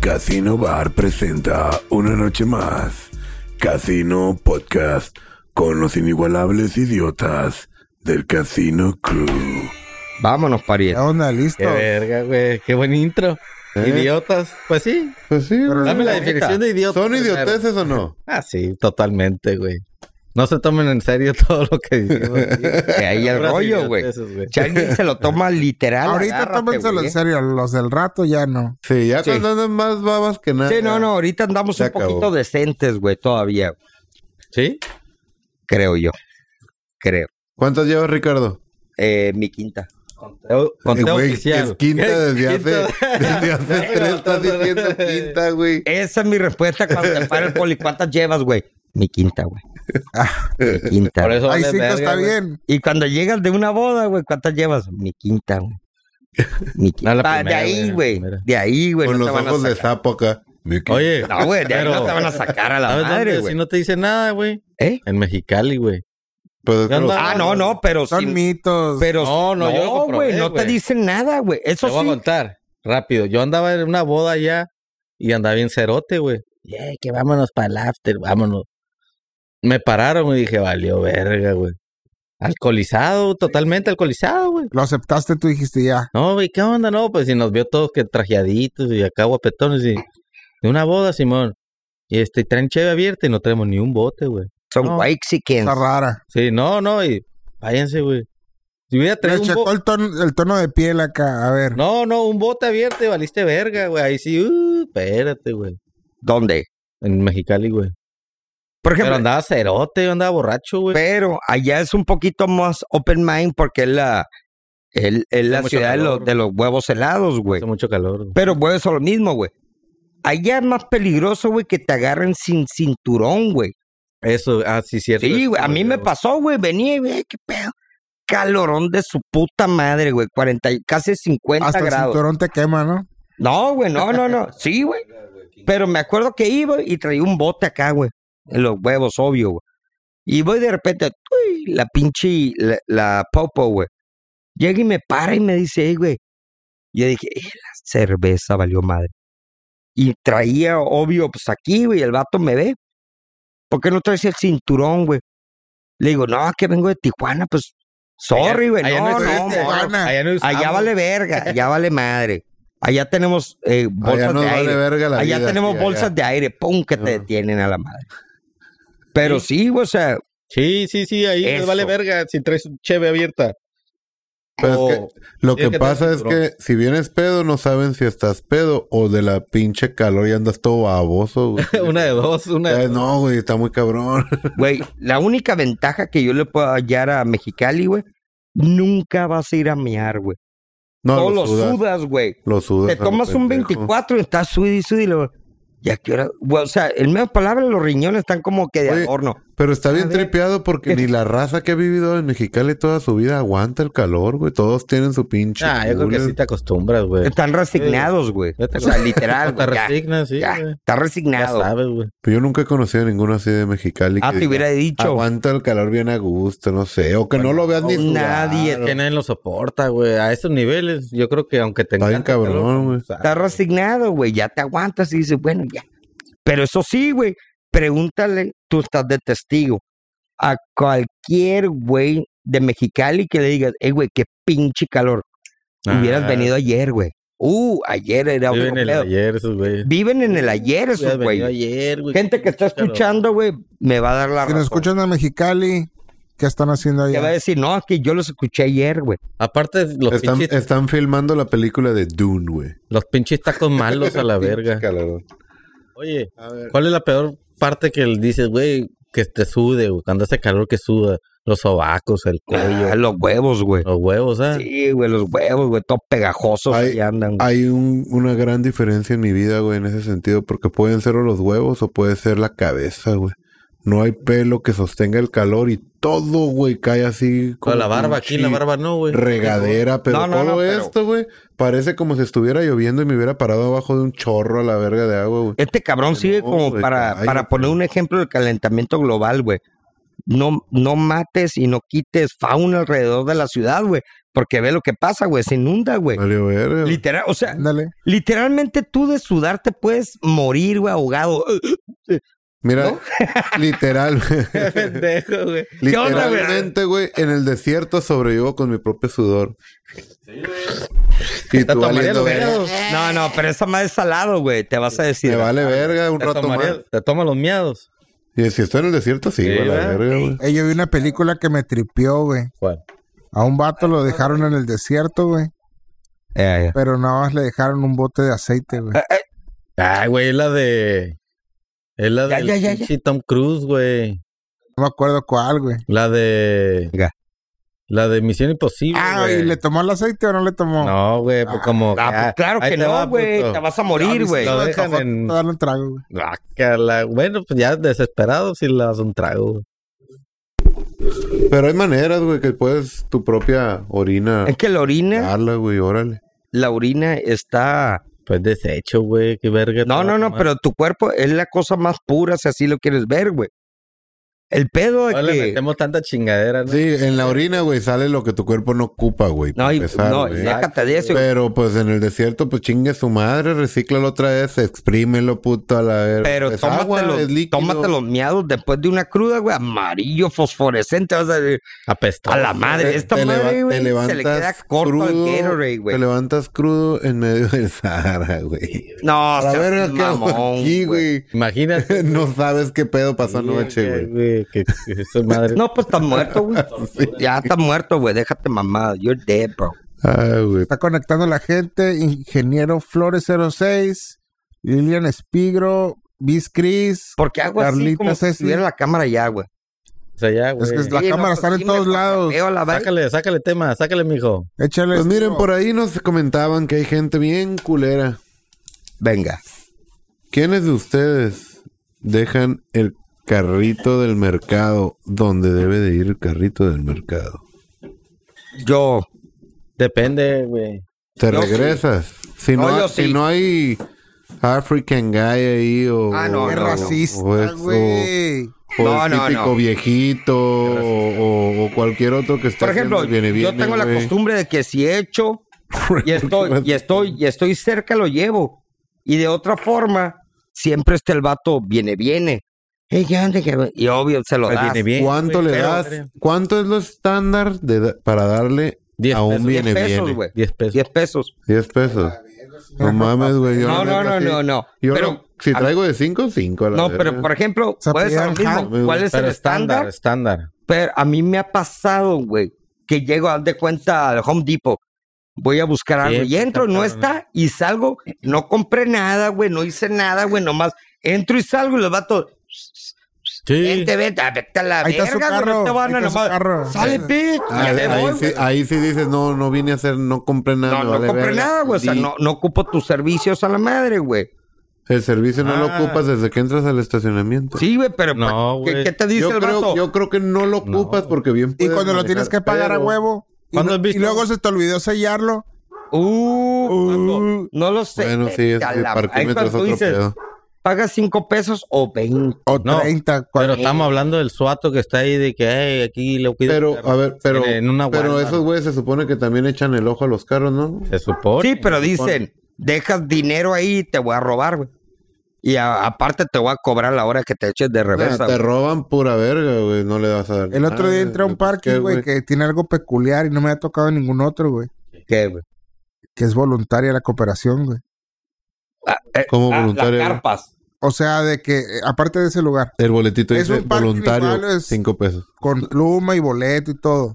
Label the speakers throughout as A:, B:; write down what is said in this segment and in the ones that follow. A: Casino Bar presenta una noche más. Casino Podcast con los inigualables idiotas del Casino Crew.
B: Vámonos, pariente.
C: ¿Qué onda? ¿Listo?
D: Qué verga, güey. Qué buen intro.
B: ¿Eh?
D: Idiotas. Pues sí.
B: Pues sí, bro.
D: Dame la definición de idiota.
B: ¿Son
D: primero.
B: idioteces o no?
D: Ah, sí, totalmente, güey. No se tomen en serio todo lo que digo.
B: Que ahí el rollo, güey. Si alguien se lo toma literal.
C: Ahorita
B: agárrate,
C: tómenselo
B: güey.
C: en serio, los del rato ya no.
B: Sí, ya
D: Sí.
B: cuando-
A: Nada más babas que nada.
B: ¿eh? Sí, no, no, ahorita andamos
A: Se
B: un poquito
A: acabó.
B: decentes, güey, todavía.
D: ¿Sí?
B: Creo yo. Creo.
A: ¿Cuántas llevas, Ricardo?
B: Eh, mi quinta.
D: Conteo, conteo
A: Güey,
D: oficial.
A: Es quinta desde hace,
D: Quinta.
A: desde hace tres. Estás diciendo quinta, güey.
B: Esa es mi respuesta cuando te para el poli. ¿Cuántas llevas, güey? Mi quinta, güey.
A: Ah.
B: Mi quinta.
D: Por eso
C: Ahí
D: vale
C: sí que
D: verga,
C: está
D: güey.
C: bien.
B: Y cuando llegas de una boda, güey, ¿cuántas llevas? Mi quinta, güey. Mi quinta.
D: No, la
B: Ah,
D: primera,
B: de ahí,
D: güey,
B: güey.
D: la primera.
B: De ahí, güey.
A: Con
B: no
A: los
B: te van a
A: ojos de
B: sacar.
A: sapo acá. Mi quinta.
D: Oye,
B: No, güey, de ahí
D: pero-
B: no te van a sacar a la
D: ¿sabes
B: madre,
D: dónde?
B: güey.
D: Si no te dice nada, güey.
B: ¿Eh?
D: En Mexicali, güey.
A: pues, Pero es que
D: ¿Qué
A: los-
D: onda?
B: Ah, no, no, pero
C: Son
B: sí-
C: mitos.
B: Pero
D: No, no, yo lo comprobé,
B: güey, no te
D: güey.
B: dicen nada, güey. Eso
D: Te voy a
B: sí.
D: contar rápido. Yo andaba en una boda allá y andaba bien cerote, güey. Yeah, que vámonos para el after, vámonos. Me pararon y dije, valió verga, güey. Alcoholizado, totalmente alcoholizado, güey.
C: Lo aceptaste, tú dijiste ya.
D: No, güey, ¿qué onda? No, pues si nos vio todos que trajeaditos y acá guapetones y de una boda, Simón. Y este, traen cheve abierta y no traemos ni un bote, güey.
B: Son
D: No.
B: Waxican.
C: Está rara.
D: Sí, no, no, y váyanse, güey. Si hubiera
C: Le
D: traído un
C: checó
D: bote.
C: el tono, el tono de piel acá. A ver.
D: No, no, un bote abierto y valiste verga, güey. Ahí sí, uh, espérate, güey.
B: ¿Dónde?
D: En Mexicali, güey.
B: Por
D: Pero
B: ejemplo, pero,
D: andaba cerote, yo andaba borracho, güey.
B: allá es un poquito más open mind porque es la, el- es la
D: mucho
B: ciudad de
D: calor,
B: los, de los huevos helados, güey.
D: Hace mucho calor. güey.
B: Pero güey, eso es lo mismo, güey. Allá es más peligroso, güey, que te agarren sin cinturón, güey.
D: Eso, ah, sí, cierto.
B: Sí,
D: eso
B: güey, a mí me
D: olvidó.
B: pasó, güey. Venía, y, güey, qué pedo. Calorón de su puta madre, güey. 40, y- casi 50
C: Hasta el
B: grados.
C: cinturón te quema, ¿no?
B: No, güey, no, no, no. Sí, güey. Pero me acuerdo que iba y traía un bote acá, güey. En los huevos, obvio, güey. Y voy de repente, ¡tui! la pinche, la, la popo, güey. Llega y me para y me dice, hey, güey. Yo dije, "Eh, la cerveza valió madre. Y traía, obvio, pues aquí, güey, el vato me ve. ¿Por qué no traes el cinturón, güey? Le digo, no, que vengo de Tijuana, pues, sorry, güey.
D: Allá
B: No, no,
D: no existe,
B: morro.
C: Tijuana.
D: Allá no ah, usamos.
B: Allá vale verga, allá vale madre. Allá tenemos eh, bolsas
A: Allá nos
B: de
A: vale
B: aire.
A: verga la
B: allá
A: vida,
B: tenemos
A: sí, allá.
B: bolsas de aire, pum, que te
A: Ajá.
B: detienen a la madre. Pero sí, o sea,
D: Sí, sí, sí, ahí les
B: Eso.
D: vale verga si traes un cheve abierta.
A: Pero
D: O-
A: es que Lo que
D: Tienes que tener
A: pasa es
D: cinturón.
A: que si vienes pedo, no saben si estás pedo o de la pinche calor y andas todo baboso. güey.
D: una de dos, una de
A: Ay,
D: dos.
A: Eh, no, güey, está muy cabrón.
B: güey, la única ventaja que yo le puedo hallar a Mexicali, güey, nunca vas a ir a mear, güey.
A: No,
B: Todo
A: lo
B: lo
A: sudas.
B: sudas, güey.
A: Lo sudas.
B: Te
A: a lo
B: tomas un
A: pendejo.
B: 24 y estás sudi y sudi. y luego, ¿Y a qué hora? Güey, o sea, en menos palabras, los riñones están como que de
A: Oye,
B: adorno.
A: Pero está bien
B: A ver.
A: tripeado porque ni la raza que ha vivido en Mexicali toda su vida aguanta el calor, güey. Todos tienen su pinche.
D: Ah, yo creo que
A: culo.
D: sí te acostumbras, güey.
B: Están resignados, güey.
D: Ya te-
B: O sea, literal,
D: Te
B: güey. ya,
D: resignas, sí,
B: ya,
D: güey.
B: Está
D: Ya
B: resignado.
D: sabes, güey.
A: Pero yo nunca he conocido a ninguno así de Mexicali.
B: Ah,
A: que
B: te hubiera
A: diga,
B: dicho.
A: Aguanta el calor bien a gusto, no sé. O que no lo veas ni sudar.
B: Nadie.
D: Que nadie lo soporta, güey. A esos niveles, yo creo que aunque te
A: Está bien
D: encante el calor,
A: cabrón, güey.
D: sabes,
B: Está resignado, güey. Ya te aguantas y dices, bueno, ya. Pero eso sí, güey. Pregúntale, tú estás de testigo, a cualquier güey de Mexicali que le digas, hey, güey, qué pinche calor.
D: Ah.
B: Hubieras venido ayer, güey. Uh, ayer era
D: Viven
B: otro
D: el
B: pedo.
D: ayer esos, güey.
B: Viven en el ayer esos,
D: Hubieras venido
B: güey.
D: ayer, güey.
B: Gente que está
D: Claro.
B: escuchando, güey, me va a dar la
C: Si
B: razón.
C: nos escuchan a Mexicali, ¿qué están haciendo
B: Te va a
C: allá?
B: decir, no, es que yo los escuché ayer, güey.
D: Aparte, los
A: Están,
D: pinches,
A: están filmando la película de Dune, güey.
D: los pinches tacos malos a la verga.
A: Calorón.
D: Oye,
A: A ver.
D: ¿cuál es la peor parte que dices, güey, que te sude, güey? Cuando hace calor que suda. Los sobacos, el cuello,
B: Ah, los huevos, güey.
D: los huevos, ¿ah?
B: Sí, güey, los huevos, güey, todos pegajosos
A: Ay,
B: ahí andan. güey.
A: Hay un- una gran diferencia en mi vida, güey, en ese sentido, porque pueden ser o los huevos o puede ser la cabeza, güey. No hay pelo que sostenga el calor y todo, güey, cae así.
D: Con la barba aquí, la
A: pinche
D: barba no, güey.
A: Regadera, pero
B: No, no,
A: todo
B: no, pero-
A: esto, güey, parece como si estuviera lloviendo y me hubiera parado abajo de un chorro a la verga de agua, güey.
B: Este cabrón sigue
A: No,
B: como
A: güey,
B: para,
A: cállate.
B: para poner un ejemplo del calentamiento global, güey. No, no mates y no quites fauna alrededor de la ciudad, güey. Porque ve lo que pasa, güey. Se inunda, güey.
D: Este,
A: Valió verga. güey.
B: Literal, o sea,
C: Ándale.
B: literalmente tú de sudar te puedes morir, güey, ahogado.
A: Mira, literal.
D: Pendejo, güey.
B: onda, güey?
A: Literalmente, güey, en el desierto sobrevivo con mi propio sudor. Y
D: Te
A: tú
D: tomaría
A: valiendo
D: los
A: verga.
D: miados.
B: No, no, pero esa madre es salado, güey. Te vas a decir.
A: Me vale verga un
D: Te
A: rato
D: tomaría-
A: más.
D: Te toma los miados.
A: Y si estoy en el desierto, sí,
D: Sí,
A: güey, la
D: ¿verdad?
A: verga, güey.
C: Eh, yo vi una película que me tripió, güey.
D: ¿Cuál?
C: A un vato lo dejaron en el desierto, güey.
B: Eh,
C: Pero nada más le dejaron un bote de aceite, güey.
D: Ay, güey, es la de. Es la
B: Ya,
D: de
B: ya, ya, ya.
D: Tom Cruise, güey.
C: No me acuerdo cuál, güey.
D: La de.
B: Ya.
D: La de Misión Imposible.
C: Ah,
D: güey.
C: ¿y le tomó el aceite o no le tomó?
D: No, güey, pues como.
B: ah, pues
D: ah,
B: claro
D: ahí
B: que
D: te va,
B: no, güey.
D: puto.
B: Te vas a morir, güey.
D: Lo dejan
C: Tocó
D: en.
C: darle un trago, güey.
D: Guácala. Bueno, pues ya desesperado si le das un trago. güey.
A: Pero hay maneras, güey, que puedes tu propia orina
B: Es que la orina,
A: darla, güey, órale.
B: la orina está.
D: Pues deshecho, güey, qué
B: No,
D: verga. te va
B: no,
D: a
B: no,
D: tomar.
B: pero tu cuerpo es la cosa más pura si así lo quieres ver, güey. El pedo de
D: No le
B: que.
D: metemos tanta chingadera, ¿no?
A: Sí, en la orina, güey, sale lo que tu cuerpo no ocupa, güey.
B: No,
A: para
B: y-
A: empezar,
B: no,
A: güey.
B: déjate de eso.
A: Pero pues en el desierto, pues chingue su madre, recíclalo otra vez, exprímelo, puto, a la verga.
B: Pero
A: Es
B: tómate,
A: agua,
B: los,
A: es líquido.
B: tómate los miados después de una cruda, güey, amarillo, fosforescente. Vas a decir,
D: Apestado.
B: a la madre,
A: Te-
B: esta
A: te leva-
B: madre,
A: te
B: güey, se le
A: levantas
B: queda corto al
A: crudo,
B: Gatorade, güey.
A: Te levantas crudo en medio del Sahara, güey.
B: No,
A: A la
B: seas
A: verga, ¿qué hago
B: mamón,
A: aquí, güey?
D: Imagínate.
A: No sabes qué pedo pasó
D: Sí,
A: anoche, güey.
D: Que, que esa madre.
B: No, pues estás muerto, güey. Ya estás muerto, güey. Déjate mamada. You're dead, bro.
A: Ah, güey.
C: Está conectando la gente. Ingeniero Flores 06, Lilian Espigro, Biz Cris.
B: Porque hago así
C: Carlita
B: como si
C: Ceci.
B: tuviera la cámara ya, güey.
D: O sea, ya, güey.
C: Es que es la
B: Sí, no,
C: cámara
B: pues
C: está
B: sí
C: en
B: me
C: todos lados.
B: Veo la verga.
D: Sácale, sácale tema, sácale, mijo.
C: Échale.
A: Pues miren,
C: Espigro.
A: por ahí nos comentaban que hay gente bien culera.
B: Venga.
A: ¿Quiénes de ustedes dejan el carrito del mercado donde debe de ir el carrito del mercado?
B: Yo.
D: Depende, güey.
A: Te
B: Yo
A: regresas. Si,
B: No,
A: no,
B: yo
A: si
B: sí.
A: no hay African guy ahí o...
B: Ah, no,
A: o-
C: Qué
B: no, Pues, no.
A: o-
C: racista,
D: pues,
A: o-
C: güey.
A: O
B: No,
A: el
B: no,
A: típico
B: no.
A: viejito o, o cualquier otro que esté
B: Por ejemplo,
A: haciendo el viene,
B: yo
A: viene,
B: tengo la
A: güey.
B: costumbre de que si echo y estoy, y estoy, y estoy cerca, lo llevo. Y de otra forma, siempre está el vato viene, viene. Ey, ¿qué onda, qué- Y obvio, se lo
D: Ahí
B: das.
D: viene bien.
A: ¿Cuánto
D: güey,
A: le
D: pero-
A: das? ¿Cuánto es lo estándar de da- para darle
D: Diez
A: a un
D: pesos.
A: viene
B: 10 pesos,
A: viene?
B: güey.
D: 10 pesos.
B: 10 pesos.
A: 10 pesos. No mames, güey. yo
B: No,
A: la
B: no, no,
A: neta sí-
B: no, no.
A: Yo
B: Pero-
A: no- si traigo de 5, 5.
B: No, pero por ejemplo,
C: Se
B: puedes
C: apellida
B: hacer lo mismo.
A: Alejandro,
B: ¿Cuál es
D: Pero
B: el estándar?
D: estándar, estándar.
B: Pero a mí me ha pasado, güey, que llego, haz de cuenta, al Home Depot. Voy a buscar algo y
D: Siempre
B: entro,
D: está
B: no
D: cabrón,
B: está, y salgo, no compré nada, güey, no hice nada, güey, nomás entro y salgo y los vatos,
D: Sí.
B: vente, vete, ah, vete a la
C: Ahí está su
B: verga, güey, no
C: carro,
B: te van a
C: ahí está su
B: nomás,
C: carro.
B: sale, bitch, ya
A: Ahí,
B: me
A: Ah, ahí
B: voy,
A: sí,
B: güey.
A: ahí sí dices, no, no vine a hacer, no compré nada.
B: No,
A: me
B: no
A: vale
B: compré
A: verga.
B: nada, güey, o sea,
A: Di-
B: no, no ocupo tus servicios a la madre, güey.
A: El servicio no lo
D: Ah.
A: ocupas desde que entras al estacionamiento.
B: Sí, güey, pero pues,
D: No,
B: ¿qué,
D: güey.
B: qué te dice
A: Pues, yo,
B: el
A: creo,
B: vato?
A: yo creo que no lo ocupas porque bien
C: Y
A: puedes
C: cuando lo
A: manejar,
C: tienes que pagar a
A: pero-
C: huevo. Y,
D: ¿Cuándo
C: no-
D: has visto?
C: y luego se te olvidó sellarlo.
B: Uh, no lo sé.
A: Bueno, sí, es,
B: Vete a
A: el
B: la- ahí
A: parquímetro
B: cuando
A: es
B: tú
A: otro
B: dices,
A: pedo.
B: paga cinco pesos o 20.
C: O
D: No,
C: 30,
D: Pero
C: 40.
D: estamos hablando del suato que está ahí de que hey, aquí lo cuido.
A: Pero, a ver, pero,
D: En una
A: pero
D: Walmart.
A: esos güeyes se supone que también echan el ojo a los carros, ¿no?
D: Se supone.
B: Sí, pero dicen, dejas dinero ahí y te voy a robar, güey. Y a- aparte te voy a cobrar la hora que te eches de
A: Nah,
B: reversa.
A: Ah, te
B: güey.
A: roban pura verga, güey. No le vas a dar.
C: El otro
A: nada,
C: día entré a un
A: pues, ¿qué,
C: parque, güey, que tiene algo peculiar y no me ha tocado en ningún otro, güey.
B: ¿Qué, güey?
C: Que es voluntaria la cooperación, güey.
B: Ah, eh,
A: Como
B: ah,
A: voluntario,
B: Las
A: güey.
B: carpas.
C: O sea, de que, eh, aparte de ese lugar,
A: El boletito
C: Es
A: dice
C: un parque
A: voluntario,
C: igual, es-
A: 5 pesos.
C: con pluma y boleto y todo.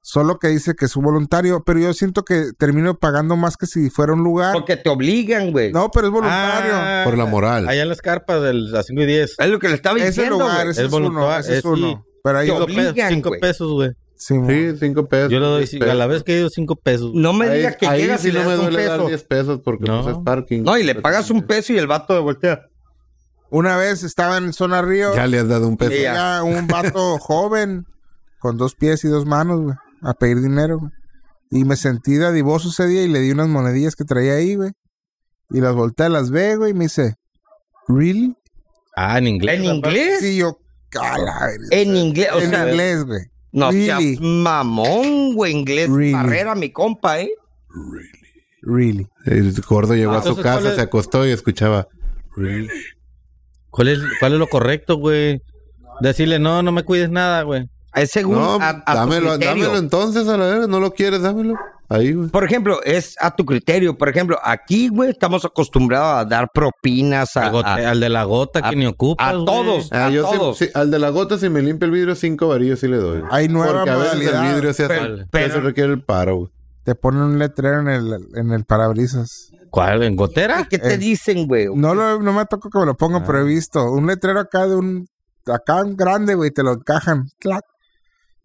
C: Solo que dice que es un voluntario, pero yo siento que termino pagando más que si fuera un
A: Ah.
C: lugar.
B: Porque te obligan, güey.
C: No, pero es voluntario.
A: Por la moral.
D: Ah, Allá en las carpas, el, las 5 y 10.
B: Es lo que le estaba
C: ese
B: diciendo,
C: lugar,
B: güey.
C: ese
D: Es
C: es, uno,
D: voluntario,
C: ese es
D: es-
C: uno.
D: sí.
C: pero ahí
B: Te
C: lo-
B: obligan, güey.
D: 5 pesos, güey.
C: sí, mo-
A: Sí, 5 pesos.
D: Yo le doy,
A: diez
D: a la
A: pesos.
D: vez que he ido 5 pesos.
B: No me
A: Ahí-
B: digas que
A: ahí
B: llegas
A: sí
B: y le
A: no me
B: das un
A: duele dar
B: peso.
A: 10 pesos porque
D: No.
A: pues, es parking.
B: No, y le pagas un peso y el vato de voltea.
C: Una vez estaba en Zona Río,
A: Ya le has dado un peso.
B: Sí, ya.
C: llega Pues, un vato joven con dos pies y dos manos, güey, a pedir dinero, güey. Y me sentí dadivoso ese día y le di unas monedillas que traía ahí, güey. Y las volteé, las ve, güey, y me dice, ¿really?
D: Ah, en inglés.
B: ¿En inglés?
C: Sí, yo, cala,
B: En inglés, Eh, o
C: en
B: sea,
C: inglés, güey.
B: No
C: Really?
B: seas mamón, güey, inglés.
C: Really?
B: Barrera, mi compa, ¿eh?
C: Really.
A: El gordo llegó
D: Ah,
A: a su
D: entonces,
A: casa,
D: ¿cuál es?
A: se acostó y escuchaba. "Really?".
D: ¿Cuál es, cuál es lo correcto, güey? Decirle, no, no me cuides nada, güey.
B: Es según
A: No,
B: a- a tu
A: dámelo,
B: criterio.
A: dámelo entonces a la verga. No lo quieres, dámelo. Ahí, güey.
B: Por ejemplo, es a tu criterio. Por ejemplo, aquí, güey, estamos acostumbrados a dar propinas a,
D: Al, gote-
B: a-
D: al de la gota
B: a-
D: que ni ocupas,
B: a
D: güey.
B: todos.
A: Ah,
B: a
A: yo sí-
B: todos.
A: sí, al de la gota, si me limpia el vidrio, cinco varillos sí le doy. güey.
C: Hay nueva
A: Porque a veces el
C: modalidad.
A: vidrio se hace.
D: Pero-
A: pero eso
B: pero-
A: requiere el paro, güey.
C: Te ponen un letrero en el, en el parabrisas.
D: ¿Cuál? ¿En
B: Ay,
D: gotera?
B: ¿Qué te
C: Eh,
B: dicen, güey?
C: No, lo, no me toco que me lo pongan,
A: Ah.
C: pero he visto. Un letrero acá de un. Acá un grande, güey, te lo encajan. ¡Clac!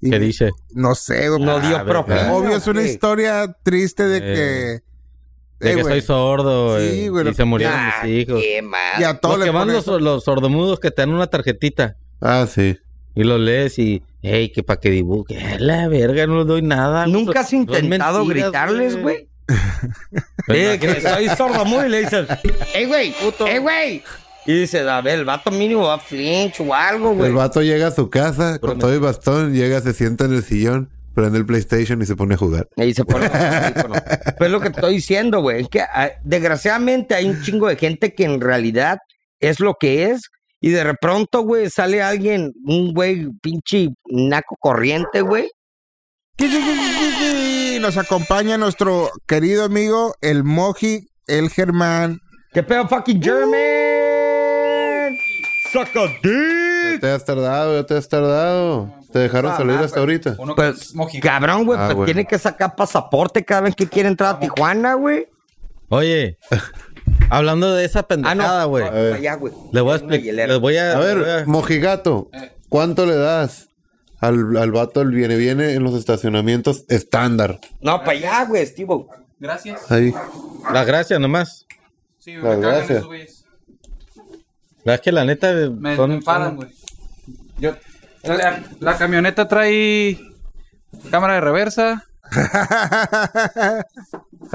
C: Y Eh,
D: ¿Qué dice?
C: No sé, güey.
B: No dio
D: Ah,
B: propina.
C: Obvio, es una
B: güey.
C: historia triste de
D: Eh,
C: que.
D: De
C: Eh,
D: que
C: güey,
D: soy sordo
C: Sí,
D: eh,
C: güey,
D: y
C: lo-
D: se murieron
B: Ah,
D: mis hijos.
B: qué mal.
C: Y a todos
D: Los que
C: les
D: van
C: ponen
D: los,
C: eso.
D: los sordomudos que te dan una tarjetita
A: Ah, sí.
D: y los lees y, hey, que para que dibuje. A La verga, no le doy nada. güey.
B: ¿Nunca has
D: Son- son
B: intentado
D: mentiras,
B: gritarles, güey?
D: Pero
B: Eh, que
D: imagínate,
B: soy sordo muy y le dices, ¡eh, güey! ¡eh, güey! Y dices, a ver, el vato mínimo va a flinch o algo, güey.
A: El vato llega a su casa con todo el bastón, llega, se sienta en el sillón, prende el PlayStation y se pone a jugar.
B: Y se pone los audífonos. Pero es lo que estoy diciendo, güey. Es que ah, desgraciadamente hay un chingo de gente que en realidad es lo que es. Y de pronto, güey, sale alguien, un güey pinche naco corriente, güey.
C: Y nos acompaña nuestro querido amigo, el Moji, el Germán.
B: ¿Qué pedo, fucking German? ¡Saca dick!
A: Te has tardado, ya te has tardado. Te dejaron
B: Ah,
A: salir
B: ah,
A: hasta ahorita.
E: Uno que
B: Pues,
E: es mojica.
B: cabrón, güey,
A: Ah,
B: pues
A: bueno.
B: tiene que sacar pasaporte cada vez que quiere entrar a Tijuana, güey.
D: Oye, hablando de esa
B: Ah,
D: pendejada,
B: no.
D: güey.
A: ver.
B: Allá, güey.
D: Le voy a
B: Una
D: explicar.
B: hielera.
D: Les voy a.
A: A
D: les voy a-
A: ver, mojigato,
B: Eh.
A: ¿cuánto le das al, al vato el viene viene en los estacionamientos estándar?
B: No, para allá, güey, Steve.
E: Gracias.
A: Ahí.
D: las gracias nomás.
E: Sí,
A: Las
E: me cagan
A: gracias.
E: esos güeyes.
D: La es que la neta eh,
E: Me,
D: son-
E: me enfadan,
D: son-
E: güey. Yo- La, la camioneta trae cámara de reversa. ¿Para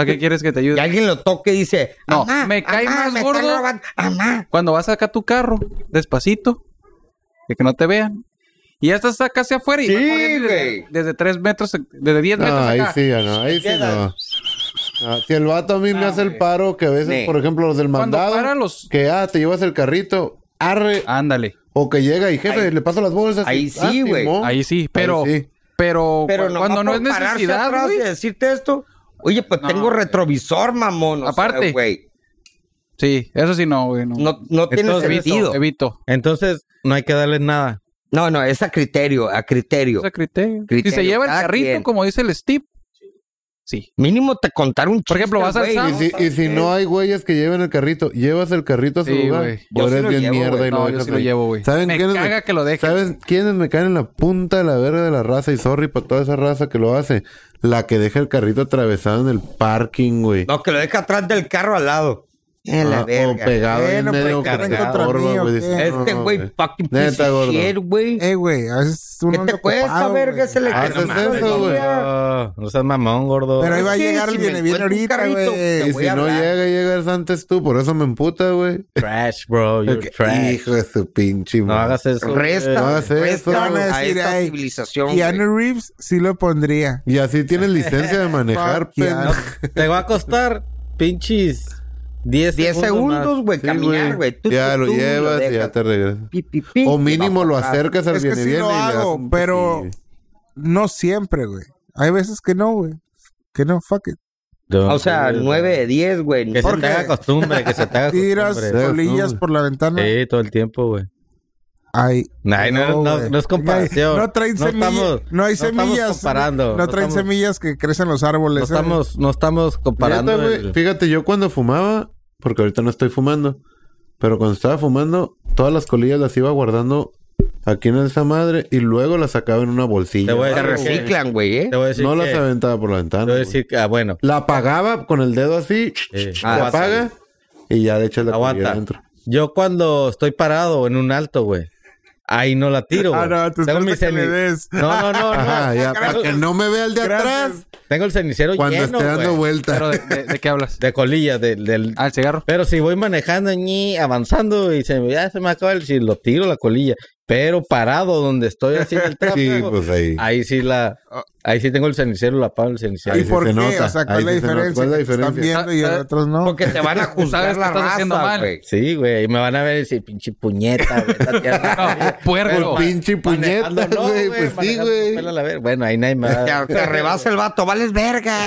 E: qué quieres que te
B: Y
E: ayude?
B: alguien lo toque y dice,
E: No,
B: "Amá,
E: me cae
B: amá,
E: más
B: me
E: gordo".
B: están robando, amá".
E: Cuando vas acá a tu carro, despacito, de que no te vean. Y ya estás acá hacia afuera y
B: Sí,
E: vas corriendo
B: güey.
E: desde, desde 3 metros, desde 10 metros
A: No, Ah, ahí
E: acá.
A: sí, ya no, ahí sí no. No, Si el vato a mí me hace el paro, que a veces,
B: Ne.
A: por ejemplo, los del
E: Ah, Cuando
A: mandado,
E: paran los-
A: que ah, te llevas el carrito, arre,
E: Ándale.
A: o que llega y jefe,
B: Ah. Ahí-
A: le paso las bolsas.
B: ahí
A: y-
B: sí,
A: ah,
B: güey.
A: Simón.
E: Ahí sí, pero,
A: Ahí sí.
E: pero,
B: Pero
E: cu-
B: nomás
E: cuando no es
B: por pararse
E: necesidad,
B: atrás eh.
E: güey.
B: de decirte esto, oye, pues
E: No,
B: tengo
E: güey.
B: retrovisor, mamón. o sea,
E: Aparte.
B: güey,
E: Sí, eso sí no, güey. No,
B: no, no tiene
D: Entonces,
E: evito,
B: sentido.
E: evito.
D: Entonces, no hay que darles nada.
B: No, no, es a criterio, a criterio.
E: Ese criterio.
B: Criterio,
E: Si se lleva el
B: cada
E: carrito,
B: quien.
E: como dice el Steve. Sí.
B: Mínimo te contar un chiste,
E: Por ejemplo, vas al
B: güey.
E: Sam's.
A: Y si, y si no hay güeyes que lleven el carrito, llevas el carrito a su
E: Sí,
A: lugar.
E: güey.
A: O
B: Yo sí
A: eres
B: lo
A: bien
B: llevo,
A: mierda
B: güey.
A: y lo
E: No, yo
A: dejas
E: sí lo
A: ahí.
E: llevo, güey.
A: ¿Saben
E: Me
A: quiénes
E: caga que lo dejen.
A: ¿Saben quiénes me caen en la punta de la verga de la raza? Y sorry para toda esa raza que lo hace. La que deja el carrito atravesado en el parking, güey.
B: No, que lo deja atrás del carro al lado. Eh, la
A: Ah, o
B: verga.
A: pegado ahí en
C: Bueno, pues,
A: medio que
C: cargan
A: te
C: contra
A: estorba,
C: mí, ¿o
A: güey.
C: qué?
A: Dices,
B: Este
A: no, eh,
B: güey, fucking piece
A: Neta,
B: of
A: gordo.
B: shit, güey.
C: Eh, güey, a veces uno
B: ¿Qué te
C: anda
B: cuesta,
C: ocupado,
B: verga?
C: güey.
B: Se le
A: Ah, Haces
B: quema,
A: eso, güey.
D: No, no seas mamón, gordo.
C: Pero ahí va a
B: Sí,
C: llegar
B: si
C: el
B: me
C: viene bien
B: encuentro un
C: ahorita,
B: carrito, te
A: Y
C: güey.
B: voy
A: si
B: a
A: no
B: hablar.
A: llega, llegas antes tú. Por eso me emputa, güey.
D: Trash, bro. You're
A: Porque,
D: trash.
A: Hijo de su pinche
D: No
A: madre.
D: hagas eso. eh,
B: Resta,
A: No
D: güey.
A: hagas Eh, eso,
B: resta
A: güey.
B: a esta
C: Ay,
B: civilización,
C: Y
B: güey.
C: Annie Reeves sí lo pondría.
A: Y así tienes licencia de manejar,
C: Fuck yeah.
A: pendejo.
D: Te va a costar pinches 10
B: 10
D: segundos.
B: segundos,
D: más.
B: güey,
A: Sí,
B: caminar, güey. Tú,
A: Ya
B: tú,
A: lo
B: tú,
A: llevas y
B: dejas.
A: ya te regresas.
B: Pi, pi, pi,
A: O
B: y
A: mínimo
B: va
A: lo
B: para atrás.
A: acercas al
C: Es que
A: viene
C: sí
A: viene.
C: lo
A: y le das
C: hago,
A: un
C: pero-
A: piquillo.
C: No siempre, güey. Hay veces que no, güey. Que no, fuck it.
D: Yo-
B: O sea, 9 de 10, güey.
D: Que se
C: Porque
D: te haga costumbre, que se te haga
C: Tiras
D: costumbre.
C: colillas
A: Hombre.
C: por la ventana.
D: Sí, todo el tiempo, güey.
C: Ay,
D: Nah, no, no,
C: güey.
D: no es comparación.
C: No traen
D: No
C: semillas.
D: estamos-
C: no
D: no
C: hay
D: estamos
C: semillas.
D: comparando.
C: No,
D: No
C: traen
D: estamos-
C: semillas que crecen los árboles.
D: No
C: ¿eh?
D: estamos, no estamos comparando.
A: Neta, güey,
D: el-
A: Fíjate, yo cuando fumaba, porque ahorita no estoy fumando, pero cuando estaba fumando, todas las colillas las iba guardando aquí en esa madre y luego las sacaba en una bolsilla.
D: Te voy a
B: Te
D: decir
B: reciclan, güey, ¿eh?
D: Te voy a decir
A: No
D: que-
A: las aventaba por la ventana.
D: te voy a
A: güey.
D: decir que, ah, bueno,
A: La apagaba con el dedo así,
D: Sí.
A: la
D: Ah,
A: apaga y ya le echas la colilla
D: aguanta.
A: adentro.
D: Yo cuando estoy parado en un alto, güey, ahí no la tiro, güey.
C: Ah, no, te
D: tengo
C: espero
D: mi
C: que le
D: ceni-
C: des.
D: No, no, no, no.
A: Ajá, Ah, ya, para
D: Tengo-
A: que no me vea el de atrás
D: Tengo el cenicero
A: cuando
D: lleno,
A: esté dando
D: güey,
E: Pero
A: vuelta.
E: de, de- ¿de qué hablas?
D: de colillas, de- del...
E: Al cigarro.
D: Pero si voy manejando, ñi, avanzando y se, me- ya se me acaba el... Si lo tiro la colilla. Pero parado donde estoy así en el
A: Sí,
D: tráfico.
A: pues ahí.
D: Ahí sí la. Ahí sí tengo el cenicero, la pago el cenicero.
A: Ahí
C: ¿Y
A: sí
C: Ah. por
A: se
C: qué?
A: nota,
C: O sea, ¿cuál
A: ahí
C: es la
A: sí se nota.
C: diferencia?
A: ¿Cuál es la
C: Que te Están
A: diferencia?
C: viendo y
D: Ah,
C: a
E: ¿Sabes?
C: otros no.
B: Porque te van a juzgar
E: Sabes que
B: la
E: estás haciendo
B: raza,
E: mal.
B: güey.
D: Sí, güey. Y me van a ver y decir, pinche puñeta, güey. esta tía-
E: No, Ah, puerco.
A: Por pinche puñeta,
D: Manejando, no,
A: güey. Pues sí,
D: manejando,
A: güey.
D: pélala, a ver. Bueno, ahí nadie me va a-
B: Te, te rebasa el vato, vales verga.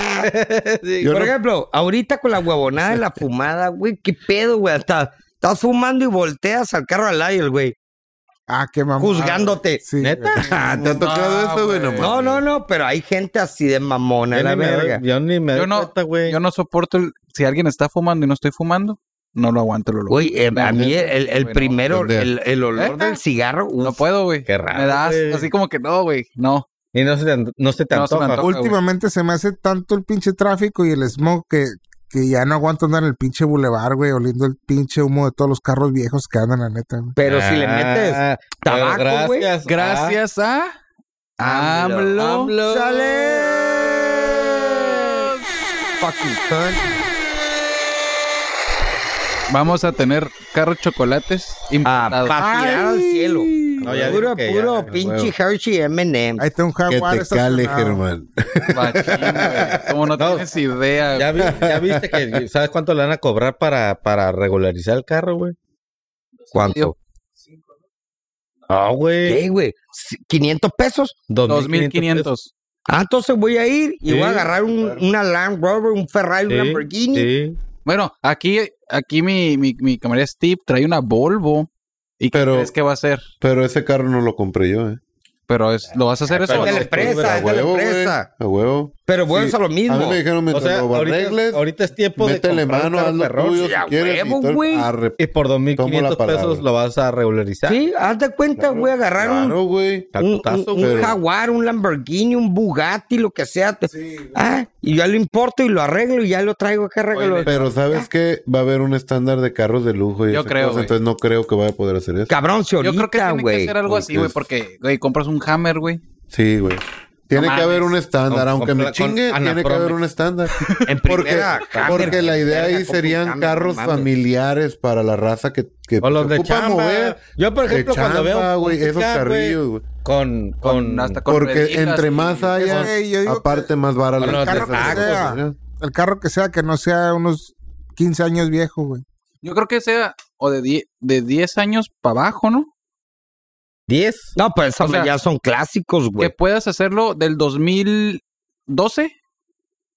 D: Sí,
B: Por ejemplo, ahorita con la huevonada de la fumada, güey, qué pedo, güey. Hasta estás fumando y volteas al carro al aire, güey.
C: Ah, qué mamá.
B: Juzgándote.
D: ¿Neta?
A: Ah, ¿Te ha tocado
E: No,
A: eso, güey?
E: güey.
A: No,
B: No, no, no, pero hay gente así de mamona,
D: yo,
B: la
D: ni me doy-
B: verga.
D: yo ni me
E: Yo
D: doy
E: no,
D: cuenta, güey.
E: yo no soporto el- si alguien está fumando y no estoy fumando, no lo aguanto el olor.
B: Güey, eh, a mí el, el- el
E: Güey, no,
B: primero,
A: ¿dónde?
B: el, el olor
E: ¿Neta?
B: del cigarro, uf,
E: No puedo, güey.
D: Qué raro,
E: Me das
D: güey.
E: así como que no, güey. No.
D: Y no se te, an- no se te
E: No se me
D: antoja.
E: antoja.
C: Últimamente se me hace tanto el pinche tráfico y el smog que, que ya no aguanto andar en el pinche bulevar, güey, oliendo el pinche humo de todos los carros viejos que andan, la neta, güey.
B: pero si le metes
D: Ah, pero
B: tabaco, güey.
D: gracias. ah,
E: Gracias a
B: AMLO.
E: Ah. AMLO.
D: AMLO.
B: ¡Sale! Fucking cunt.
E: Vamos a tener carros chocolates
B: A
E: importados.
B: patear al cielo.
D: No, ya
B: puro,
D: dijo que ya,
B: puro
D: güey.
B: pinche Hershey M&M.
C: Ahí está un
A: Que
C: jaguar.
A: te cale,
C: estacionado.
A: Germán.
E: Machín, güey. Como no,
D: No.
E: tienes idea.
D: Ya, vi- ya viste que sabes cuánto le van a cobrar para, para regularizar el carro, güey.
B: ¿Cuánto?
D: Ah, güey.
B: ¿Qué, güey? ¿500 pesos?
D: 2.500.
E: 2500.
B: Ah, entonces voy a ir y
D: Sí,
B: voy a agarrar un, una Land Rover, un Ferrari, un
D: Sí,
B: Lamborghini.
D: Sí.
E: Bueno, aquí, aquí mi, mi, mi camarada Steve trae una Volvo. ¿Y
A: Pero-
E: qué crees que va a hacer?
A: Pero ese carro no lo compré yo, ¿eh?
E: Pero es, lo vas a hacer eso.
B: pero
E: o
B: de
E: no?
D: pues,
B: la empresa,
A: A
B: es de la
A: huevo, güey.
B: empresa.
A: A huevo.
B: Pero bueno,
A: Sí.
B: es lo mismo.
A: A mí me dijeron,
D: O
A: mientras
D: sea,
A: lo
D: ahorita,
A: arregles,
D: ahorita es tiempo de
A: métele
D: comprar un
A: mano,
D: carro
A: hazlo
D: perrón.
A: tuyo
B: Sí, a
A: si quieres. y
B: huevo,
A: todo el-
B: güey.
A: Arre-
D: Y por
A: Tomo la
D: 2.500
A: palabra.
D: pesos lo vas a regularizar.
B: Sí, haz de cuenta, voy a agarrar un-
A: Claro, güey.
D: Al
B: un,
D: putazo,
B: un- un
A: pero-
B: Jaguar, un Lamborghini, un Bugatti, lo que sea. ah, y ya lo importo y lo arreglo y ya lo traigo acá arreglo.
A: Pero sabes que va a haber un estándar de carros de lujo y
E: Yo
A: esas
E: creo,
A: cosas,
E: güey.
A: entonces no creo que vaya a poder hacer eso.
B: Cabrón, si
E: Yo creo que
B: ahorita,
E: tiene que
B: güey.
E: hacer algo así, güey, porque, güey, compras un Hammer, güey.
A: Sí, güey. Tiene
E: No
A: que haber un
E: mames.
A: estándar,
D: Con-
A: aunque
D: con-
A: me
D: con
A: chingue, tiene que
D: Anacromex.
A: haber un estándar.
B: En
A: Porque,
B: primera, Hammer,
A: porque la idea
B: verga,
A: ahí
B: como un
A: serían
B: Hammer,
A: carros
B: no mames.
A: familiares para la raza que, que
D: O los
A: se
D: de
A: ocupa
D: chamba. Yo, por
A: de
D: ejemplo, cuando
A: chamba,
D: veo un
A: güey, esos
D: pickup, güey,
A: carrillos, güey.
D: con, con,
E: hasta con
A: Porque
E: rueditas
A: entre
E: y-
A: más
C: Es que yo
A: haya,
C: digo
A: aparte más vara
D: Con
A: la
D: los
A: raza,
D: tacos.
A: esas cosas, ¿no?
C: El carro que sea, que no sea unos 15 años viejo, güey.
E: Yo creo que sea o de, die- de 10 años para abajo, ¿no?
D: 10.
B: No, pues esos
E: O sea,
B: ya son clásicos, güey.
E: Que puedas hacerlo del 2012.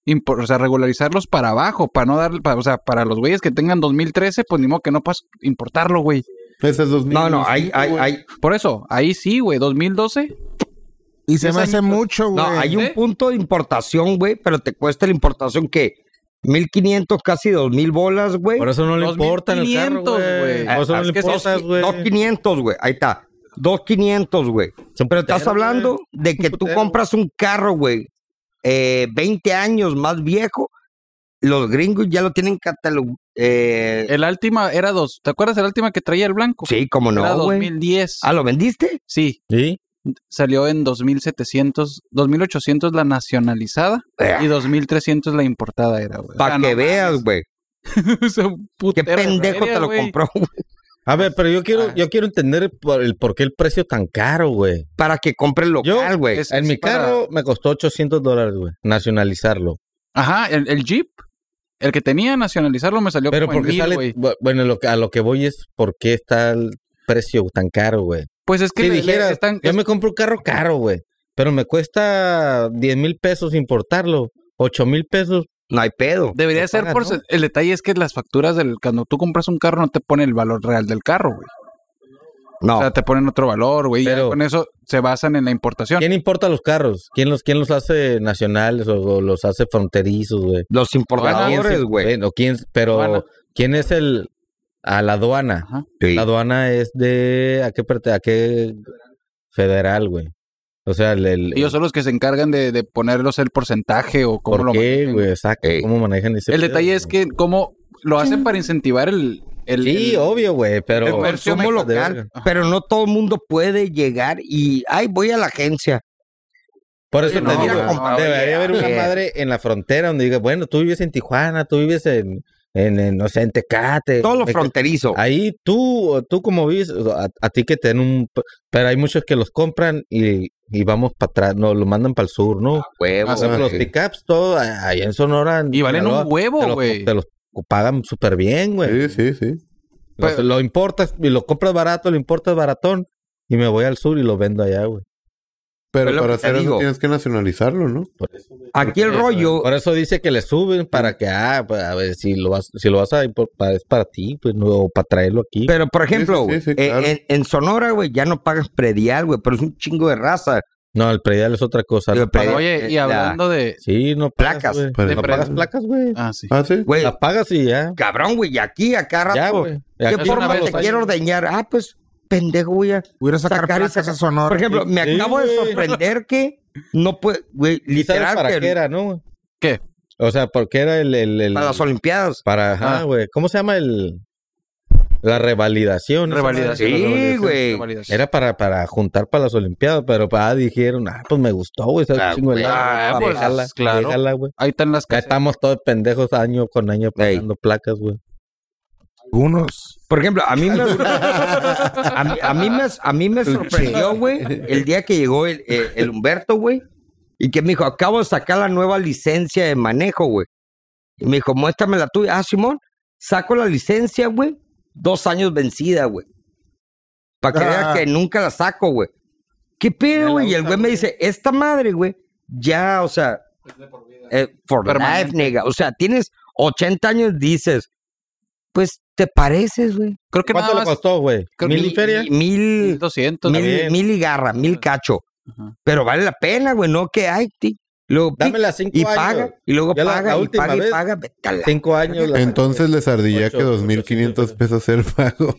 E: Impor- o sea, regularizarlos para abajo, para no dar, para- o sea, para los güeyes que tengan 2013, pues ni modo que no puedas importarlo, güey.
A: Ese es 2000.
B: No, no, hay, hay,
A: güey.
B: hay,
E: Por eso, ahí sí, güey, 2012.
C: Y se
E: Diez
C: me hace
E: añitos.
C: mucho, güey.
B: no, hay un
E: ¿Eh?
B: punto de importación, güey, pero te cuesta la importación que 1500, casi 2000 bolas, güey.
D: Por eso no le importan el carro,
E: 2500,
D: güey.
E: güey. Eh,
D: Por eso no
E: Es
D: le
E: que
D: importas,
E: sí,
D: güey.
B: 2500, güey. Ahí está. 2500, güey.
D: Son
B: Pero estás
D: puteros,
B: hablando
D: güey.
B: de que tú
D: putero.
B: compras un carro, güey, eh, 20 años más viejo. Los gringos ya lo tienen catalogado.
E: El Altima era dos. ¿Te acuerdas del Altima que traía el blanco?
B: Eh, sí, como
E: era
B: no, güey.
E: 2010.
B: ¿Ah, lo vendiste?
E: Sí,
D: Sí.
E: salió en 2700, 2800 la nacionalizada y
B: Eh,
E: 2300 la importada era, güey.
B: Para que veas, güey. Qué pendejo te lo compró, güey.
D: A ver, pero yo quiero,
E: Ah.
D: yo quiero entender por el por qué el precio tan caro, güey.
B: Para que compres local,
D: Yo-
B: güey.
E: es-
D: En mi
E: para-
D: carro me costó 800 dólares, güey, nacionalizarlo.
E: Ajá, el, el Jeep, el que tenía nacionalizarlo me salió
D: Pero
E: como en
D: porque
E: mil,
D: sale,
E: güey.
D: bu- bueno, lo que- a lo que voy es por qué está el precio tan caro, güey.
E: Pues es que
D: Si
E: le- le-
D: dijeras,
E: están-
D: yo me compro un carro caro, güey, pero me cuesta 10 mil pesos importarlo, 8 mil pesos.
B: No hay pedo.
E: debería
D: lo
E: ser
D: pagas,
E: por
D: ¿no?
E: el detalle es que las facturas del cuando tú compras un carro no te pone el valor real del carro, güey.
B: No.
E: O sea, te ponen otro valor, güey. y ya
D: Pero-
E: con eso se basan en la importación.
D: ¿Quién importa los carros? ¿Quién los, quién los hace nacionales o, o los hace fronterizos, güey?
B: los importadores,
D: ¿Quién se-
B: güey.
D: bueno, quién, pero
E: Aduana.
D: ¿quién es el a la aduana?
E: Ajá.
B: Sí.
D: La aduana es de a qué parte, a qué federal, güey. O sea, el, el-
E: Ellos son los que se encargan de, de ponerlos el porcentaje o cómo
D: ¿por
E: lo
D: qué,
E: manejan.
D: güey? Exacto,
B: Ey.
D: cómo manejan ese
E: El
D: pedo,
E: detalle es
D: güey?
E: que cómo lo hacen para incentivar el, el-
D: sí,
E: el-
D: obvio, güey, pero
E: el
B: consumo
E: Somos
D: Hijos de
B: local,
D: verga.
B: pero no todo el mundo puede llegar y, ay, voy a la agencia.
D: por eso te
E: Oye, no,
D: digo,
E: mira,
D: güey,
E: compa,
D: debería
B: oye,
D: haber una
B: oye.
D: madre en la frontera donde diga, bueno, tú vives en Tijuana, tú vives en en, en, no sé, en Tecate.
B: Todo lo
D: Me-
B: fronterizo.
E: Oh.
D: Ahí tú, tú como vives, a, a ti que te den un... Pero hay muchos que los compran y, y vamos para atrás, no, lo mandan para el sur, ¿no?
B: Huevo,
D: Por ejemplo, los
B: sí.
D: pickups, todo a- ahí en Sonora. en
E: Ah, Y valen
D: Sinaloa,
E: un huevo,
D: te los-
E: güey.
D: Te los pagan súper bien,
A: Sí,
D: güey.
A: sí, sí.
D: Los-
E: Pero-
D: lo importas y lo compras barato, lo importas baratón y me voy al sur y lo vendo allá, güey.
A: Pero
B: Es lo
A: para
B: que te
A: hacer eso
B: digo.
A: tienes que nacionalizarlo, ¿no?
B: Aquí el
D: Eso,
B: rollo,
E: Oh.
D: Por eso dice que le suben para que, ah, pues, a ver, si lo vas, si lo vas a impor- pa- es para ti, pues, no, o para traerlo aquí.
B: pero por ejemplo,
A: sí,
B: güey,
A: sí,
B: en-
A: claro.
B: en, en Sonora, güey, ya no pagas predial, güey, pero es un chingo de raza.
D: no, el predial es otra cosa.
B: Pero
D: No pagas-
B: predial-
E: Oye, y
B: la-
E: hablando de.
D: sí, no pagas,
B: Placas.
D: güey.
E: pues.
A: Pero-
D: no pagas placas, güey.
E: Ah, sí.
A: Ah, sí.
B: Güey,
D: La pagas y ya.
B: cabrón, güey, y aquí, a cada
D: Ya,
B: rato,
D: güey.
B: ¿qué
D: Aquí
B: forma
E: una vez
B: te
E: los hay.
B: quiero ordeñar? Ah, pues, pendejo, güey, a
C: Voy a ir a sacar,
B: sacar y
C: placas
B: sacar.
C: a Sonora.
B: Por ejemplo, me
D: Sí,
B: acabo de
D: güey.
B: sorprender que no puede, güey,
D: ¿Y sabes
B: literal,
D: para
B: que-
D: qué era, no?
E: ¿Qué?
D: O sea, porque era el... el, el-
B: para las Olimpiadas.
D: para- ajá,
E: Ah.
D: güey. ¿Cómo se llama el...? La revalidación. esa madre.
E: Revalidación.
B: Sí,
E: revalidación,
B: güey.
E: revalidación.
D: Era para, para juntar para las Olimpiadas, pero para dijeron, ah, pues me gustó, güey. esa
B: Ah,
D: chingo de
B: güey.
D: lana,
E: Ah,
D: güey,
E: pues,
D: déjala,
E: claro.
D: déjala, güey.
E: Ahí están las
D: Ya
E: casas.
D: estamos todos pendejos año con año pagando placas, güey.
C: Algunos.
B: Por ejemplo, a mí me, a mí, a mí me, a mí me sorprendió, güey, el día que llegó el, el- el Humberto, güey, y que me dijo, acabo de sacar la nueva licencia de manejo, güey. Y me dijo, muéstrame la tuya. Ah, Simón, saco la licencia, güey, dos años vencida, güey. Para que vea
C: Ah.
B: que nunca la saco, güey. ¿Qué
D: Ya la
B: pedo, güey? Y el
D: usa,
B: güey me dice, esta madre, güey, ya, o sea, eh, for
E: Permanente.
B: life, nega. O sea, tienes 80 años, dices, pues te pareces, güey.
E: Creo que
D: ¿Cuánto
E: nada
D: le
E: más.
D: costó, güey?
E: creo
D: ¿Mil
E: que-
D: y feria?
B: Mil,
E: 1200.
B: mil,
D: bien.
B: mil y garra, mil cacho.
E: Ajá.
B: Pero vale la pena, güey, no que hay, ti. Luego,
D: Dame las cinco
B: y
D: años.
B: paga, y luego
D: Ya la- la
B: paga, y
D: última
B: paga,
D: vez.
B: y paga, vete a la-
D: Cinco años. la-
A: Entonces les ardilla
D: Ocho,
A: que 2.500
D: ochocientos
A: pesos el pago.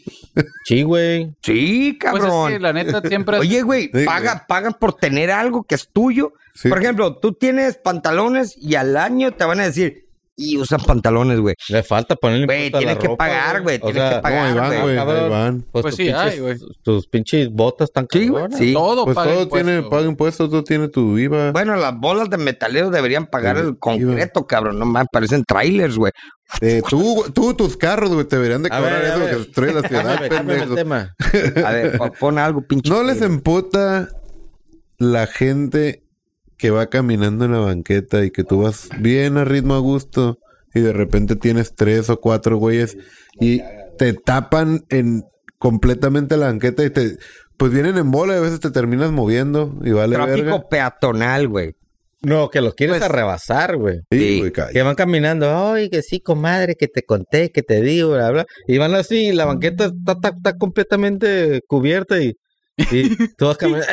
D: Sí, güey.
B: Sí,
E: Pues
B: cabrón.
E: es que la neta siempre.
B: Oye, güey,
A: Sí,
B: paga, pagan por tener algo que es tuyo.
A: Sí.
B: Por ejemplo, tú tienes pantalones y al año te van a decir, y usan pantalones, güey.
D: Le falta ponerle
B: Güey,
D: impuesto a la
B: tienes que
D: ropa,
B: pagar, güey,
D: O
B: tienes
D: sea,
B: que
A: No, ahí
B: pagar,
A: van,
B: güey.
A: güey. Ahí
D: Ah, Cabrón.
A: van.
D: Pues,
E: Pues
D: tus
E: sí,
D: pinches-
E: ay, güey.
D: Tus pinches botas tan
B: Sí, güey,
D: cabronas.
B: sí.
E: todo
A: Pues
E: paga
A: todo
E: impuesto,
A: tiene, paga impuestos, todo tiene tu IVA.
B: Bueno, las bolas de metalero deberían pagar
A: Sí,
B: el concreto, cabrón. No más, parecen trailers, güey.
A: Eh, tú, güey, tú, tus carros, güey, te deberían de
D: A ver,
A: cobrar
D: a
A: eso
D: ver.
A: que destruye la ciudad,
D: Cámbiame, cámbiame el
A: pendejo.
D: tema.
B: A ver, pon- pon algo, pinche.
A: ¿No les emputa la gente que va caminando en la banqueta y que tú vas bien a ritmo a gusto y de repente tienes tres o cuatro güeyes y te tapan en completamente la banqueta y te pues vienen en bola y a veces te terminas moviendo y vale
B: Tráfico
A: verga.
B: peatonal, güey.
D: No, que los quieres arrebasar, güey.
A: Sí,
B: Sí.
A: güey, calla.
D: Que van caminando, ay, que sí, comadre, que te conté, que te digo, bla, bla. Y van así, y la banqueta está, está- está completamente cubierta y, y tú vas caminando.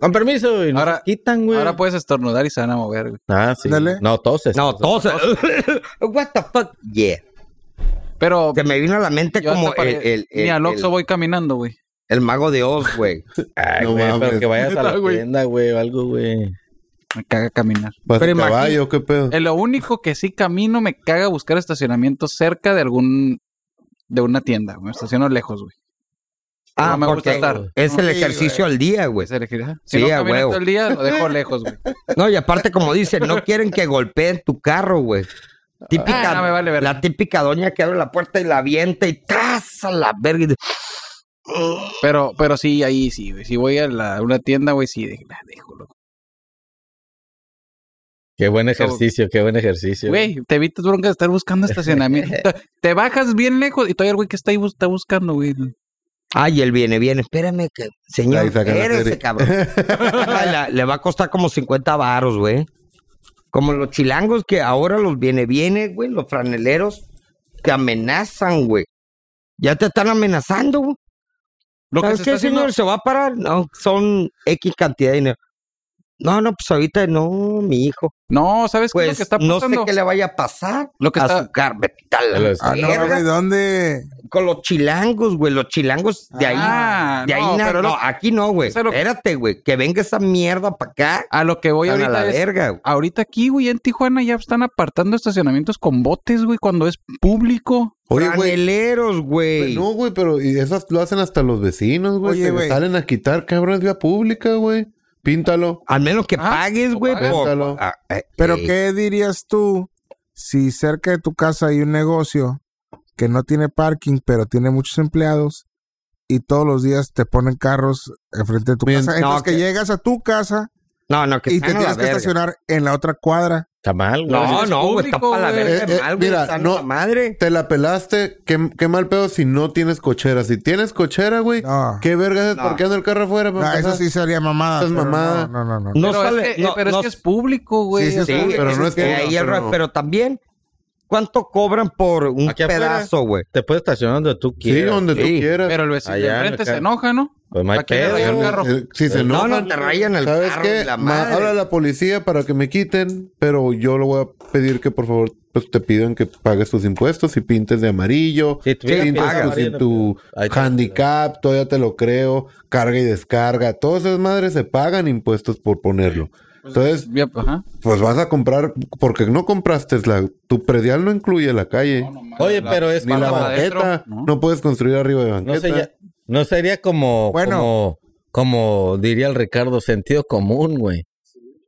D: Con permiso, y nos
E: Ahora-
D: quitan, güey.
E: Ahora puedes estornudar y se van a mover, güey.
D: Ah, sí.
C: Ándale.
D: No, toses.
B: No, todos. What the fuck? Yeah.
E: Pero
B: Se me vino a la mente
E: yo
B: como
E: hasta
B: el,
E: para-
B: el, el,
E: ni al Oxxo
B: el-
E: voy caminando, güey.
B: el mago de Oz, güey.
D: Ay,
A: No
D: güey,
A: mames.
D: pero que vayas a
E: Neta,
D: la
E: güey.
D: tienda, güey, o algo, güey.
E: Me caga caminar.
A: Vas
B: Pero
A: en
B: imagina-
A: caballo, qué pedo.
E: Eh, Lo único que sí camino me caga buscar estacionamiento cerca de algún de una tienda. Me estaciono lejos, güey.
B: Ah,
E: No me
B: porque
E: gusta estar.
B: es el ejercicio al día, güey.
E: Pues elegir, ajá.
B: Sí,
E: Si no
B: a
E: camino
B: huevo.
E: todo el día, lo dejo lejos, güey.
B: No, y aparte, como dicen, no quieren que golpeen tu carro, güey. Típica,
E: Ah, no me vale verga.
B: la típica doña que abre la puerta y la avienta y tras a la verga. y de-
E: Pero, pero sí, ahí sí, güey. Si voy a la- a una tienda, güey, sí, de- la dejo, loco.
D: Qué buen ejercicio, qué buen ejercicio.
E: Güey, te evitas bronca de estar buscando estacionamiento. Te- te bajas bien lejos y todavía el güey que está ahí bus- está buscando, güey.
B: Ay, él viene, viene. Espérame, que, señor,
A: Ahí sacan la
B: espérese,
A: serie.
B: cabrón. Ay, la- le va a costar como 50 varos, güey. Como los chilangos que ahora los viene, viene, güey, los franeleros te amenazan, güey. Ya te están amenazando, güey.
E: Lo que
B: ¿Sabes
E: se
B: qué,
E: está haciendo-
B: señor? ¿Se va a parar? No, son X cantidad de dinero. No, no, pues ahorita no, mi hijo.
E: No, ¿sabes qué es lo
B: Pues
E: que está
B: no sé
E: pasando?
B: qué le vaya a pasar
E: Lo que
B: a
E: está-
B: su car- vete a la
D: A los-
C: Ah, no,
B: verga.
C: güey, ¿dónde?
B: con los chilangos, güey. Los chilangos de ahí.
E: Ah,
B: de ahí
E: no,
B: na-
E: pero
B: no,
E: lo-
B: aquí no, güey.
E: Eso es lo que-
B: Espérate, güey. Que venga esa mierda para acá.
E: A lo que voy
B: Están
E: ahorita
B: a la
E: es-
B: verga, güey.
E: Ahorita aquí, güey, en Tijuana ya están apartando estacionamientos con botes, güey, cuando es público.
A: Oye, güey. Pues
B: Franeleros, güey.
A: No, güey, pero y esas lo hacen hasta los vecinos, güey.
C: Oye,
A: Te
C: güey.
A: Salen a quitar, cabrón, es vía pública, güey. Píntalo.
B: Al menos que
E: Ah,
B: pagues, güey.
A: pagas.
B: por-
A: Péntalo.
B: ah, eh,
C: ¿Pero
B: eh,
C: qué dirías tú si cerca de tu casa hay un negocio que no tiene parking, pero tiene muchos empleados y todos los días te ponen carros enfrente de tu
A: Bien.
C: casa,
B: No,
C: entonces que
B: que-
C: llegas a tu casa
B: No, no, que
C: y te
B: están a la
C: tienes que
B: verga.
C: estacionar en la otra cuadra.
D: Está mal, güey.
B: No,
E: Es
B: no, güey,
E: público,
B: está para la
E: güey.
B: verga,
A: Eh, eh,
B: mal, güey,
A: mira,
B: está
A: no-
B: la madre.
A: Te la pelaste. Qué, qué mal pedo si no tienes cochera. Si tienes cochera, güey,
C: No,
A: ¿qué vergas es
B: No.
A: parqueando el carro afuera? para
C: no Ah, eso
A: empezar?
C: sí sería mamada.
A: Estás
C: pero
A: mamada.
C: No, no, no. no.
B: No
E: pero
B: sale,
E: es que, eh,
B: no,
E: pero
B: no-
E: es que es público, güey.
C: Sí, sí,
E: o sea,
B: Sí,
A: pero no es
B: que
A: público,
B: ahí el
A: pero-
B: ro- pero también, ¿cuánto cobran por un
D: Aquí afuera.
B: pedazo, güey?
D: Te puedes estacionar donde tú
A: Sí,
D: quieras.
A: donde tú
B: sí.
A: quieras.
E: Pero el vecino de
D: Allá,
E: enfrente
D: acá.
E: se enoja, ¿no?
D: Pues no hay
E: ¿Para qué le
D: pedo,
E: rayan el
D: güey.
E: carro?
A: Eh, Si se
B: Pues No,
A: enojan,
B: no, te rayan el
A: ¿Sabes
B: carro
A: qué?
B: y la
A: Ma-
B: madre.
A: Habla a la policía para que me quiten, pero yo lo voy a pedir que por favor pues, te pidan que pagues tus impuestos y pintes de amarillo,
D: Si tuviera
A: pintes
D: pinta
A: tu,
D: amarillo,
A: tu
D: no, ahí te-
A: handicap, todavía te lo creo, carga y descarga, todas esas madres se pagan impuestos por ponerlo. Entonces,
E: Ya, ajá.
A: pues vas a comprar, porque no compraste la, tu predial no incluye la calle,
D: Oye, pero es
A: ni la
D: como-
E: Para adentro,
A: banqueta,
E: ¿no?
A: ¿no? puedes construir arriba de
D: No,
A: banqueta.
D: sería, no sería como,
C: Bueno.
D: como, como diría el Ricardo, sentido común, güey.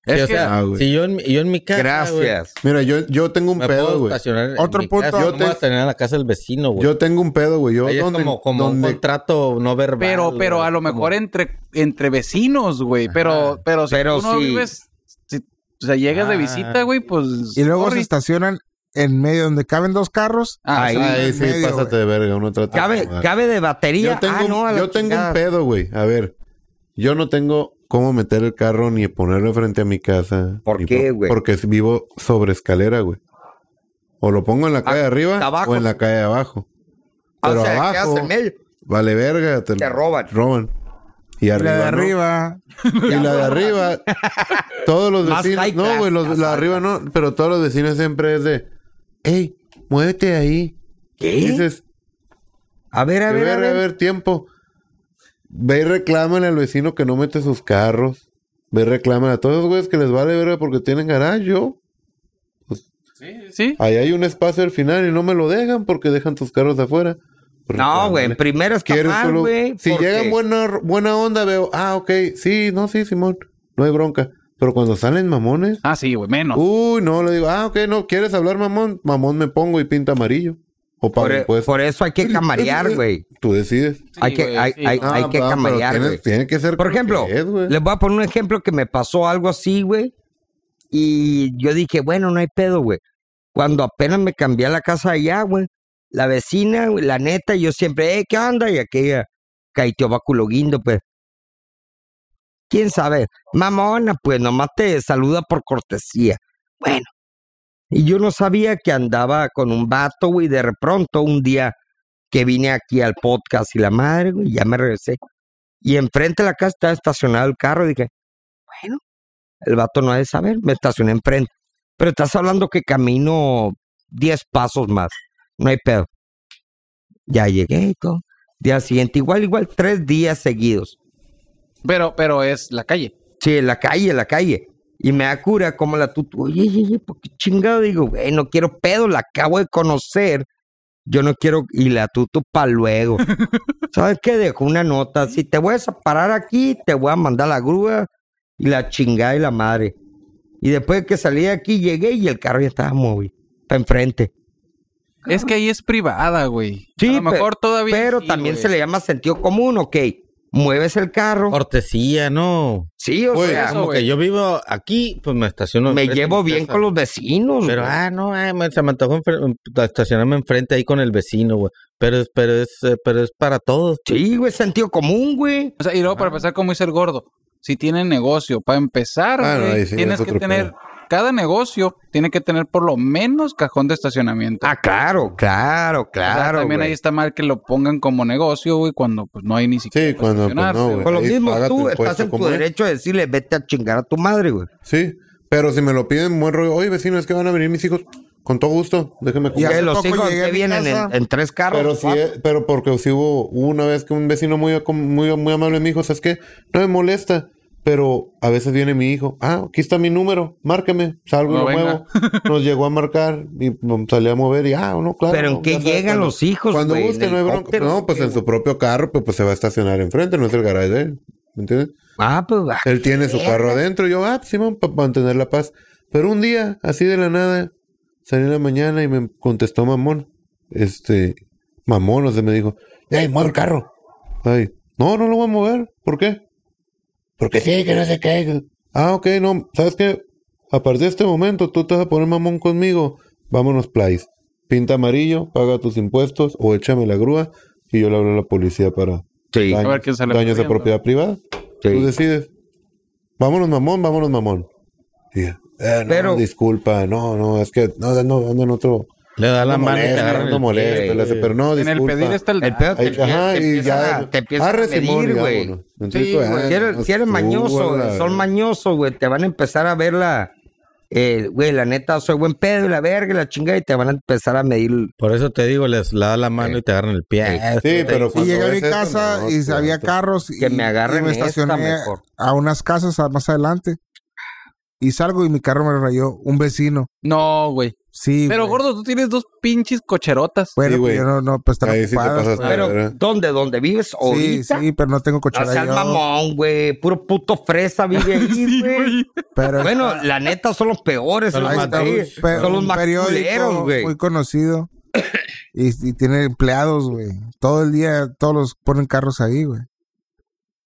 E: Es
D: Sí, o
E: que-
D: sea,
A: Ah, güey.
D: si yo en, mi- yo en mi casa, güey,
B: Gracias.
A: Mira, yo, yo tengo un
D: me
A: pedo,
D: puedo
A: güey.
D: estacionar
C: Otro
D: en mi
C: punto.
D: casa,
A: Yo
D: no
A: te-
D: me voy a estacionar en la casa del vecino, güey.
A: Yo tengo un pedo, güey. Yo
D: Ahí es
A: donde-
D: como, como un
A: donde-
D: contrato no verbal.
E: Pero, pero
D: güey.
E: a lo
D: Como-
E: mejor entre, entre vecinos, güey. Pero, pero si
B: Pero
E: tú no
B: sí.
E: vives, si, o sea, llegas de
D: Ah.
E: visita, güey, pues.
C: Y luego se
E: sorry.
C: estacionan en medio donde caben dos carros.
E: Ah,
B: Ahí.
E: sí.
A: Ay,
C: en
A: sí,
C: medio,
A: pásate de verga, uno trata de
B: Cabe,
A: acomodar.
B: cabe de batería.
A: Ah, Yo tengo,
B: ah, no, a
A: un-
B: la
A: yo tengo
B: chingada.
A: un pedo, güey. A ver, yo no tengo cómo meter el carro ni ponerlo frente a mi casa.
B: ¿Por
A: Ni
B: qué, güey?
A: Porque vivo sobre escalera, güey. O lo pongo en la calle de arriba
B: abajo.
A: o en la calle de abajo.
B: Ah,
A: Pero
B: o sea, ¿qué
A: abajo,
B: hacen ellos?
A: vale verga, te,
B: Te roban.
A: roban. Y
C: La
A: arriba,
C: de
A: ¿no?
C: arriba.
A: Y la de arriba, todos los
B: Más
A: vecinos.
B: high
A: No,
B: class,
A: güey, los-
B: más
A: la de
B: high
A: arriba no, pero todos los vecinos siempre es de, hey, muévete ahí.
B: ¿Qué?
A: Y dices,
B: A ver, a
A: a
B: ver, a ver.
A: tiempo. Ve y reclámale al vecino que no mete sus carros. Ve y reclámale a todos esos güeyes que les vale verga porque tienen garage. Yo,
E: Sí.
A: ahí hay un espacio al final y no me lo dejan porque dejan tus carros afuera.
B: No, güey, en
A: Reclámale.
B: primero está
A: Quieres
B: mal,
A: solo-
B: güey.
A: Si
B: porque-
A: llegan buena, buena onda, veo, ah, ok, sí, no, sí, Simón, no hay bronca. Pero cuando salen mamones,
E: Ah, sí, güey,
B: Uh,
E: menos.
A: uy, no, le digo, ah, ok, no, ¿quieres hablar mamón? Mamón me pongo y pinta amarillo. O pago
B: por, e,
A: impuestos.
B: por eso hay que camarear, güey.
A: Tú decides.
E: Sí,
B: hay que-
E: güey,
B: hay-
E: sí,
B: hay-
E: no.
A: Ah,
B: que
A: va, pero
B: camarear,
A: tienes-
B: güey.
A: Tiene que ser.
B: Por
A: como
B: ejemplo,
A: que es, güey.
B: les voy a poner un ejemplo que me pasó algo así, güey. Y yo dije, bueno, no hay pedo, güey. Cuando apenas me cambié a la casa allá, güey, la vecina, güey, la neta, yo siempre, eh, ¿qué onda? Y aquella caiteó báculo guindo, pues. ¿Quién sabe? Mamona, pues nomás te saluda por cortesía. Bueno. Y yo no sabía que andaba con un vato, güey, de pronto un día que vine aquí al podcast y la madre, güey, ya me regresé. Y enfrente de la casa estaba estacionado el carro. Y dije, bueno, el vato no ha de saber. Me estacioné enfrente. Pero estás hablando que camino 10 pasos más. No hay pedo. Ya llegué y todo. Día siguiente, igual, igual, tres días seguidos.
E: Pero, pero es la calle.
B: Sí, en la calle, en la calle. Y me da cura como la tutu. Oye, oye, oye, ¿por qué chingado? Digo, güey, no quiero pedo, la acabo de conocer. Yo no quiero. Y la tutu pa' luego. ¿Sabes qué? Dejó una nota. Si te voy a separar aquí, te voy a mandar la grúa y la chingada y la madre. Y después que salí de aquí, llegué y el carro ya estaba móvil. Para enfrente.
E: Es que ahí es privada, güey.
B: Sí,
E: a lo mejor
B: pe-
E: todavía.
B: Pero
E: sí,
B: también
E: güey.
B: se le llama sentido común, ok. Mueves el carro.
D: Cortesía, no.
B: Sí, o
A: Güey,
B: sea,
E: eso,
D: Como
E: güey.
D: que yo vivo aquí, pues me estaciono.
B: me
D: enfrente de
B: llevo
D: mi
B: bien
D: casa,
B: con los vecinos.
D: Pero,
B: Pues, güey.
D: ah, no, ay, me- se me antojó enfre- eh, estacionarme enfrente ahí con el vecino, güey. Pero, es- pero, es, eh, pero es para todos.
B: Sí, güey, sentido común, güey.
E: O sea, y luego para empezar, como dice el gordo, si tienen negocio, para empezar,
A: Ah, no,
E: güey,
A: ahí sí,
E: tienes
A: es
E: que
A: otro
E: tener,
A: pedo.
E: cada negocio tiene que tener por lo menos cajón de estacionamiento.
B: Ah, claro, claro,
E: Pues, O sea,
B: claro.
E: también
B: güey.
E: ahí está mal que lo pongan como negocio, güey, cuando pues no hay ni siquiera.
A: Sí, cuando pues,
E: estacionarse,
A: no,
E: güey.
A: güey.
B: Por lo
A: Ahí
B: mismo,
A: paga tu
B: tú estás
A: impuesto
B: en tu
A: como es.
B: derecho de decirle, vete a chingar a tu madre, güey.
A: Sí, pero si me lo piden, buen rollo. Oye, vecino, es que van a venir mis hijos. Con todo gusto, déjeme
C: Y
A: jugar.
B: Que
C: hace
B: los
C: poco
B: hijos
C: llegué a
B: que
C: mi
B: vienen en,
C: casa,
B: en tres carros.
A: Pero sí,
B: cuatro.
A: eh, pero porque sí hubo una vez que un vecino muy, acom- muy, muy amable me dijo, ¿sabes qué? No me molesta, pero a veces viene mi hijo. Ah, aquí está mi número, márqueme, salgo
E: No
A: y lo
E: venga.
A: muevo. Nos llegó a marcar y mm, salí a mover y, ah, no, claro.
B: Pero ¿en
A: no,
B: qué
A: ya sabes,
B: llegan
A: cuando-
B: los hijos,
A: Cuando
B: güey? ¿En
A: guste, no hay bronca.
B: helicóptero o
A: No, pues
B: qué,
A: en su propio carro, pues, pues se va a estacionar enfrente, no es el garaje de él. ¿Me entiendes?
B: Ah, pues va.
A: Él pues, tiene su carro adentro. Yo, ah, Simón, para mantener la paz. Pero un día, así de la nada, salí en la mañana y me contestó mamón. Este, mamón, o sea, me dijo, ¡Ey, mueve el carro! Ay, no, no lo voy a mover. ¿Por qué? Porque sí, que no se caiga. Ah, ok, no, ¿sabes qué? A partir de este momento tú te vas a poner mamón conmigo. Vámonos, Plays. Pinta amarillo, paga tus impuestos o échame la grúa y yo le hablo a la policía para
B: Sí,
A: daños,
E: A ver quién sale
A: daños de
E: perdiendo.
A: propiedad privada. Tú
B: sí.
A: decides. Vámonos, mamón, vámonos, mamón. Y ya, "Eh, no,
B: Pero-
A: disculpa, no, no, es que no, no, ando en otro.
D: Le da la
A: no
D: mano y te
A: molesta,
D: agarra
A: no
D: el
A: molesta,
D: pie,
A: le hace,
D: güey.
A: pero no,
E: En el
A: disculpa.
E: pedir está el.
B: El pedo
A: Ahí,
B: te,
A: ajá,
B: te
A: y
B: empiezan
A: ya. ah,
B: a- te empiezan
A: arre,
B: a medir,
A: Simón,
B: güey.
A: vámonos.
E: Sí,
A: pues,
E: güey.
A: ah,
B: Si eres, si eres
A: tú,
B: mañoso,
A: la-
B: güey, son mañosos, güey, te van a empezar a ver la... eh, Güey, la neta, soy buen pedo y la verga y la chinga y te van a empezar a medir...
D: Por eso te digo, les le da la mano y te agarran el pie. Ah,
A: Sí, pero
C: Y
A: cuando
C: llegué a mi
A: ves eso,
C: casa
A: no,
C: y
A: te-
C: había
A: te-
C: carros. y-
B: Que me agarren
C: y me
B: esta
C: estacioné
B: mejor.
C: a unas casas a- más adelante. Y salgo y mi carro me lo rayó un vecino.
E: No, güey.
C: Sí.
E: Pero
C: güey.
E: gordo, tú tienes dos pinches cocherotas.
C: Bueno,
A: Sí,
C: pues
A: güey.
C: yo no, no, pues están
A: Ahí sí te
C: ocupadas,
A: pasaste.
C: pues.
A: Ah,
B: Pero,
A: ¿verdad?
B: ¿dónde? ¿Dónde vives
C: Sí,
B: ahorita?
C: sí, pero no tengo
B: No
C: cochera
B: seas
C: yo.
B: mamón, güey. Puro puto fresa vive ahí,
E: Sí,
B: güey.
E: güey.
C: Pero
B: Bueno, la neta son los peores.
D: Son
B: Son los,
D: los
C: ahí
B: más,
C: está
B: sí,
C: un, pe-
B: son los
C: un
B: más culeros,
C: periódico
B: güey.
C: muy conocido. Y, y tiene empleados, güey. Todo el día, todos los ponen carros ahí, güey.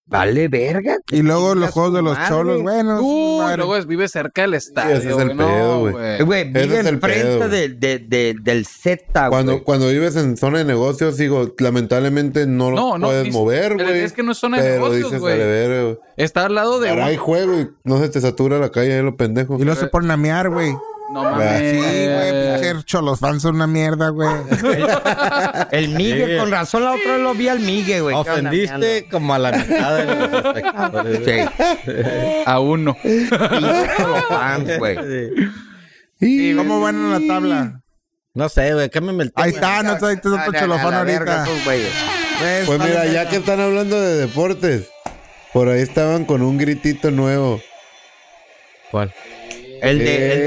B: Vale, verga.
C: Y luego
B: chingas
C: los juegos de
B: tu
C: los
B: madre.
C: cholos, bueno. su
E: Uy,
C: madre.
E: luego es- vive cerca del estadio.
A: ese es el
E: güey. No,
A: pedo, güey.
B: Eh, Güey, vive
A: es el
B: enfrente
A: pedo,
B: de, de, de- del Z,
A: Cuando,
B: Ah, güey.
A: cuando vives en zona de negocios, digo, lamentablemente no lo
E: No, no,
A: puedes
E: es-
A: mover,
E: pero
A: güey.
E: es que no es zona de negocios, güey.
A: "Vale, verga, güey".
E: Está al lado de.
A: Ahora hay juego y no se te satura la calle de los pendejos.
C: Y luego se ponen a mear, güey.
E: No
A: Ah,
C: Sí,
E: mames.
A: pues,
C: güey, pinche cholos fans son una mierda, güey.
B: El Migue,
D: Sí.
B: con razón la otra vez lo vi al Migue, güey. ¿Qué onda,
D: Ofendiste como a la mitad de los espectadores.
B: mi anda? Sí.
E: A uno.
A: Ah,
B: Pinche los fans, güey.
D: güey.
C: ¿Cómo van en la tabla?
D: No sé, güey, cámbiame el tema.
C: Ahí está, no está, ahí está
B: Ah,
C: tu
B: la-
C: cholofán
B: la verga,
C: ahorita.
B: esos güeyes.
C: Ves,
A: Pues mira,
C: vale,
A: ya que están hablando de deportes, por ahí estaban con un gritito nuevo.
D: ¿Cuál?
B: El de, el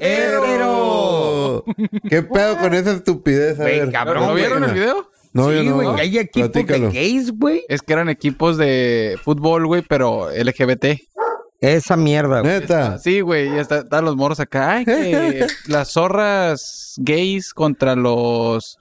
B: de.
A: ¡Hétero! ¿Qué pedo con esa estupidez? A
B: Güey,
A: ver.
B: cabrón,
E: ¿Lo
B: güey.
E: vieron el video?
A: No, yo
B: Sí,
A: no.
B: güey,
A: güey.
B: hay equipos
A: Platícalo.
B: de gays, güey.
E: Es que eran equipos de fútbol, güey, pero LGBT.
B: Esa mierda, güey.
A: Neta.
E: Sí, güey, ya está- están los moros acá. Ay, que las zorras gays contra los.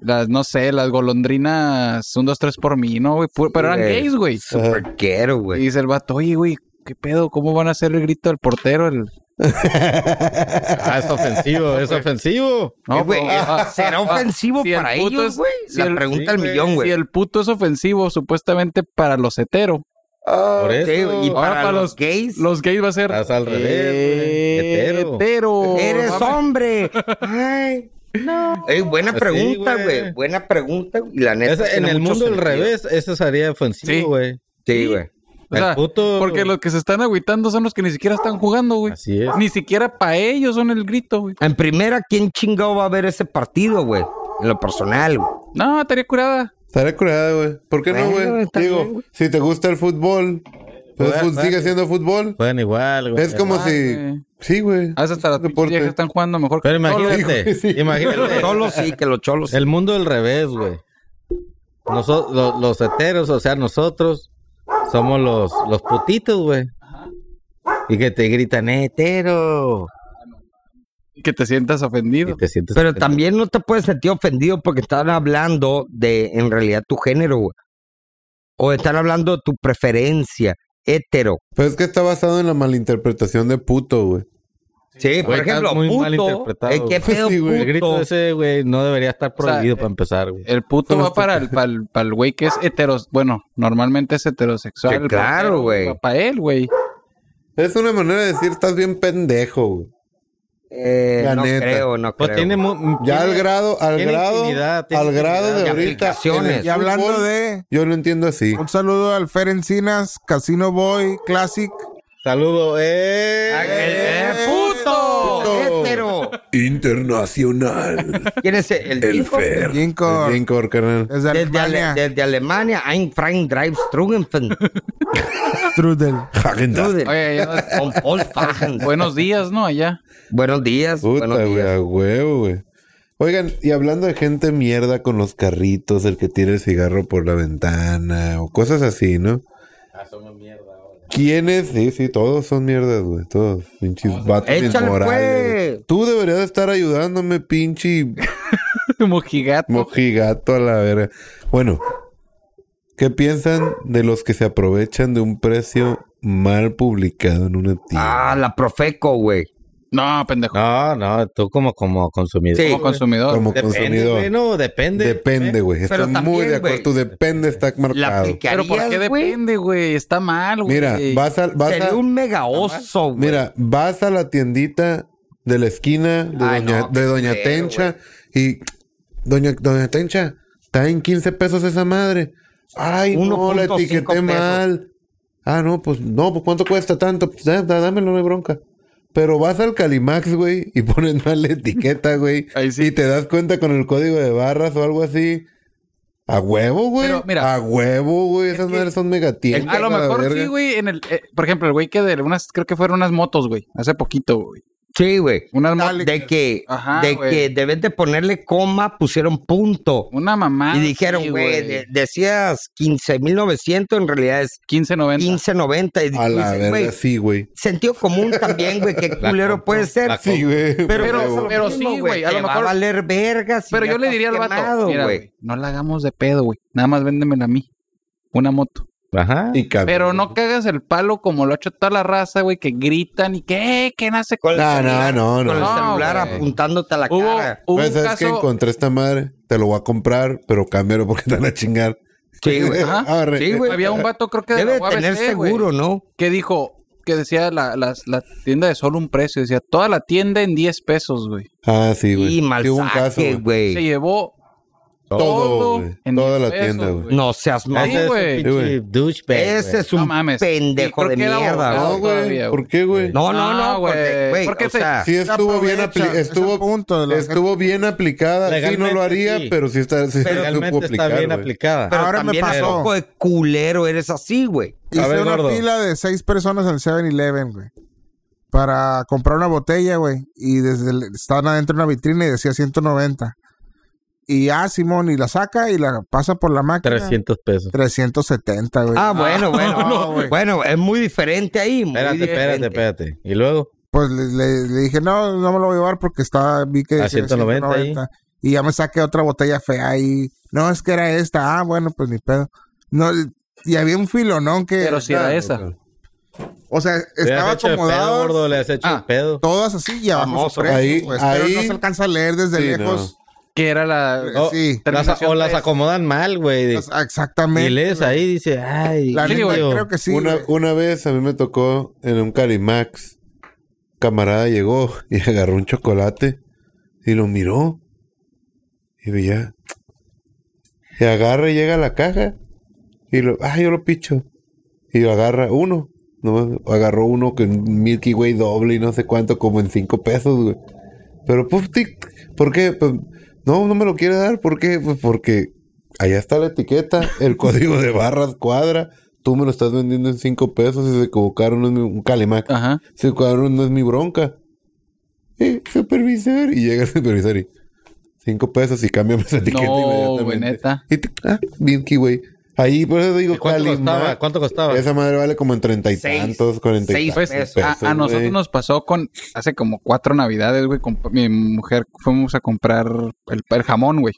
E: Las, no sé, las golondrinas. Un, dos, tres por mí, ¿no, güey? Pu- Pero eran
B: Güey.
E: gays, güey.
B: Superquero,
E: Y
B: güey.
E: dice el vato, oye, güey, ¿qué pedo? ¿Cómo van a hacer el grito del portero? El...
D: Ah, es ofensivo, es ofensivo.
B: Eh, güey,
E: pero-
B: eh, ¿Será
E: ah,
B: ofensivo
E: si el
B: para
E: puto
B: ellos,
E: es-
B: güey?
E: si
B: La
E: el-
B: pregunta
D: sí,
B: del
D: güey,
B: millón,
E: Si
B: güey.
E: el puto es ofensivo, supuestamente para los heteros.
D: Por
B: Sí,
D: eso.
B: güey, y
E: Ahora
B: para,
E: para
B: los,
E: los-
B: gays.
E: Los gays va a ser.
D: Estás al revés, güey.
B: Eh,
D: Hetero.
E: hetero.
B: Eres
E: Mames.
B: hombre. Ay, no. Eh, buena
D: Sí,
B: pregunta,
D: güey.
B: güey. Buena pregunta. güey. Y la neta.
D: Esa- en
B: tiene
D: el
B: mucho
D: mundo al
B: sentido.
D: revés, eso sería
E: Sí.
D: ofensivo, güey.
B: Sí, güey.
E: O sea,
D: El puto-
E: Porque los que se están agüitando son los que ni siquiera están jugando, güey.
D: Así es.
E: Ni siquiera para ellos son el grito, güey.
B: En primera, ¿quién chingado va a ver ese partido, güey? En lo personal, güey.
E: No, estaría curada.
A: Estaré curada, güey. ¿Por qué no,
B: Bueno,
A: güey?
B: está
A: Digo,
B: bien, güey.
A: si te gusta el fútbol, pues
D: Jugar,
A: fut-
D: dale.
A: sigue siendo fútbol.
D: Juegan igual, güey.
A: Es como si...
E: güey.
A: Sí, güey.
B: Ah.
E: Haz hasta las
B: Este
A: Deporte.
E: pinches viejas están jugando mejor
D: Pero
E: todos, güey.
D: imagínate, imagínate.
B: Cholos sí, que los cholos. sí.
D: El mundo al revés, güey. Nosotros, los, heteros, o sea, nosotros somos los, los putitos, güey. Y que te gritan, "Eh, hetero.
E: Que te sientas
D: Y
E: ofendido.
D: te sientes.
B: Pero también no te puedes sentir ofendido porque están hablando de, en realidad, tu género, güey. O están hablando de tu preferencia, hetero.
A: Pues es que está basado en la malinterpretación de puto, güey.
B: Sí, por
D: Güey, estás
B: ejemplo,
D: muy mal
B: puto.
D: interpretado,
B: eh, ¿Qué
A: güey.
B: pedo,
A: Sí, güey.
D: El grito
B: puto?
D: ese, güey, no debería estar
E: O sea,
D: prohibido
E: eh,
D: para empezar, güey.
E: El puto va para el, para, el, para el güey que es heteros... Bueno, normalmente es heterosexual.
B: Sí,
E: el
B: claro,
E: portero,
B: güey.
E: Va para él, güey.
A: Es una manera de decir, estás bien pendejo, güey.
B: Eh,
A: La
B: no
A: neta.
B: creo, no creo.
D: Pues tiene. mu-
A: Ya al
D: tiene-
A: grado, al
D: tiene
A: grado,
D: intimidad, tiene
A: al grado de
D: intimidad.
B: Y
A: ahorita. en
B: aplicaciones.
A: el
C: Y hablando
A: fútbol,
C: de.
A: Yo lo entiendo así.
C: Un saludo al Fer Encinas, Casino Boy, Classic.
D: Saludo, eh.
B: Ah, el- eh, puto,
A: Puto.
B: ¡Hétero!
A: Internacional.
B: ¿Quién es el, el hijo?
C: Ginkgo.
A: Bien, cor, carnal.
C: Desde
B: Desde, Ale-
C: Alemania.
B: desde Alemania, Ein Frank Drive Strugenfen.
C: Strudel.
E: Oye, ya no-
B: Con Volkswagen.
E: buenos días, ¿no? Allá.
B: Buenos días. buenos
A: Puta, güey,
B: días.
A: a huevo, güey. Oigan, y hablando de gente mierda con los
B: Ah,
A: carritos, el que tira el cigarro por la ventana o cosas así, ¿no? ¿Quiénes? Sí, sí, todos son mierdas, güey. Todos. Pinches vatos
B: Échale,
A: inmorales. güey.
B: pues.
A: Tú deberías estar ayudándome, pinche
E: Mojigato.
A: mojigato a la verga. Bueno, ¿qué piensan de los que se aprovechan de un precio mal publicado en una tienda?
B: Ah, la Profeco, güey.
E: no, pendejo.
D: No, no, tú como, como consumidor.
B: Sí.
E: Como consumidor.
A: Como
D: Depende,
A: consumidor.
D: güey, no, depende.
A: Depende, güey. Estoy
B: eh, Pero
A: muy
B: también,
A: de acuerdo.
B: güey.
A: Tu depende está
B: La
A: marcado.
E: Pero ¿por qué
B: aplicarías, güey.
E: depende, güey? Está mal, güey.
A: Mira, vas a, vas
B: Sería
A: a,
B: un mega oso, güey.
A: mira, vas a la tiendita de la esquina de
B: Ay,
A: Doña,
B: no,
A: de
B: qué
A: doña
B: culero,
A: Tencha y Doña, doña Tencha, está en 15 pesos esa madre. Ay, no, la
B: 1.5
A: etiqueté
B: pesos.
A: mal. Ah, no, pues no, pues cuánto cuesta tanto. Pues dá- dá- dámelo, no hay bronca. Pero vas al Calimax, güey, y pones mal la etiqueta, güey.
E: Ahí sí.
A: Y te das cuenta con el código de barras o algo así. A huevo, güey.
E: Pero, mira.
A: a huevo, güey. Esas madres son megatiendas.
E: A lo
A: la
E: mejor sí,
A: verga.
E: güey. En el, eh, por ejemplo, el güey que de unas, creo que fueron unas motos, güey. Hace poquito, güey.
B: Sí, güey.
E: Unas mo-
B: De que,
E: Ajá,
B: de
E: güey.
B: que deben de ponerle coma, pusieron punto.
E: Una mamá.
B: y dijeron,
E: Ah, sí,
B: güey, de- decías 15.900, en realidad es
E: 15.90.
B: 15.90. Y
A: A la
B: dices,
A: verga,
B: güey,
A: sí, güey.
B: sentido común también, güey, qué
D: La
B: culero
D: compro,
B: puede ser.
D: la
A: Sí, güey.
B: Pero,
E: Pero-
B: es lo
E: pero
B: mismo,
E: sí, güey, a
B: te
E: lo
B: va
E: mejor-
B: a valer vergas.
E: Pero yo le diría al vato, mira, güey, no la hagamos de pedo, güey. Nada más véndemela a mí. Una moto.
D: Ajá.
A: Y cambia.
E: Pero no cagas el palo como lo ha hecho toda la raza, güey, que gritan y que, "Eh, que nace con
A: No, no, no,
B: Con el Ah.
A: no.
E: No,
B: celular
E: güey.
B: apuntándote a la
E: Hubo,
B: cara.
E: hubo
A: Pues,
E: un
A: ¿Sabes qué?
E: caso.
A: Encontré esta madre. Te lo voy a comprar, pero cámbialo porque te van a chingar.
B: Sí, güey.
E: Ajá.
A: Arre.
B: Sí, güey.
E: Había un vato, creo que de la
B: Debe
E: UABC,
B: tener
E: güey,
B: seguro, ¿no?
E: que dijo, que decía la, las- la tienda de solo un precio. Decía, toda la tienda en 10 pesos, güey.
A: Ah, sí, güey.
B: Y mal
A: Sí hubo un
B: saque,
A: caso, güey.
E: Se
B: güey.
E: llevó
A: Todo,
E: todo.
A: güey.
E: en
A: Toda
E: 10
A: la
E: pesos,
A: tienda, güey.
B: No seas
E: Sí,
B: mamón.
D: Ese es un
E: güey.
D: pinche
A: Sí, güey.
D: douchebag,
B: Ese
D: güey.
B: es
E: No
B: un
E: mames. Y
B: pendejo
E: creo
B: de
E: que era
B: mierda,
E: abogado.
B: güey.
A: No, güey.
E: todavía,
A: ¿Por
E: güey.
A: qué, güey?
B: No, no,
E: No,
B: no, porque,
E: güey,
B: güey,
E: porque
B: o
E: se-
B: sea,
A: Sí estuvo bien,
C: Aprovecha
A: apli-
C: ese
A: estuvo,
C: punto de la-
A: estuvo bien aplicada. Sí, no lo
D: Legalmente
A: haría,
D: sí.
A: pero sí está, sí
D: Legalmente
A: supo aplicar,
D: está bien
A: güey.
D: aplicada.
B: pero
C: Ahora me
B: también
C: pasó.
B: a poco de culero eres así, güey.
D: A
C: Hice
D: ver,
C: una
D: gordo.
C: fila de seis personas al 7-Eleven, güey. Para comprar una botella, güey. Y desde el- estaban adentro de una vitrina y decía 190. Y ah, Simón, y la saca y la pasa por la máquina.
D: 300 pesos.
C: 370, güey.
B: Ah, bueno, bueno.
C: no, güey.
B: Bueno, es muy diferente ahí. Muy
D: Espérate, espérate,
B: diferente.
D: espérate. Y luego,
C: Pues le, le- le dije, no, no me lo voy a llevar porque estaba, vi que
D: A
C: decía
D: 190 ahí.
C: Y ya me saqué otra botella fea y no, es que era esta. Ah, bueno, pues ni pedo. No, y había un filonón que.
E: Pero si era esa.
C: O sea,
D: le has
C: estaba
D: hecho de pedo,
C: acomodado.
D: gordo, le has hecho de
E: Ah.
D: pedo.
C: todas así y abajo.
B: Famoso.
C: su precio,
A: Ahí-
C: pues, pero
A: ahí-
C: no se alcanza a leer desde
A: Sí, no.
C: lejos.
E: Que era la.
D: O,
C: sí.
D: Oh, las, o las
E: tres.
D: acomodan mal, güey.
C: Las- Exactamente.
D: Y lees ahí dice, ay,
C: La
E: Sí,
C: neta,
E: güey.
D: tío.
C: creo que pues sí.
A: una,
C: güey.
A: una vez a mí me tocó en un Calimax. Camarada llegó y agarró un chocolate y lo miró. Y veía. Y agarra y llega a la caja. Y lo, ah, yo lo picho. Y agarra uno. No, agarró uno que un Milky Way doble y no sé cuánto, como en cinco pesos, güey. Pero, pues, tic, ¿por qué? Pues, no, no me lo quiere dar. ¿Por qué? Pues porque allá está la etiqueta, el código de barras cuadra. Tú me lo estás vendiendo en cinco pesos y se equivocaron, no es mi, un calimac.
E: Ajá.
A: Se equivocaron, no es mi bronca. Eh, supervisor. Y llega el supervisor y cinco pesos y cámbiame esa etiqueta
E: No,
A: inmediatamente.
E: güey, neta.
A: Y tic, ah, Milky Way. Ahí, por eso digo,
D: ¿Y ¿Cuánto costaba?
A: calimac.
D: ¿Cuánto costaba?
A: Esa madre vale como en treinta y
B: Seis.
A: tantos, cuarenta y
B: Seis
A: tantos
E: Pues
B: pesos,
E: a, a nosotros
A: güey.
E: nos pasó con hace como cuatro navidades, güey. con- Mi mujer fuimos a comprar el, el jamón, güey.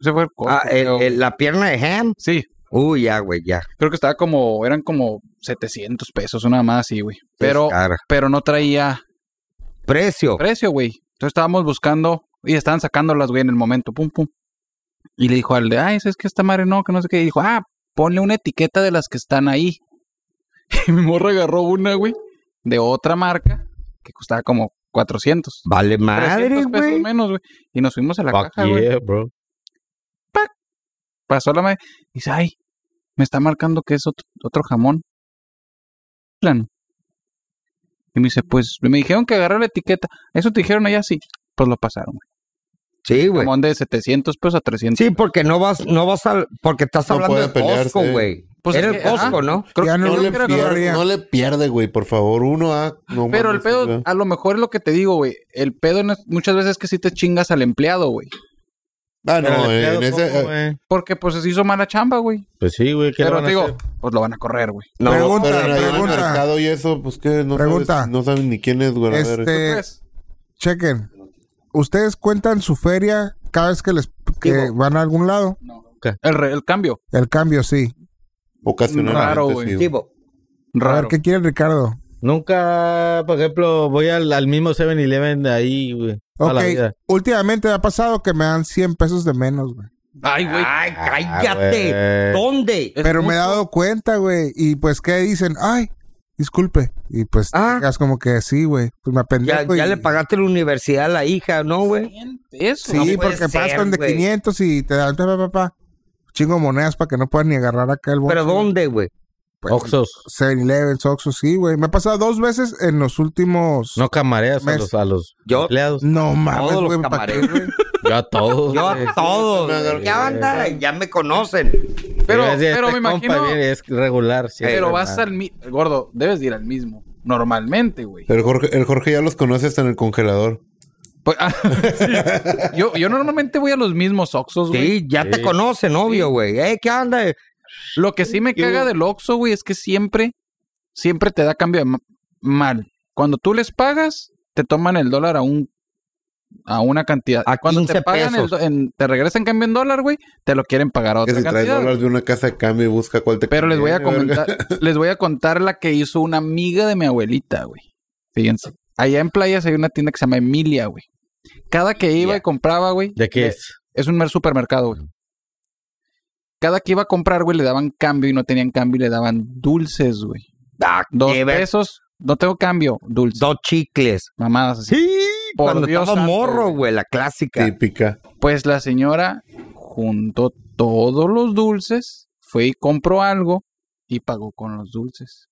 E: Ese fue el costo,
B: Ah, el-
E: creo.
B: el- la pierna de Ham.
E: Sí,
B: Uy, ya, güey, ya.
E: creo que estaba como, eran como 700 pesos, una más así, güey. Pero,
B: Cara.
E: pero no traía
B: Precio.
E: precio, güey. Entonces estábamos buscando y estaban sacándolas, güey, en el momento, pum, pum. Y le dijo al de, ay, es que esta madre no, que no sé qué. Y dijo, ah, ponle una etiqueta de las que están ahí. Y mi morra agarró una, güey, de otra marca que costaba como 400.
B: Vale madre,
E: 300 pesos
B: güey.
E: menos, güey. Y nos fuimos a la
D: Fuck
E: caja, güey.
D: yeah, bro.
E: Pasó la madre. Y dice, ay, me está marcando que es ot- otro, jamón. Plan. Y me dice, pues, me dijeron que agarré la etiqueta. Eso te dijeron allá, sí. Pues lo pasaron, güey.
B: Sí, güey.
E: Jamón de 700 pesos a 300.
B: Sí, porque no vas, no vas al, porque estás
A: No
B: hablando
A: puede
B: de
A: pelearse.
B: Costco, güey.
E: Pues
B: Era
E: es
B: el
E: que, ajá.
B: Costco, ¿no?
E: Creo
C: Ya
E: que
C: no
A: No
E: yo
A: le,
E: creo que lo
A: pierde,
E: haría.
A: no le pierde, güey, por favor. Uno a. No,
E: Pero el
A: mames, güey.
E: pedo, a lo mejor es lo que te digo, güey. El pedo no es- muchas veces es que sí te chingas al empleado, güey.
A: Ah,
D: Pero
A: no,
D: le
A: eh,
D: pedo
A: en ese.
D: poco,
A: eh,
D: güey.
E: Porque pues se hizo mala chamba, güey.
D: Pues sí, güey. ¿qué le
E: Pero
D: van a
E: te digo,
D: hacer?
E: pues lo van a correr, güey.
B: No,
C: Pregunta,
A: pero en el
C: pregunta.
A: mercado y eso, pues que no
C: Pregunta.
A: sabes, no saben ni quién es, güey. a ver.
C: Este- Eh,
E: Pues,
C: Chequen. ¿Ustedes cuentan su feria cada vez que les que
B: Digo-
C: van a algún lado?
E: el, re- el cambio.
C: El cambio, sí.
A: Ocasionalmente.
E: Raro,
A: sí,
E: güey.
A: güey.
B: Digo,
C: A
E: Raro.
C: ver, ¿qué quiere Ricardo?
D: Nunca, por ejemplo, voy al, al mismo 7-Eleven de ahí, güey. Toda
C: Ok,
D: la vida.
C: últimamente ha pasado que me dan 100 pesos de menos, güey.
E: Ay, güey.
B: Ay,
D: Ah,
B: cállate.
D: güey.
B: ¿Dónde?
E: Es
C: Pero me he
E: mucho.
C: dado cuenta, güey. Y pues, ¿qué dicen? Ay, disculpe. Y pues,
B: Ah.
C: digas como que sí, güey. Pues me
B: Ya,
C: apendejo.
B: ya
C: y-
B: le pagaste la universidad a la hija, ¿no, güey?
E: Eso.
C: Sí,
E: no, güey.
B: puede
C: porque pagas
B: ser,
C: con de
B: güey.
C: 500 y te dan, papá, papá. Chingo de monedas para que no puedan ni agarrar acá el bolso.
B: ¿Pero dónde, güey?
C: Pues,
D: Oxos.
C: 7-Eleven, Oxxo, sí, güey. Me ha pasado dos veces en los últimos...
D: No camareas a
C: Mes.
D: los, a los
B: Yo-
D: empleados.
C: No mames,
B: Todos los
C: güey. ¿pa' qué,
B: camareros.
C: güey?
D: Yo a todos.
B: Yo
D: güey.
B: a todos. güey. Ya van a- ya me conocen.
E: Pero,
D: Es de
E: pero
D: este
E: me
D: compa,
E: imagino.
D: bien, es regular. sí,
E: pero
D: es
E: vas
D: regular.
E: al mi- Gordo, debes de ir al mismo. Normalmente, güey.
A: El Jorge, el Jorge ya los conoce hasta en el congelador.
E: Pues, ah, sí. yo, yo normalmente voy a los mismos Oxxos, güey.
B: Sí, ya te conocen, obvio, güey. Eh, ¿Qué onda?
E: Lo que sí me caga del Oxxo, güey, es que siempre, siempre te da cambio de ma- mal. Cuando tú les pagas, te toman el dólar a un a una cantidad.
B: A
E: Cuando
B: 15
E: te pagan el
B: pesos.
E: do- en- te regresan cambio en dólar, güey, te lo quieren pagar a
A: Que
E: otra
A: si traes
E: cantidad.
A: dólares de una casa de cambio y busca cuál te
E: Pero les voy a
A: conviene, verga.
E: comentar, les voy a contar la que hizo una amiga de mi abuelita, güey. Fíjense. Allá en playas hay una tienda que se llama Emilia, güey. Cada que iba y compraba, güey,
D: ¿De qué
E: le-
D: es?
E: es un mer supermercado, güey. Cada que iba a comprar, güey, le daban cambio y no tenían cambio y le daban dulces, güey.
B: Ah,
E: Dos
B: qué ver-
E: pesos, no tengo cambio, dulces.
B: Dos chicles.
E: Mamadas así.
B: Sí,
E: Por
B: cuando
E: Dios
B: estaba
E: santo,
B: morro,
E: güey.
B: güey, la clásica.
A: Típica.
E: Pues la señora juntó todos los dulces, fue y compró algo y pagó con los dulces.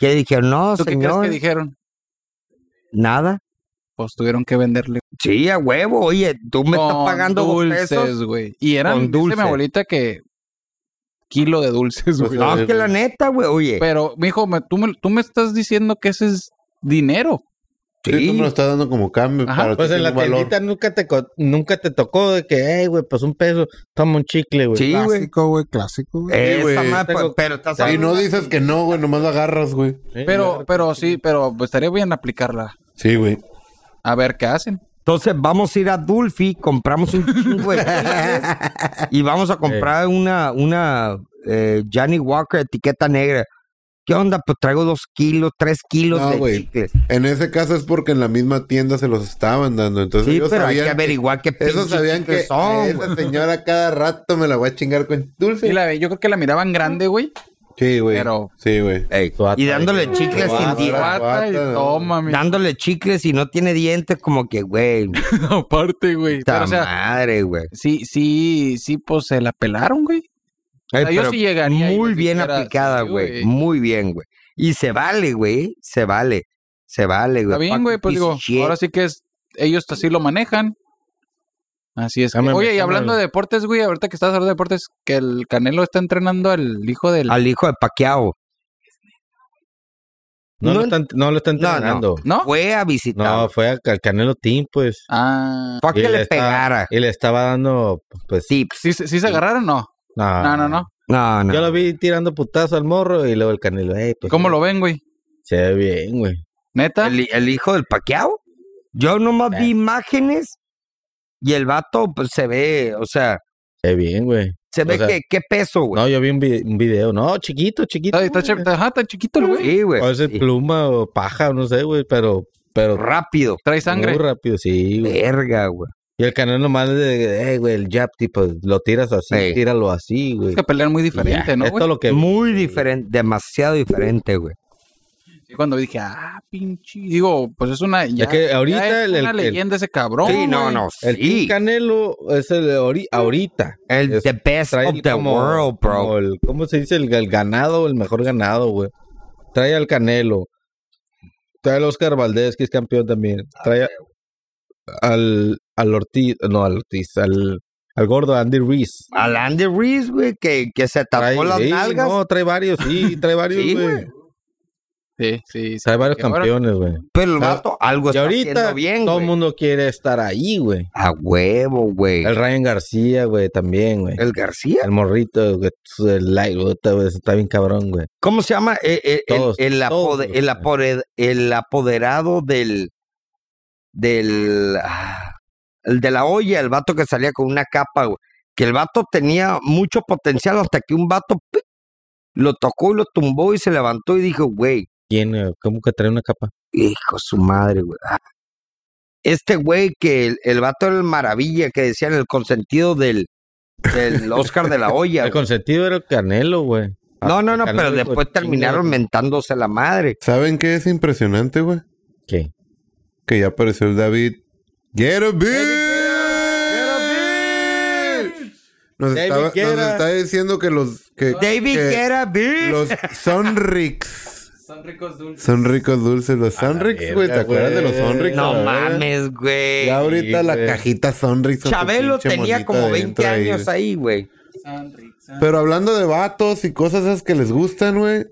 B: ¿Qué dijeron? No,
E: ¿Tú qué crees
B: señor.
E: que dijeron?
B: Nada.
E: Pues tuvieron que venderle
B: Sí, a huevo. Oye, tú me estás
E: con
B: pagando dos pesos.
E: dulces, güey. Y
B: Con
E: eran, dice
B: dulce.
E: mi abuelita que kilo de dulces,
A: Pues
E: güey.
B: No, es que la neta, güey, oye.
E: Pero, mijo, me- tú, me, tú me estás diciendo que ese es dinero.
A: Sí. tú me lo estás dando como cambio.
E: Ajá.
A: para ti
D: Pues en
A: tiene
D: la
A: un valor.
D: tiendita nunca te, co- nunca te tocó de que, hey, güey, pues un peso, toma un chicle, güey.
B: Sí, güey.
C: Clásico, güey, clásico, güey.
B: Esa
A: güey.
B: madre,
D: Tengo-
B: pero estás
A: Y
B: hablando-
A: no dices que no, güey, nomás lo agarras, güey.
D: Sí,
E: Pero,
D: claro.
E: pero sí, pero pues, estaría bien aplicarla.
A: Sí, güey.
E: A ver qué hacen.
B: Entonces vamos a ir a Dulfi, compramos un chingo de chicles y vamos a
A: Eh.
B: comprar una, una eh, Johnny Walker etiqueta negra. ¿Qué onda? Pues traigo dos kilos, tres kilos
A: No,
B: de
A: güey.
B: chicles.
A: En ese caso es porque en la misma tienda se los estaban dando. Entonces
B: Sí,
A: ellos
B: pero hay
A: sabían
B: que averiguar qué
A: Esos
B: pinches
A: sabían que
B: chicles son.
A: a
B: güey.
A: esa señora cada rato me la voy a chingar con
E: Sí,
A: dulce.
E: la, yo creo que la miraban grande, güey.
A: Sí, güey.
E: Pero-
A: Sí, güey.
B: Ey, y dándole chicles sin
A: Guata,
B: dientes.
E: Guata y
A: guata.
E: toma, mi-
B: Dándole chicles y no tiene dientes, como que, güey,
E: Aparte, güey. Pero,
B: puta
E: o sea,
B: madre, güey.
E: sí, sí, sí, pues se la pelaron, güey.
B: Ey,
E: sea, yo
B: pero
E: sí llegaría y
B: Muy
E: les
B: bien
E: dijera,
B: aplicada,
E: sí,
B: güey.
E: güey.
B: Muy bien, güey. Y se vale, güey. Se vale. Se vale, güey.
E: Está bien,
B: Fucking
E: güey. Pues
B: piece of
E: digo,
B: shit.
E: ahora sí que es, ellos así lo manejan. Así es. que-
D: Dame,
E: oye, y
D: dame.
E: hablando de deportes, güey, ahorita que estás hablando de deportes, que el Canelo está entrenando al hijo del...
B: Al hijo de Paquiao.
D: No,
B: No
D: lo están, no lo están
B: No, no.
D: entrenando.
E: ¿No?
B: Fue a
D: No,
B: visitar.
D: fue al al Canelo Team, pues.
E: Ah,
B: Fue a que
D: Y
B: le,
D: está-
B: pegara.
D: y le estaba dando, pues.
B: Tips.
E: ¿sí, se- sí se agarraron o no?
D: No,
E: No, no, no.
D: Ah,
B: No, no.
D: Yo lo vi tirando putazo al morro y luego el Canelo, hey, pues.
E: ¿Cómo lo ven, güey?
D: Se ve bien, güey.
E: ¿Neta?
B: El, el hijo del Paquiao. Yo nomás
D: Eh.
B: vi imágenes y el vato pues, se ve, o sea,
D: Se ve bien, güey.
B: se ve
D: O sea,
B: que qué peso, güey.
D: No, yo vi un, vi- un video. No, chiquito, chiquito.
E: Está, está,
D: güey.
E: chi- ajá, está chiquito el güey.
B: sí, güey.
D: O ese
B: sí.
D: pluma o paja, no sé, güey, pero, pero
B: Rápido.
E: Trae sangre.
D: muy rápido, sí, güey.
B: Verga, güey.
D: Y el canal nomás de, eh, güey, el jab, tipo, lo tiras así,
B: Ey.
D: tíralo así, güey.
E: Es que pelean muy diferente,
D: Ya,
E: ¿no,
D: Esto es
E: güey?
D: lo que...
B: Muy diferente, demasiado diferente, güey.
E: Y cuando dije, ah, pinche. Digo, pues es una. Ya,
D: Es que ahorita
E: ya es
D: el-
E: una
D: el-
E: leyenda ese cabrón.
B: Sí, no,
E: güey.
B: no.
D: El
B: sí.
D: Team Canelo es el ori- ahorita.
B: El
D: Es-
B: the best
D: trae
B: of the
D: como-
B: world, bro.
D: como el- ¿Cómo se dice? El, el ganado, el mejor ganado, güey. Trae al Canelo. Trae al Oscar Valdés, que es campeón también. Trae a- al, al Ortiz, no, al Ortiz, al, al gordo Andy Reese.
B: Al Andy Reese, güey, que, que se tapó
D: Trae,
B: las
D: sí,
B: nalgas.
D: No, trae varios, sí, trae varios,
B: Sí,
D: güey.
B: güey.
E: Sí, sí, sí.
D: Hay varios
E: Que ahora-
D: campeones, güey.
B: Pero el
D: Ah,
B: vato algo
D: Y
B: está
D: ahorita
B: pues, haciendo bien,
D: todo el
B: güey.
D: mundo quiere estar ahí, güey.
B: A huevo, güey.
D: El
B: El,
D: Ryan García, güey, también, güey.
B: García.
D: El morrito, güey, el light, güey, está- güey, está bien cabrón, güey.
B: ¿Cómo se llama? Eh, eh, el-
D: Todos,
B: el, apode-
D: todos,
B: el,
D: güey.
B: apore- el apoderado del... Del... ah, El de la olla, el vato que salía con una capa, güey. Que el vato tenía mucho potencial hasta que un vato ¡pic! lo tocó y lo tumbó y se levantó y dijo, güey,
D: ¿Quién? eh, ¿Cómo que trae una capa?
B: hijo de su madre, güey. Ah. Este güey que el, el vato era el maravilla que decían el consentido del, del Oscar de la olla.
D: El
B: güey.
D: consentido era el Canelo, güey. Ah,
B: No, no, no,
D: Canelo
B: pero
D: dijo,
B: después
D: "Chinga,
B: terminaron
D: güey".
B: mentándose la madre.
A: ¿Saben qué es impresionante, güey?
D: ¿Qué?
A: Que ya apareció el David. ¡Get a bitch! Nos,
D: David
A: estaba- nos
D: Guerra.
A: está diciendo que los que
B: David
A: que
B: Guerra, bitch.
A: los Sonrix
E: Son ricos dulces.
A: son ricos dulces los Sonrix,
D: verga,
A: güey. ¿Te acuerdas de los
D: güey.
A: Sonrix?
B: No
A: La verga.
B: mames, güey.
A: Ya ahorita
D: Sí,
A: la
D: güey.
A: cajita Sonrix. con su
B: Chabelo
A: pinche
B: tenía
A: monita
B: como 20
A: adentro ahí,
B: años eh.
A: güey.
B: ahí, güey.
A: Pero hablando de vatos y cosas esas que les gustan, güey.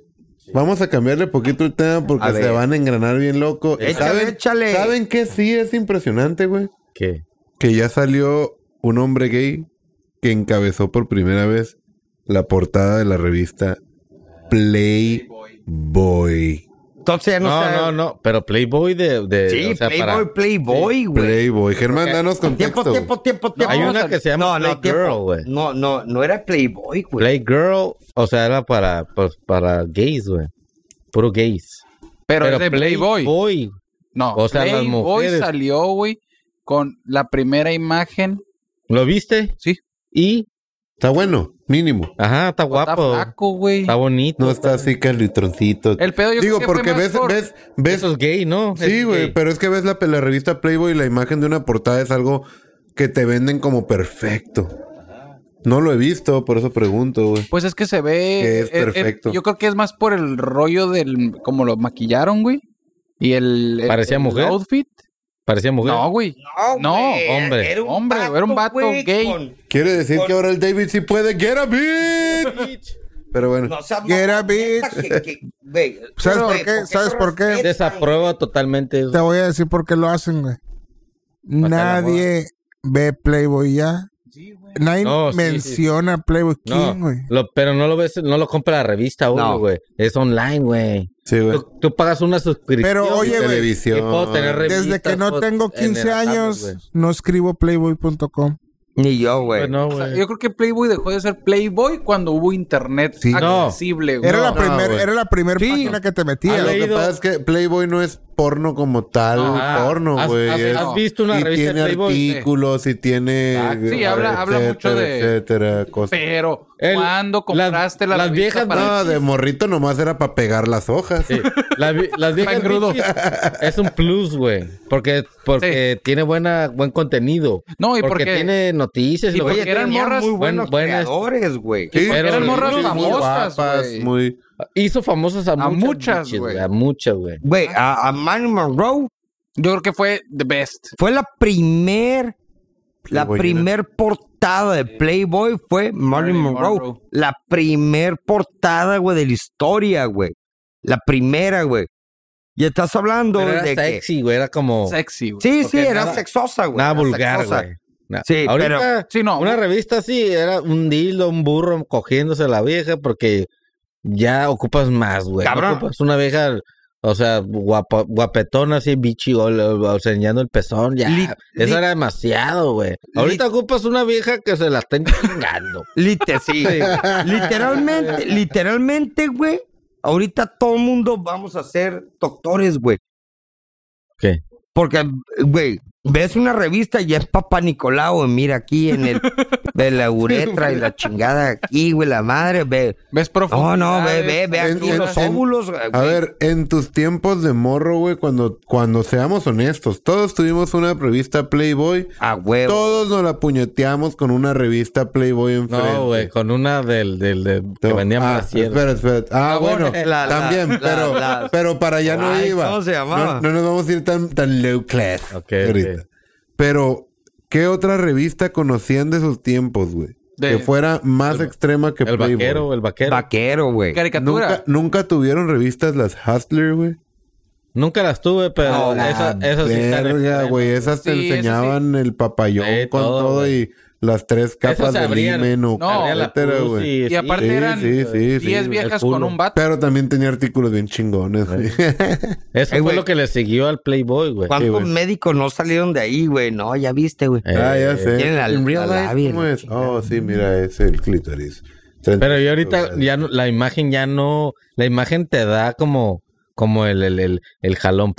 A: Vamos a cambiarle poquito el tema porque
B: A
A: se
B: ver.
A: van a engranar bien loco.
B: Échale,
A: ¿Saben,
B: échale.
A: ¿Saben qué sí es impresionante, güey?
D: ¿Qué?
A: que ya salió un hombre gay que encabezó por primera vez la portada de la revista Playboy.
B: Entonces ya no,
D: No,
B: está-
D: no, no, pero Playboy de... de
B: Sí,
D: o sea, para-
B: Playboy, Playboy, güey.
A: Playboy. Germán, danos
B: Tiempo,
A: contexto.
B: tiempo, tiempo, tiempo.
D: Hay una que se llama
B: No, no,
D: Playgirl,
B: tiempo.
D: güey.
B: No, no, no era Playboy, güey.
D: Playgirl, o sea, era para, pues, para gays, güey. Puro gays.
E: Pero, es de Playboy.
D: Playboy,
E: No,
D: O sea, las
E: Playboy
D: mujeres.
E: salió, güey, con la primera imagen.
D: ¿Lo viste?
E: Sí.
D: Y,
A: Está bueno, mínimo.
D: ajá, está guapo.
E: Pues Está flaco, güey.
D: Está bonito.
A: No está así calitroncito.
E: El pedo yo
A: Digo,
E: creo que
A: porque
E: fue más
A: ves,
E: por-
A: ves, ves.
D: Eso es gay, ¿no?
A: Sí,
D: Es
A: güey,
D: gay.
A: pero es que ves la, la revista Playboy y la imagen de una portada es algo que te venden como perfecto. No lo he visto, por eso pregunto, güey.
E: Pues es que se ve.
A: Que es
E: eh, eh,
A: perfecto.
E: yo creo que es más por el rollo del. Como lo maquillaron, güey. Y el. el-
D: ¿Parecía
E: el
D: mujer?
E: outfit.
D: Parecía mujer.
E: No, güey. No,
B: güey,
D: hombre,
E: hombre, era un vato
B: güey,
E: gay.
B: con-
A: Quiere decir que ahora el David sí puede get a beat. Pero bueno.
B: No, o sea, no,
C: Get a bitch.
B: que- que- güey,
C: ¿Sabes por
B: güey,
C: qué? ¿Sabes
B: no
C: por qué?
B: respetan,
D: Desaprueba totalmente eso.
C: Te voy a decir por qué lo hacen, güey.
D: la
C: Nadie ve Playboy ya. Nadie
D: No, sí,
C: menciona Playboy
D: No,
C: King, güey.
D: lo- pero no lo ves, no lo compra la revista uno,
B: No.
D: güey. Es online, güey.
A: Sí, güey.
D: Tú, tú pagas una suscripción.
C: Pero, oye,
D: y
C: güey,
A: televisión.
D: puedo tener revistas,
C: Desde que no
D: puedo-
C: tengo
D: en el
C: 15
D: tablet,
C: años,
D: güey.
C: no escribo playboy.com.
B: Ni yo, güey.
D: No,
E: O sea,
D: güey.
E: yo creo que Playboy dejó de ser Playboy cuando hubo internet
C: Sí.
D: Ah, No.
E: accesible, güey.
C: Era, la
A: no,
C: primer-
A: güey.
C: era la primera
D: Sí.
C: página que te
D: Ah,
C: metías.
A: Lo
D: güey.
A: que
D: leído-
A: pasa es que Playboy no es porno como tal,
E: No,
A: porno,
D: ¿Has-
A: güey.
D: has,
A: es-
D: has visto una
A: y
D: revista
A: tiene
D: de Playboy?
A: artículos y tiene...
E: Ah, Sí, habla- habla mucho de-
A: Etcétera, cosas.
E: Pero,
D: El-
E: ¿cuándo compraste la
D: las
E: revista
D: viejas
E: para-
A: No, de morrito nomás era para pegar las hojas.
D: Sí. La vi- las viejas
E: crudo.
D: bichis es un plus, güey. Porque, porque tiene buena, buen contenido.
E: No, y
D: porque,
E: porque-
D: tiene noticias.
E: y
D: lo que-
E: porque eran
B: Tenían
E: morras-
B: muy
D: buen-
B: buenos
D: buen-
B: creadores, güey.
A: Sí,
D: Pero eran
A: sí,
D: morras
A: sí, muy
E: famosas,
A: guapas,
E: güey.
A: muy...
D: hizo famosas a,
E: A muchas,
D: muchas, bichis,
E: güey.
D: güey. A muchas, güey.
B: Güey, a, a Manny Monroe
E: Yo creo que fue The Best.
B: fue la primer, la
A: Playboy,
B: primer portada de Playboy fue Manny
E: Marilyn
B: Monroe.
E: Monroe.
B: La primer portada, güey, de la historia, güey. La primera, güey. Y estás hablando
D: Pero era
B: de que...
D: sexy, güey. Era como
E: Sexy, güey.
B: Sí, sí,
D: Porque
B: era
D: nada-
B: sexosa, güey.
D: nada
B: era
D: vulgar,
B: sexosa.
D: güey. Na-
B: Sí, pero-
E: sí, no.
D: Una revista así era un dildo, un burro cogiéndose a la vieja porque ya ocupas más, güey. No
B: Cabrón.
D: Ocupas una vieja, o sea, guapa- guapetona así, bichi, o, o- o enseñando el pezón, ya.
B: Li- li-
D: Eso era demasiado, güey. Ahorita ocupas una vieja que se la estén chingando.
B: Lite- sí. literalmente, literalmente, güey. Ahorita todo mundo vamos a ser doctores, güey.
D: ¿Qué?
B: Porque, güey, ves una revista y es Papá Nicolau, güey, mira aquí en el de la uretra y la chingada aquí, güey, la madre, ve.
E: ¿Ves profundo?
B: Oh, No, no, ve, ve, ve aquí
A: En-
B: los
A: en-
B: óvulos, güey.
A: A ver, en tus tiempos de morro, güey, cuando, cuando seamos honestos, todos tuvimos una revista Playboy,
B: a Ah, huevo.
A: todos nos la puñeteamos con una revista Playboy enfrente.
D: No, güey, con una del, del, del- que
A: No.
D: vendían
A: ah,
D: para siempre.
A: espera, espera. Ah, bueno,
B: bueno, la- la-
A: también,
B: la-
A: pero,
B: la-
A: pero para allá no
B: Ay,
A: iba.
B: ¿cómo se llamaba?
A: No, no nos vamos a ir tan, tan low class
D: Ok,
A: ahorita.
D: ok.
A: Pero, ¿qué otra revista conocían de sus tiempos, güey?
E: De
A: que fuera más extrema que
D: El
A: Playboy.
D: vaquero, el vaquero.
B: Vaquero, güey.
E: caricatura.
A: Nunca, nunca tuvieron revistas las Hustler, güey.
D: Nunca las tuve, pero
B: Hola,
D: esas esas sí están
A: Verga,
D: extremas.
A: güey. Esas te
E: Sí, eso sí.
A: enseñaban el papayón
D: Sí,
A: con
D: todo,
A: todo,
D: güey.
A: y las tres capas
D: se
A: de
D: abrían.
A: limen o
E: No,
D: Abría la
A: etcétera,
D: cruz
A: güey.
D: y-
E: Y aparte
A: Sí,
E: eran
A: sí, sí, sí,
E: 10
A: güey.
E: viejas
D: el
E: con
D: culo.
E: un vato.
A: Pero también tenía artículos bien chingones, güey.
D: Eso
B: Eh,
D: fue
B: güey.
D: lo que le siguió al Playboy, güey.
A: Sí,
B: ¿Cuántos
A: güey.
B: médicos no salieron de ahí, güey? No, ya viste, güey.
D: Eh,
A: ah, ya sé.
B: tienen la-
A: ¿En real
B: la
A: life
B: labia,
A: cómo
B: la
A: es?
B: chingada.
A: Oh, sí, mira, es el clítoris.
D: Pero yo ahorita ya no- la imagen ya no, la imagen te da como, como el, el, el, el jalón.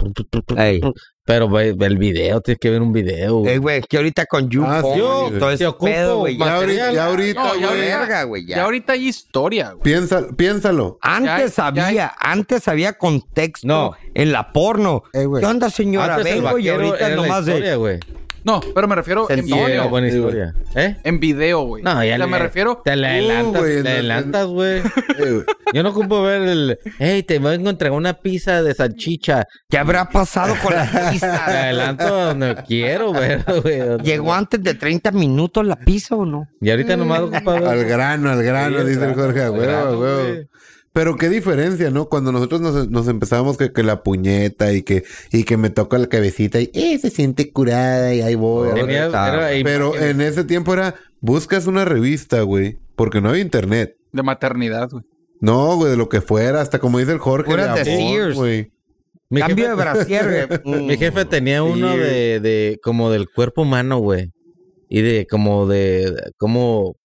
B: Ey.
D: Pero güey, el video, tienes que ver un video. güey.
B: Eh, güey, que ahorita con YouPorn
A: Ah, sí,
B: y
A: güey.
B: todo
D: Te
B: ese
D: ocupo
B: pedo, güey.
A: Ya
B: Ya,
A: ahorita, ya ahorita,
E: No, ya
A: güey.
E: ahorita.
B: verga, güey, ya.
E: Ya ahorita hay historia, güey.
A: Piénsalo, piénsalo.
B: Antes
E: Ya hay- ya
B: había, antes había contexto
D: No.
B: en la porno.
C: Eh, güey.
B: ¿Qué onda, señora?
D: Antes el
B: Vengo y
D: vaquero
B: ahorita
D: era la
B: nomás
D: historia,
B: de...
D: güey.
E: No, pero me refiero en
D: Y era
E: video.
D: buena historia. ¿Eh?
E: En video, güey.
D: No, ya
E: O sea,
D: le-
E: me refiero.
D: Te la
A: Uh,
D: adelantas,
A: güey,
D: te
A: no,
D: adelantas, güey.
A: Eh, güey.
D: Yo no ocupo ver el, hey, te voy a encontrar una pizza de salchicha.
B: ¿Qué habrá pasado con la
D: Te
B: pizza?
D: adelanto donde quiero ver, güey.
B: ¿Llegó antes de 30 minutos la pizza o no?
D: Y ahorita nomás
B: Mm,
D: ocupa ver.
A: Al grano, al grano,
D: Sí, al
A: dice el
D: grano,
A: Jorge, a
D: al
A: huevo, a
D: grano,
A: huevo.
D: güey.
A: Pero qué diferencia, ¿no? Cuando nosotros nos, nos empezábamos que, que la puñeta y que, y que me toca la cabecita y eh, se siente curada y ahí voy. ahora
D: Tenías-
A: está.
D: era
A: Pero
D: imágenes.
A: en ese tiempo era, buscas una revista, güey, porque no había internet.
E: De maternidad, güey.
A: No, güey, de lo que fuera, hasta como dice el Jorge,
B: Puras de Sears.
A: güey.
D: Mi
B: Cambio
D: jefe-
B: de brasier, güey.
D: Mi jefe tenía uno de, de como del cuerpo humano, güey. Y de como de como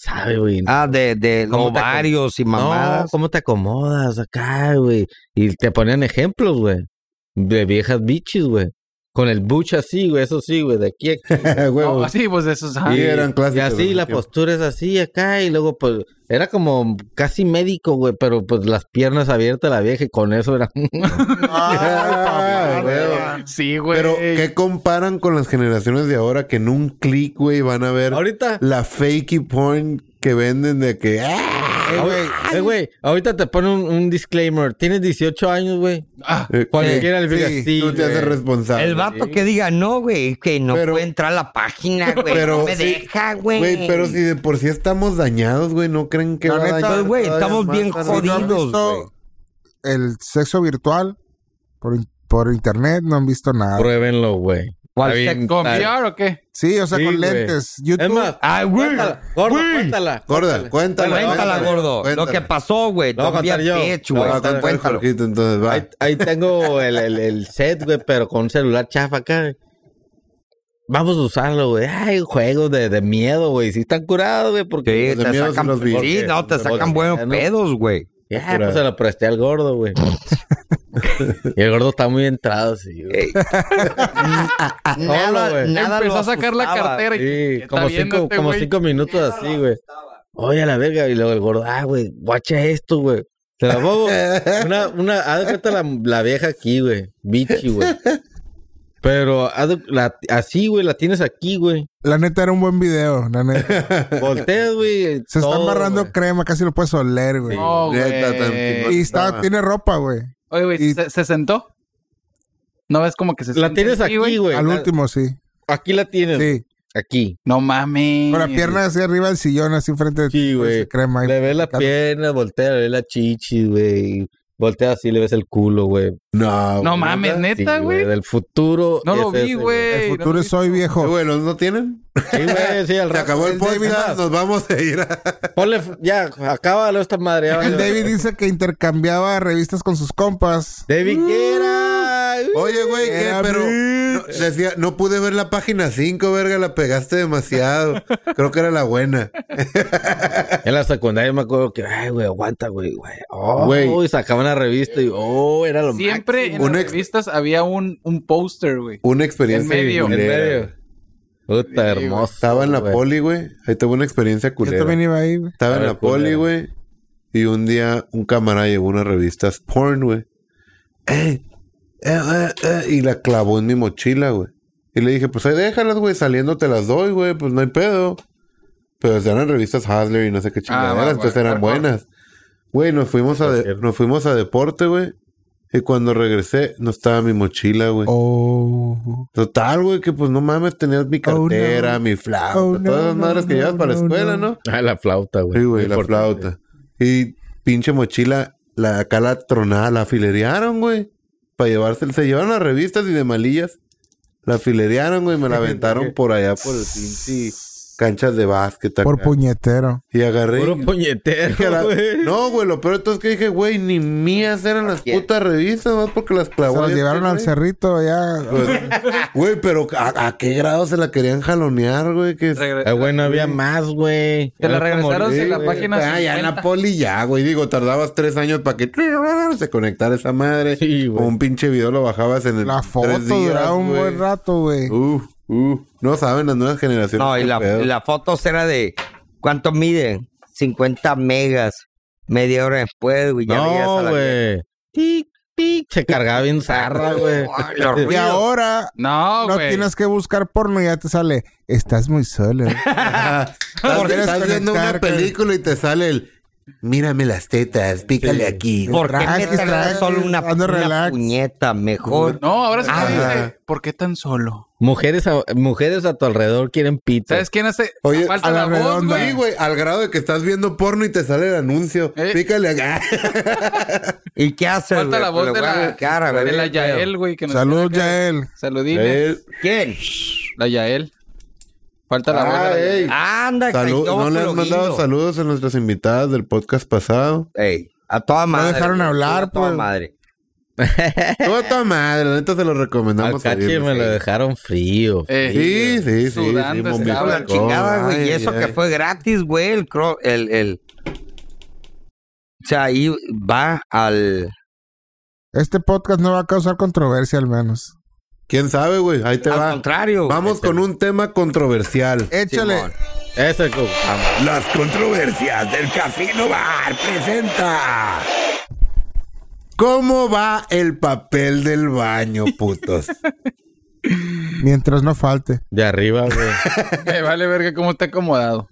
D: sabe, güey.
B: Ah, de, de
D: ¿Cómo te
B: ovarios y
D: no,
B: mamadas.
D: cómo te acomodas acá, güey. Y te ponían ejemplos, güey. De viejas bichis, güey. Con el buche así, güey, eso sí, güey, de aquí a aquí.
A: Huevo.
E: No, así, pues de esos.
A: Sí,
E: ah,
A: eran
D: Y
A: clásicos.
D: así
A: de
D: la
A: ese tiempo.
D: postura es así acá y luego pues era como casi médico, güey, pero pues las piernas abiertas la vieja y con eso era
A: Ah, huevo.
E: Sí, güey.
A: Pero, ¿qué comparan con las generaciones de ahora que en un clic, güey, van a ver
D: Ahorita
A: la fakey porn que venden de que... ¡ah!
D: Eh, güey, eh, güey, ahorita te pone un, un disclaimer. Tienes 18 años, güey.
E: Ah,
A: Eh,
D: Cualquiera el
A: sí,
D: sí,
A: tú te
D: güey.
A: haces responsable.
B: El vato que diga no, güey, que no
A: Pero-
B: puede entrar a la página, güey.
A: Pero
B: no me
A: sí,
B: deja, güey.
A: Güey, pero si de por sí estamos dañados, güey, ¿no creen que
C: La
A: va a
C: neta,
A: dañar
B: Pues, güey,
A: todavía
B: estamos
A: más
B: bien
A: a la-
C: Si no han
B: jodidos,
C: visto
B: güey.
C: el sexo virtual por, in- por internet, no han visto nada.
D: Pruébenlo, güey.
B: ¿Cuál
D: Está bien,
E: ¿Con
D: está-
E: VR o qué?
C: Sí, o sea,
D: Sí,
C: con
D: güey. Em
C: lentes. YouTube.
D: Es más,
B: Ah, güey.
D: cuéntala, gordo,
B: Güey.
D: cuéntala.
A: Gorda, cuéntala.
B: Cuéntala, gordo. Lo
A: cuéntala.
B: que pasó, güey.
D: Lo voy a
B: Don't be a
D: contar yo.
B: bitch,
D: Lo voy
B: güey.
A: Va
D: a
A: a contar el
B: Cuéntalo.
A: Jorgito, entonces, va.
D: Ahí, ahí tengo el, el- el set, güey, pero con un celular chafa acá. Vamos a usarlo, güey. Ay, juegos de, de miedo, güey. Si están curados, güey, porque...
B: Sí,
A: Los de
B: te
A: miedo sí
B: sacan,
A: los vi.
B: sí, no, te
D: Los de
B: sacan
D: miedo,
B: buenos
D: ¿no?
B: pedos, güey.
D: Ya, pues se lo presté al gordo, güey. y el gordo está muy entrado, sí, güey.
B: Nada,
D: güey.
B: nada
E: Empezó
B: lo
E: a sacar la
B: asustaba.
E: cartera y
D: Sí,
E: ¿qué está
D: como
E: viendo
D: cinco,
E: este
D: como
E: güey?
D: cinco minutos así, güey. Oye, a la verga. Y luego el gordo, ah, güey, guacha esto, güey. Te la pongo. una, una, haz de cuenta la, la vieja aquí, güey. Bichi, güey. Pero haz de- la- así, güey, la tienes aquí, güey.
C: La neta era un buen video. La neta.
D: Volteas, güey.
C: Se están
D: todo,
C: barrando
D: güey.
C: crema, casi lo puedes oler, güey.
E: No, güey.
A: Neta, tan chingón.
C: y está,
A: no.
C: tiene ropa, güey.
E: Oye, güey,
C: y-
E: ¿se, se sentó? ¿No ves como que se
D: La
E: sienta
D: tienes aquí, güey.
C: Al
D: La-
C: último, sí.
D: Aquí la tienes.
C: Sí.
D: Aquí.
E: No mames.
C: Con la pierna hacia arriba del sillón, así frente de
D: Sí, güey.
C: crema.
D: Le ves la
C: Acá-
D: pierna, voltea, le ves la chichi, güey. Voltea así, le ves el culo, güey.
A: No,
E: No
A: güey.
E: mames,
D: Sí,
E: neta,
D: güey.
E: güey.
D: Del futuro.
E: No lo
D: es
E: vi,
D: ese,
E: güey.
C: El futuro es hoy,
A: Eh,
C: viejo.
A: güey, ¿los no tienen?
D: Sí, güey, sí, al
A: Se
D: rato.
A: acabó el
C: el David
A: podcast,
C: Ash.
A: nos vamos a ir a...
D: Ponle, f- ya, acábalo esta madre. ya,
C: El
D: vale.
C: David dice que intercambiaba revistas con sus compas.
D: David Guerra.
A: Oye, güey, ¿qué?
C: Yeah,
A: Pero no, decía, no pude ver la página 5, verga, la pegaste demasiado. Creo que era la buena.
D: En la secundaria me acuerdo que, ay, güey, aguanta, güey, güey. Oh,
A: Güey.
D: y sacaban la revista y, oh, era lo
E: Siempre en
A: Un
E: las
A: ex-
E: revistas había un, un póster, güey.
A: Una experiencia
E: En medio.
D: máximo. En
A: culera,
D: medio.
A: güey.
D: Puta,
E: Sí,
D: hermoso.
A: Estaba en la
D: güey.
A: poli, güey. Ahí tuve una experiencia
C: Yo
A: culera.
C: también iba ahí, güey.
A: Estaba
D: A
A: en
D: ver,
A: la poli,
D: culera.
A: güey. Y un día un camarada llevó unas revistas porn, güey. Eh, eh, eh, eh, y la clavó en mi mochila, güey. Y le dije, pues ahí déjalas, güey. Saliendo te las doy, güey. Pues no hay pedo. Pero eran revistas Hasler y no sé qué chingaderas.
E: va, va,
A: entonces eran
E: hardcore.
A: buenas. Güey, nos fuimos a de- nos fuimos a deporte, güey. Y cuando regresé, no estaba mi mochila, güey.
C: Oh.
A: Total, güey, que pues no mames, tenías mi
C: Oh,
A: cartera,
C: no.
A: mi flauta,
C: Oh, no,
A: todas las
C: no,
A: madres que
C: no,
A: llevas para la
C: no,
A: escuela,
C: no.
A: ¿no?
D: Ah, la flauta, güey.
A: Sí, güey, la
D: Importante.
A: flauta. Y pinche mochila, la acá la tronada, la afilerearon, güey. Para llevarse, se llevaron las revistas y de malillas. La afilerearon, güey, me la aventaron por allá por el pinche canchas de básquet. acá.
C: Por puñetero.
A: y agarré.
D: Puro puñetero,
A: dije a la-
D: güey.
A: No, güey, lo peor de todo es que dije, güey, ni mías eran las
B: Bien.
A: putas revistas, más porque las
C: Se
A: clavó.
C: las
A: ahí
C: llevaron
A: este,
C: al
A: güey.
C: cerrito ya.
A: Pues, Güey, pero ¿a, a qué grado se la querían jalonear, güey? Que es-
E: Regre-
D: Ah, güey, no había más, güey.
E: Te la
D: Era como-
E: regresaron sin
D: Sí,
E: la
D: güey.
E: página.
A: Ah, ya en la
E: 50.
A: poli ya, güey. Digo, tardabas tres años para que se conectara esa madre.
D: Sí, güey.
A: o un pinche video lo bajabas en el.
C: La foto
A: tres días,
C: duraba un
A: güey.
C: buen rato, güey.
A: Uf, uf. No saben las nuevas generaciones.
B: No, y
A: qué
B: la,
A: pedo.
B: la foto será de. ¿Cuánto mide? 50 megas. Media hora después, güey. Ya veías a
D: No,
B: la
D: güey. Tic, tic. Se cargaba bien zarra, güey. "Oh,
B: vieja. Ay, los
C: Y
B: ruidos.
C: ahora
E: No,
C: no
E: güey.
C: tienes que buscar porno y ya te sale. Estás muy solo. eh.
A: Ajá.
C: Por
A: Estás, estás viendo
C: desconectar,
A: una
C: güey.
A: película y te sale el. Mírame las tetas, pícale aquí.
B: ¿Por qué
C: Tranqui,
B: me traes
C: tranqui,
B: solo una, una
C: ando relax.
B: puñeta? Mejor.
E: No, ahora sí te
B: Ajá.
E: dice, ¿por qué tan solo?
D: Mujeres a, mujeres a tu alrededor quieren pito.
E: ¿Sabes quién hace? Ah,
A: Oye,
E: Falta
C: a la
E: voz,
C: redonda.
E: güey.
A: Sí, güey, al grado de que estás viendo porno y te sale el anuncio.
E: Eh.
A: Pícale acá.
B: ¿Y qué haces?
E: Falta
B: güey? Pues
E: la voz
B: le
E: de
B: voy a
E: la,
B: arrancar, a ver,
E: de la
B: ¿qué pedo?
E: Yael, güey. que nos-
C: Salud, Yael.
E: Saludines.
B: ¿Quién?
E: La Yael. Falta la voz
A: Ah,
E: de la
A: ey.
B: Anda,
A: Salud- no le han mandado saludos a nuestras invitadas del podcast pasado.
B: Ey, a toda madre.
C: dejaron
B: güey,
C: hablar,
B: a toda
C: pues.
B: madre.
A: Todo tu madre, la neta se lo
D: Al
A: recomendamos. a
D: cachi
A: Irving.
D: me lo dejaron frío.
E: Eh,
A: Sí, sí, sí.
E: Sudando
A: sí,
E: estaba
A: momificó.
B: La chingada, güey.
A: Ay,
B: y eso
A: ay.
B: que fue gratis, güey. El, cro- el, el. O sea, ahí va al.
C: Este podcast no va a causar controversia al menos.
A: ¿Quién sabe, güey? Ahí te
B: al
A: va.
B: contrario. güey. este
A: Vamos con un tema controversial.
C: Échale.
B: Simón.
D: Eso es como-
A: Las controversias del Casino Bar presenta. ¿Cómo va el papel del baño, putos?
C: Mientras no falte.
D: de arriba, güey.
E: eh, vale verga cómo está acomodado.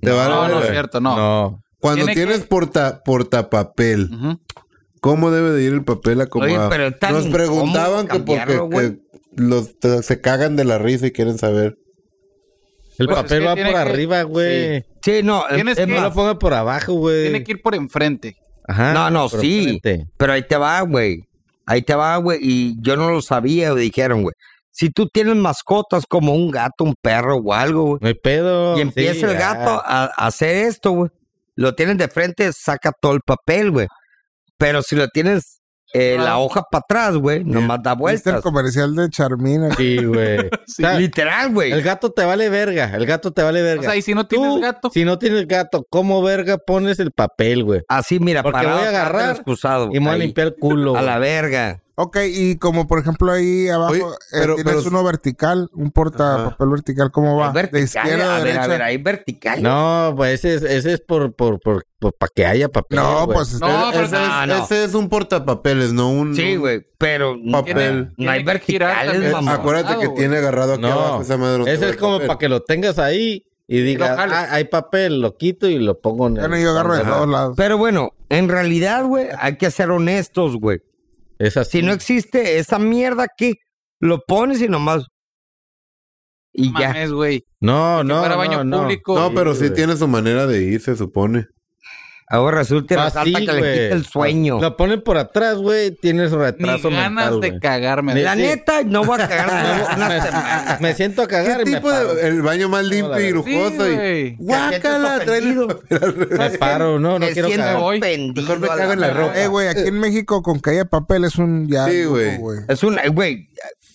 A: Te va a
E: No,
A: valer
E: no es
A: verga.
E: cierto, no.
D: No.
A: Cuando
E: Tiene
A: tienes porta, portapapel,
E: Ujú.
A: ¿cómo debe de ir el papel acomodado?
B: Oye, pero es tan
A: Nos preguntaban que
B: incómodo
A: porque
B: cambiarlo, güey.
A: que los te- se cagan de la risa y quieren saber.
D: El
E: Pues es
D: papel
E: que
D: va por
E: tiene que-
D: arriba, güey.
B: Sí, no. es-
E: Tienes
B: es
E: que-
D: No
B: más-
D: lo ponga por abajo, güey.
E: Tiene que ir por enfrente.
D: Ajá.
B: No, no,
D: por
B: sí.
D: enfrente.
B: Pero ahí te va, güey. Ahí te va, güey. Y yo no lo sabía, güey, dijeron, güey. Si tú tienes mascotas como un gato, un perro o algo, güey.
D: No hay pedo.
B: Y empieza
D: Sí,
B: el
D: ya.
B: gato a, a hacer esto, güey. Lo tienes de frente, saca todo el papel, güey. Pero si lo tienes eh,
E: Ah.
B: la hoja para atrás, güey, nomás da
C: Este
B: vueltas.
C: comercial de Charmina.
D: Sí, güey. O sea,
B: Literal, güey.
D: el gato te vale verga. El gato te vale verga.
E: O sea, y si no tienes
D: Tú,
E: gato.
D: Si no tienes gato, ¿cómo verga pones el papel, güey?
B: Así, mira,
D: Porque
B: parado,
D: voy a
B: saca el
D: agarrar
B: excusado,
D: Y me voy a
B: ahí,
D: limpiar el culo.
B: a
D: güey.
B: la verga.
C: Ok, y como por ejemplo ahí abajo
A: Oye,
C: eh,
A: pero-
C: tienes
A: pero-
C: uno vertical, un porta papel vertical, ¿cómo
D: Ah,
C: va?
B: Es
C: de
B: vertical.
C: izquierda
B: A
C: a
B: ver, a ver,
C: derecha.
B: ahí vertical.
D: No, pues ese es, ese es por, por, por, para que haya papel.
C: No,
D: güey.
C: pues
E: No,
A: Pero
E: pero
A: ese,
B: no,
A: es,
B: Ah, no.
A: ese es un portapapeles, no un.
B: Sí,
A: un-
B: güey, pero no,
A: Papel.
B: no hay
E: Tiene que girar
B: verticales,
E: también.
A: Eh,
B: mamón.
A: acuérdate que
E: güey.
A: tiene agarrado aquí abajo
D: No,
A: esa madre. donde
D: ese
A: va
D: es
A: el
D: como
A: papel.
D: para que lo tengas ahí y digas,
E: jales.
D: "Ah, hay papel, lo quito y lo pongo en
C: Bueno, este, yo agarro de
D: donde
C: todos
D: va".
C: lados.
B: Pero bueno, en realidad, güey, hay que ser honestos, güey.
D: Es así.
B: Si
E: Mm.
B: no existe esa mierda aquí, lo pones y nomás. Y ya.
E: Mames, güey.
D: no, no,
E: fuera
D: no,
E: baño
D: no.
E: público.
A: No, pero sí
D: güey.
A: tiene su manera de ir, se supone.
B: Ahora resulta y resalta
D: Así,
B: que le
D: güey.
B: quita el sueño.
D: Lo ponen por atrás, güey, tienes
E: Ni
D: retraso
E: ganas
D: mental,
E: de
D: güey.
E: cagarme.
D: Ni-
B: La
D: sí.
B: neta, no voy a cagar una semana.
D: me, me siento a cagar
A: ¿Qué
D: y me
A: tipo
D: paro.
A: de el baño más limpio
D: la
A: y
D: verga.
A: lujoso?
E: Sí,
A: y...
E: güey.
A: ¡Guácala!
B: Te sientes
A: tráele el
B: ofendido.
A: papel al revés.
D: Me paro, no, no
B: me
D: quiero
B: siento
D: cagar.
E: hoy.
B: ofendido
A: Mejor me
B: a
A: cago en la
B: verga.
A: ropa.
C: Eh, güey, aquí en México con que haya papel es un ya.
A: Sí,
C: lujo,
A: güey.
B: Es una, eh, güey,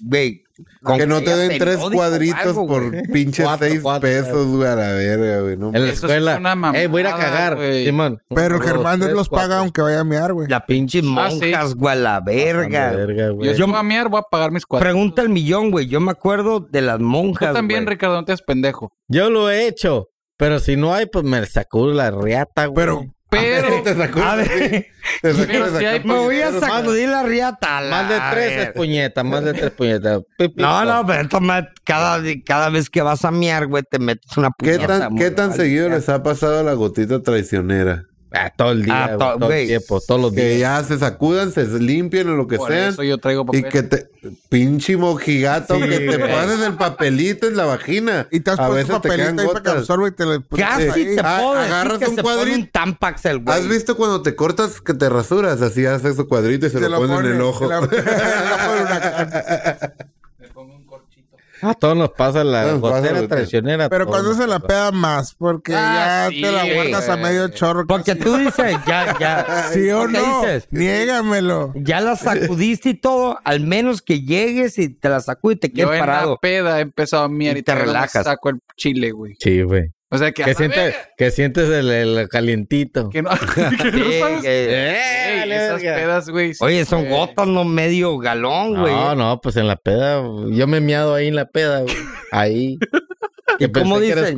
B: güey. con
A: Que no te
B: haya
A: den tres
B: periódico o
A: cuadritos
B: algo,
A: por
B: güey.
A: pinches
D: Cuatro,
A: seis
D: cuatro,
A: pesos, güey, a la verga, güey. No,
D: En la
E: Eso sí es
D: escuela.
E: una mamada,
D: eh, voy a ir a cagar,
E: güey.
D: Simón.
C: Pero
D: Uno, dos,
C: Germán
D: tres,
C: los paga
D: cuatro. Ah,
C: aunque vaya a mear, güey.
B: La pinche
E: Ah, sí.
B: monjas, güey, a la verga.
D: Anda, verga, güey.
E: Yo si voy a mear, voy a pagar mis cuatro.
B: Pregunta al millón, güey. Yo me acuerdo de las monjas.
E: Tú también,
B: güey.
E: Ricardo, no te das pendejo.
D: Yo lo he hecho. Pero si no hay, pues me sacudo la riata, güey.
A: Pero-
E: Pero,
A: te sacó.
B: A ver.
A: te sacó-
E: pero
A: te
E: si hay
A: sacó-
B: Me voy a sacudir la riata. la
D: Más de tres es
A: este,
B: verga.
D: puñeta, más de tres puñetas. Pi, pi,
B: No,
D: pum.
B: no, pero toma, cada, cada vez que vas a miar, güey, te metes una
A: ¿Qué
B: puñeta.
A: tan,
B: güey,
A: ¿qué tan
B: vale,
A: seguido
B: ya.
A: les ha pasado la gotita traicionera?
D: Ah, todo el día,
B: Ah,
D: güey,
B: to-
D: todo
B: güey.
D: el tiempo, todos los
A: Que
D: días.
A: ya se sacudan, se limpian o lo que
E: Por
A: sean.
E: eso yo traigo
A: Y
E: papel.
A: que te. Pinche mojigato, que te
D: güey.
A: pones el papelito en la vagina.
C: Y te has
A: A
C: puesto
A: veces te
C: papelito
A: quedan
C: ahí para que
A: gotas.
C: absorba y te lo
B: Casi
C: ahí.
B: te
A: Ah,
B: puedo decir
A: agarras
B: que
A: un
B: se pone
A: cuadrito.
B: un tampax el güey.
A: ¿Has visto cuando te cortas que te rasuras? Así haces su cuadrito y se,
C: Te
A: lo, pones en el
C: pone,
A: ojo.
C: te la- el ojo del huracán.
D: A todos nos pasa la
A: Nos pasa
D: gotera
A: la-
D: traicionera.
C: Pero
D: todos
C: cuando
D: nos
C: se la
D: pasa.
C: peda más, porque
E: Ah,
C: ya
E: sí,
C: te la guardas a
E: güey.
C: medio chorro.
B: Porque
C: casi.
B: tú dices, ya, ya.
C: ¿Sí o
B: ¿Qué
C: no?
B: dices?
C: Niégamelo.
B: Ya la sacudiste y todo, al menos que llegues y te la sacudes y te
E: Yo
B: quedes
E: en la
B: parado.
E: peda he empezado a miar
B: Y
E: y
B: te
E: te
B: relajas.
E: Saco el chile, güey.
D: Sí, güey.
E: O sea, que, a
D: Que
E: la
D: sientes,
E: verga,
D: que sientes el, el calientito.
E: que no, que no
B: Sí,
E: sabes. Eh.
B: que-
D: Eh,
E: Ey,
D: vale,
E: esas
D: verga.
E: pedas, güey. sí,
B: Oye, son
E: güey.
B: gotas, no medio galón, güey.
D: No, no, pues en la peda. Yo me he miado ahí en la peda, güey. Ahí.
B: ¿Y cómo dicen?
C: El
D: eh.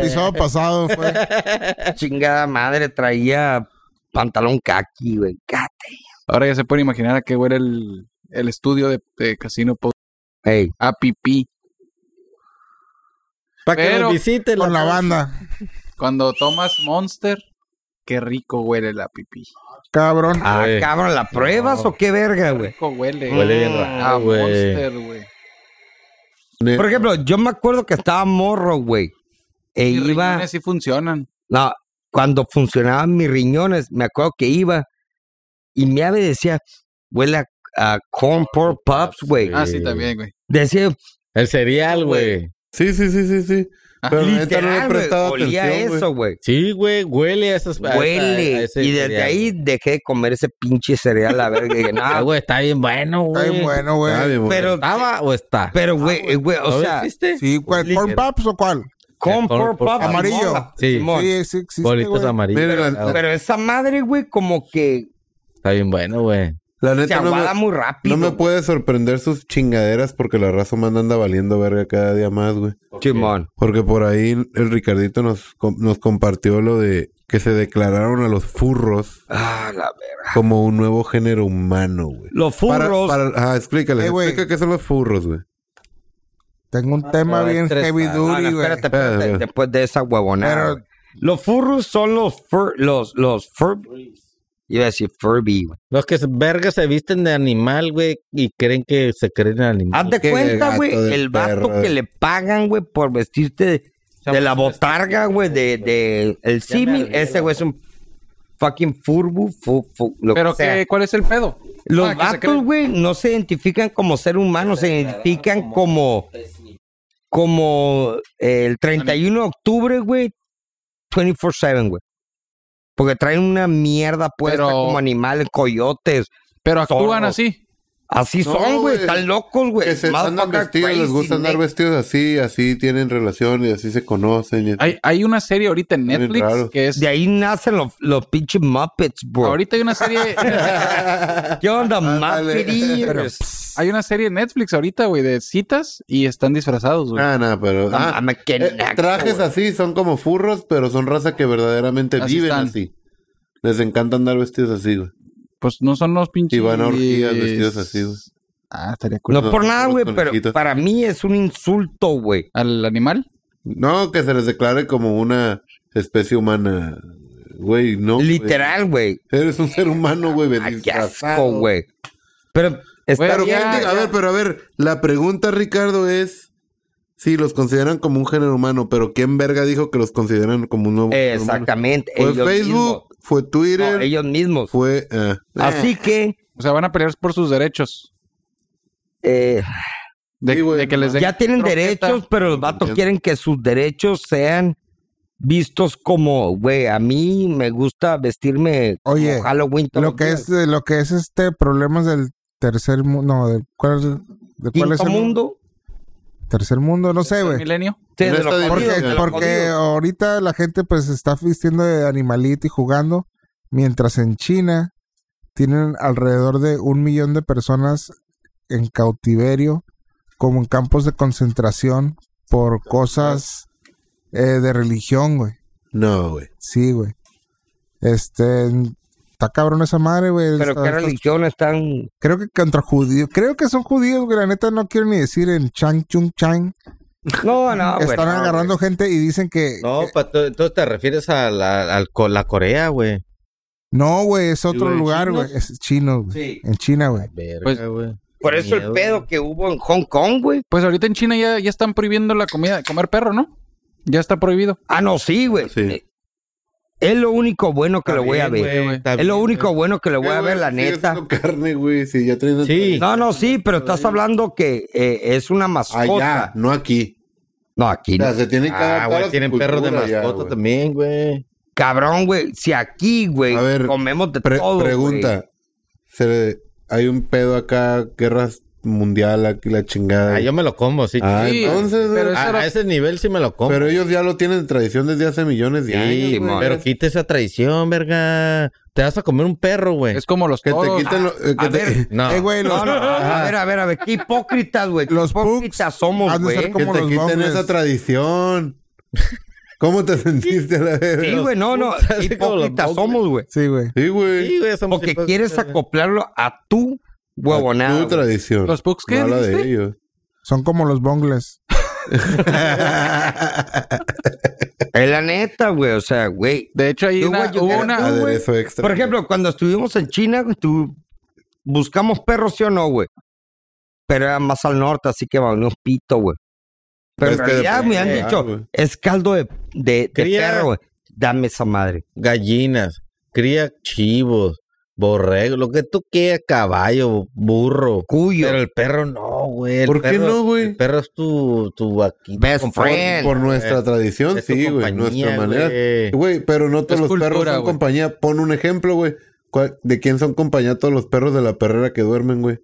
C: episodio pasado fue.
B: Chingada madre, traía pantalón kaki, güey. Cate.
E: Ahora ya se pueden imaginar a qué huele el, el estudio de, de Casino Pop.
B: Ey,
E: A pipí.
D: Para que
E: Pero-
D: nos visiten.
C: Con la banda.
E: Cuando tomas Monster, qué rico huele la pipí.
C: Cabrón.
B: ah,
D: Güey.
B: cabrón, ¿la pruebas o qué verga, güey?
E: Rico huele.
D: Huele bien
E: Mm,
D: raro,
E: a
D: güey.
E: Monster, güey.
A: Ne-
B: Por ejemplo, yo me acuerdo que estaba morro, güey. E
E: Y
B: iba.
E: riñones sí funcionan.
B: No, cuando funcionaban mis riñones, me acuerdo que iba y mi ave decía, huele a, a corn pork pops, güey.
E: Ah, sí,
D: Sí.
E: también, güey.
B: Decía,
D: El cereal, güey.
A: Sí, sí, sí, sí, sí.
E: Ah,
A: Pero la neta no le he
B: literal, güey,
A: prestado
B: olía a
A: atención. güey.
B: eso, güey.
D: Sí, güey. Huele a esas. a esa- a
B: Huele.
D: ese
B: y desde
D: cereal,
B: ahí
D: güey.
B: dejé de comer ese pinche cereal, la verga. y dije,
D: Ah,
B: "Nah,
D: güey, está bien bueno,
C: Está
D: güey.
C: bien bueno, güey.
A: Ah, mi amor.
B: pero,
D: ¿Estaba o está?
B: pero, güey, eh, güey, o
D: ¿Todavía
B: sea,
D: existe?
C: Sí, ¿cuál? ¿Corn Pops o cuál?
B: corn pork
D: Corn pork
B: pops.
C: pops. Amarillo.
B: Simón,
D: Sí.
B: Simón.
C: Sí, sí existe,
D: Bolitos
C: güey.
D: amarillos.
A: Mira, la-
D: Ah,
B: Pero esa madre, güey, como que
D: Está bien bueno, güey.
A: La
B: se
A: neta no
B: aguada
A: me,
B: muy rápido.
A: no me puede sorprender sus chingaderas porque la raza humana anda valiendo verga cada día más, güey.
B: Simón.
A: Porque por ahí el Ricardito nos, com- nos compartió lo de que se declararon a los furros
B: Ah, la verga.
A: como un nuevo género humano, güey.
B: Los
A: Para-
B: furros.
A: Para, ah, explícale,
C: Eh, güey.
A: explica qué son los furros, güey.
C: Tengo un tema
D: pero
C: bien
D: es tres-
C: heavy
D: ah,
B: No, no,
C: duty, güey.
B: espérate, espérate,
A: Espérate.
B: después de esa huevonada.
C: Pero-
B: güey. los furros son los fur, los, los fur, iba a decir Furby, güey.
D: Los que se- verga se visten de animal, güey, y creen que se creen animal.
B: Haz de
A: Qué
B: cuenta,
A: gato
B: güey,
A: de
B: el vato
A: perro.
B: que le pagan, güey, por vestirte de, de la botarga, güey, de, de el símil.
D: arreglé
B: Ese, güey, es un fucking furbu, fu, fu- lo
E: Pero
B: que sea.
E: qué, ¿cuál es el pedo?
B: Los
E: Ah, que se
B: gatos,
E: creen-
B: güey, no se identifican como ser humano, se identifican como como el 31 de octubre, güey, 24/7, güey. Porque traen una mierda puesta
E: Pero-
B: como animales, coyotes.
E: Pero actúan
B: zorros.
E: así.
B: Así
A: No,
B: son, güey,
A: güey.
B: están locos, güey.
A: Que se andan
B: Motherfucker
A: vestidos,
B: Pues,
A: les
B: crazy,
A: gusta andar
B: nigga.
A: vestidos así, así tienen relación y así se conocen. y-
E: Hay, hay una serie ahorita en
A: Bien
E: Netflix
A: raro.
E: que es...
B: De ahí nacen los, los pinches Muppets, bro.
E: Ahorita hay una serie...
B: ¿Qué onda,
A: Ah, Ándale. pues,
B: Muppets?
E: hay una serie en Netflix ahorita, güey, de citas y están disfrazados, güey.
A: Ah, no, pero.
B: No
A: ah,
B: mames, qué
A: eh,
B: naco,
A: trajes
B: güey.
A: así son como furros, pero son raza que verdaderamente
E: Así
A: viven
E: están.
A: así. Les encanta andar vestidos así, güey.
E: Pues no son los pinches...
A: Y van a orgías vestidos así, güey.
E: Ah, estaría cool.
B: No por
A: Los
B: nada, güey, pero
A: conejitos.
B: para mí es un insulto, güey.
E: ¿Al animal?
A: No, que se les declare como una especie humana, güey, no. güey.
B: Literal, güey.
A: Eres un ser humano, güey,
B: Ay, qué asco,
A: disfrazado.
B: güey. Pero está
A: Pero,
B: bien,
A: gente, a ver, pero a ver, la pregunta, Ricardo, es si los consideran como un género humano, pero ¿quién verga dijo que los consideran como un nuevo género humano?
B: Exactamente.
A: Fue
B: ellos
A: Facebook, fue
B: mismos.
A: Twitter,
B: No, ellos mismos. Pues,
A: fue... ah,
B: Así que
E: O sea, van a pelear por sus derechos.
B: eh,
E: De,
A: Sí, güey,
E: de que les den
B: ya tienen
E: croqueta.
B: derechos, pero los vatos
A: Entiendo.
B: quieren que sus derechos sean vistos como, güey, a mí me gusta vestirme como
C: Oye,
B: Halloween. todos
C: Lo
B: los
C: que
B: días.
C: es, de lo que es este problemas del tercer mundo, no, del cuál, de cuál es
B: Quinto
C: el
B: mundo.
C: tercer mundo, no sé,
E: ¿El
C: güey.
E: milenio?
B: Sí,
A: No
B: de
A: está
B: los
A: bien,
B: jodidos,
A: porque-
B: de
C: Porque,
B: los
C: porque
B: jodidos.
C: ahorita la gente pues se está vistiendo de animalito y jugando, mientras en China tienen alrededor de un millón de personas en cautiverio, como en campos de concentración, por cosas eh, de religión, güey.
A: No, güey.
C: Sí, güey. Este, está cabrón esa madre, güey.
B: Pero
C: Está-
B: qué
C: está-
B: religión están.
C: creo que contra judíos, creo que son judíos, güey, la neta no quiero ni decir en Chang Chung Chang.
B: No, no, güey.
C: Están
B: no,
C: agarrando gente y dicen que
D: No, pa, tú- entonces te refieres a la, al co- la Corea, güey.
C: No, güey, es otro
A: güey,
C: lugar, güey. Es chino, güey.
B: Sí.
C: En China, güey.
D: Verga,
E: Pues-
D: güey.
B: Por eso el
D: Miedo,
B: pedo que hubo en Hong Kong, güey.
E: Pues ahorita en China ya, ya están prohibiendo la comida, comer perro, ¿no? Ya está prohibido.
B: Ah, no, sí, güey.
A: Sí.
B: Eh, Es lo único bueno que
D: Está
B: le voy a
D: bien,
B: ver.
D: güey, está
B: Es lo
D: bien,
B: único
D: güey.
B: bueno que le voy a
A: Eh,
B: ver,
A: güey,
B: la
A: sigue
B: neta.
A: siendo carne, güey, si ya traen-
D: Sí.
B: No, no, sí, pero estás hablando que eh, es una
A: Allá,
B: mascota.
A: Ah, no aquí.
B: No, aquí
A: O
B: no.
A: sea, se tienen que
D: Ah,
A: adaptar a
D: güey,
A: su
D: tienen perros de
A: cultura allá,
D: mascota
A: güey.
D: también, güey.
B: Cabrón, güey. Si aquí, güey,
A: A ver,
B: comemos de
A: Pre-
B: todo.
A: pregunta. Se le- hay un pedo acá, guerras mundial, aquí la chingada.
D: Ah, yo me lo como, sí.
A: Ah,
E: Sí,
A: entonces,
E: pero
A: güey. Ah,
E: eso
D: a,
E: era-
D: a ese nivel sí me lo como.
A: Pero ellos ya lo tienen de tradición desde hace millones de
D: Sí,
A: años. güey.
B: Simón.
D: pero quita esa traición, verga. Te vas a comer un perro, güey.
E: Es como los
A: Que te
E: toros.
A: quiten lo- eh, que
B: A
A: te-
B: ver,
D: No.
C: Eh, güey, los,
B: No, no, a ver, a ver, a ver, qué hipócritas, güey. Los
C: Los
B: hipócritas
C: punks
B: somos,
C: han de ser
B: güey.
A: que
C: como
A: te
C: los
A: quiten
C: bongles.
A: esa tradición. ¿Cómo te sentiste a la vez?
B: Sí, güey, no, no,
D: Así como los
B: hipócritas
D: punks,
B: somos, güey.
C: Sí, güey.
A: Sí, güey.
D: Sí, güey, somos
B: Porque
D: hipócritas,
B: quieres
D: güey.
B: acoplarlo a tu huevonada.
A: Tu
B: güey.
A: tradición.
E: ¿Los pugs qué
A: No la de
E: dijiste?
A: ellos.
C: Son como los bongles.
E: Ah,
B: Es la neta, güey. O sea, güey.
E: De hecho, ahí
B: Tú,
E: una-
B: güey, yo
E: hubo
B: quiero-
E: una.
B: Ah, güey.
A: Aderezo extra.
B: Por ejemplo, cuando estuvimos en China, güey, tú buscamos perros, sí o no, güey. Pero era más al norte, así que valía un pito, güey. Pero
A: Es
B: en
A: que
B: realidad
A: depende,
B: me han
A: ah,
B: dicho,
A: güey.
B: es caldo de, de, de
D: Cría-
B: perro, güey. Dame esa madre.
D: gallinas, cría chivos, borrego, lo que tú quieras, caballo, burro.
B: Cuyo.
D: Pero el perro no, güey. el
A: ¿Por qué
D: perro-
A: no, güey?
D: El perro es tu, tu aquí.
B: Best
D: tu
A: por,
B: friend.
A: por nuestra
D: güey.
A: tradición,
D: Es tu
A: sí, güey.
D: compañía,
A: Nuestra manera.
D: güey.
A: Güey, pero no todos
E: Es
A: los perros
E: cultura,
A: son
E: güey.
A: compañía. Pon un ejemplo, güey. ¿Cuál- ¿De quién son compañía todos los perros de la perrera que duermen, güey?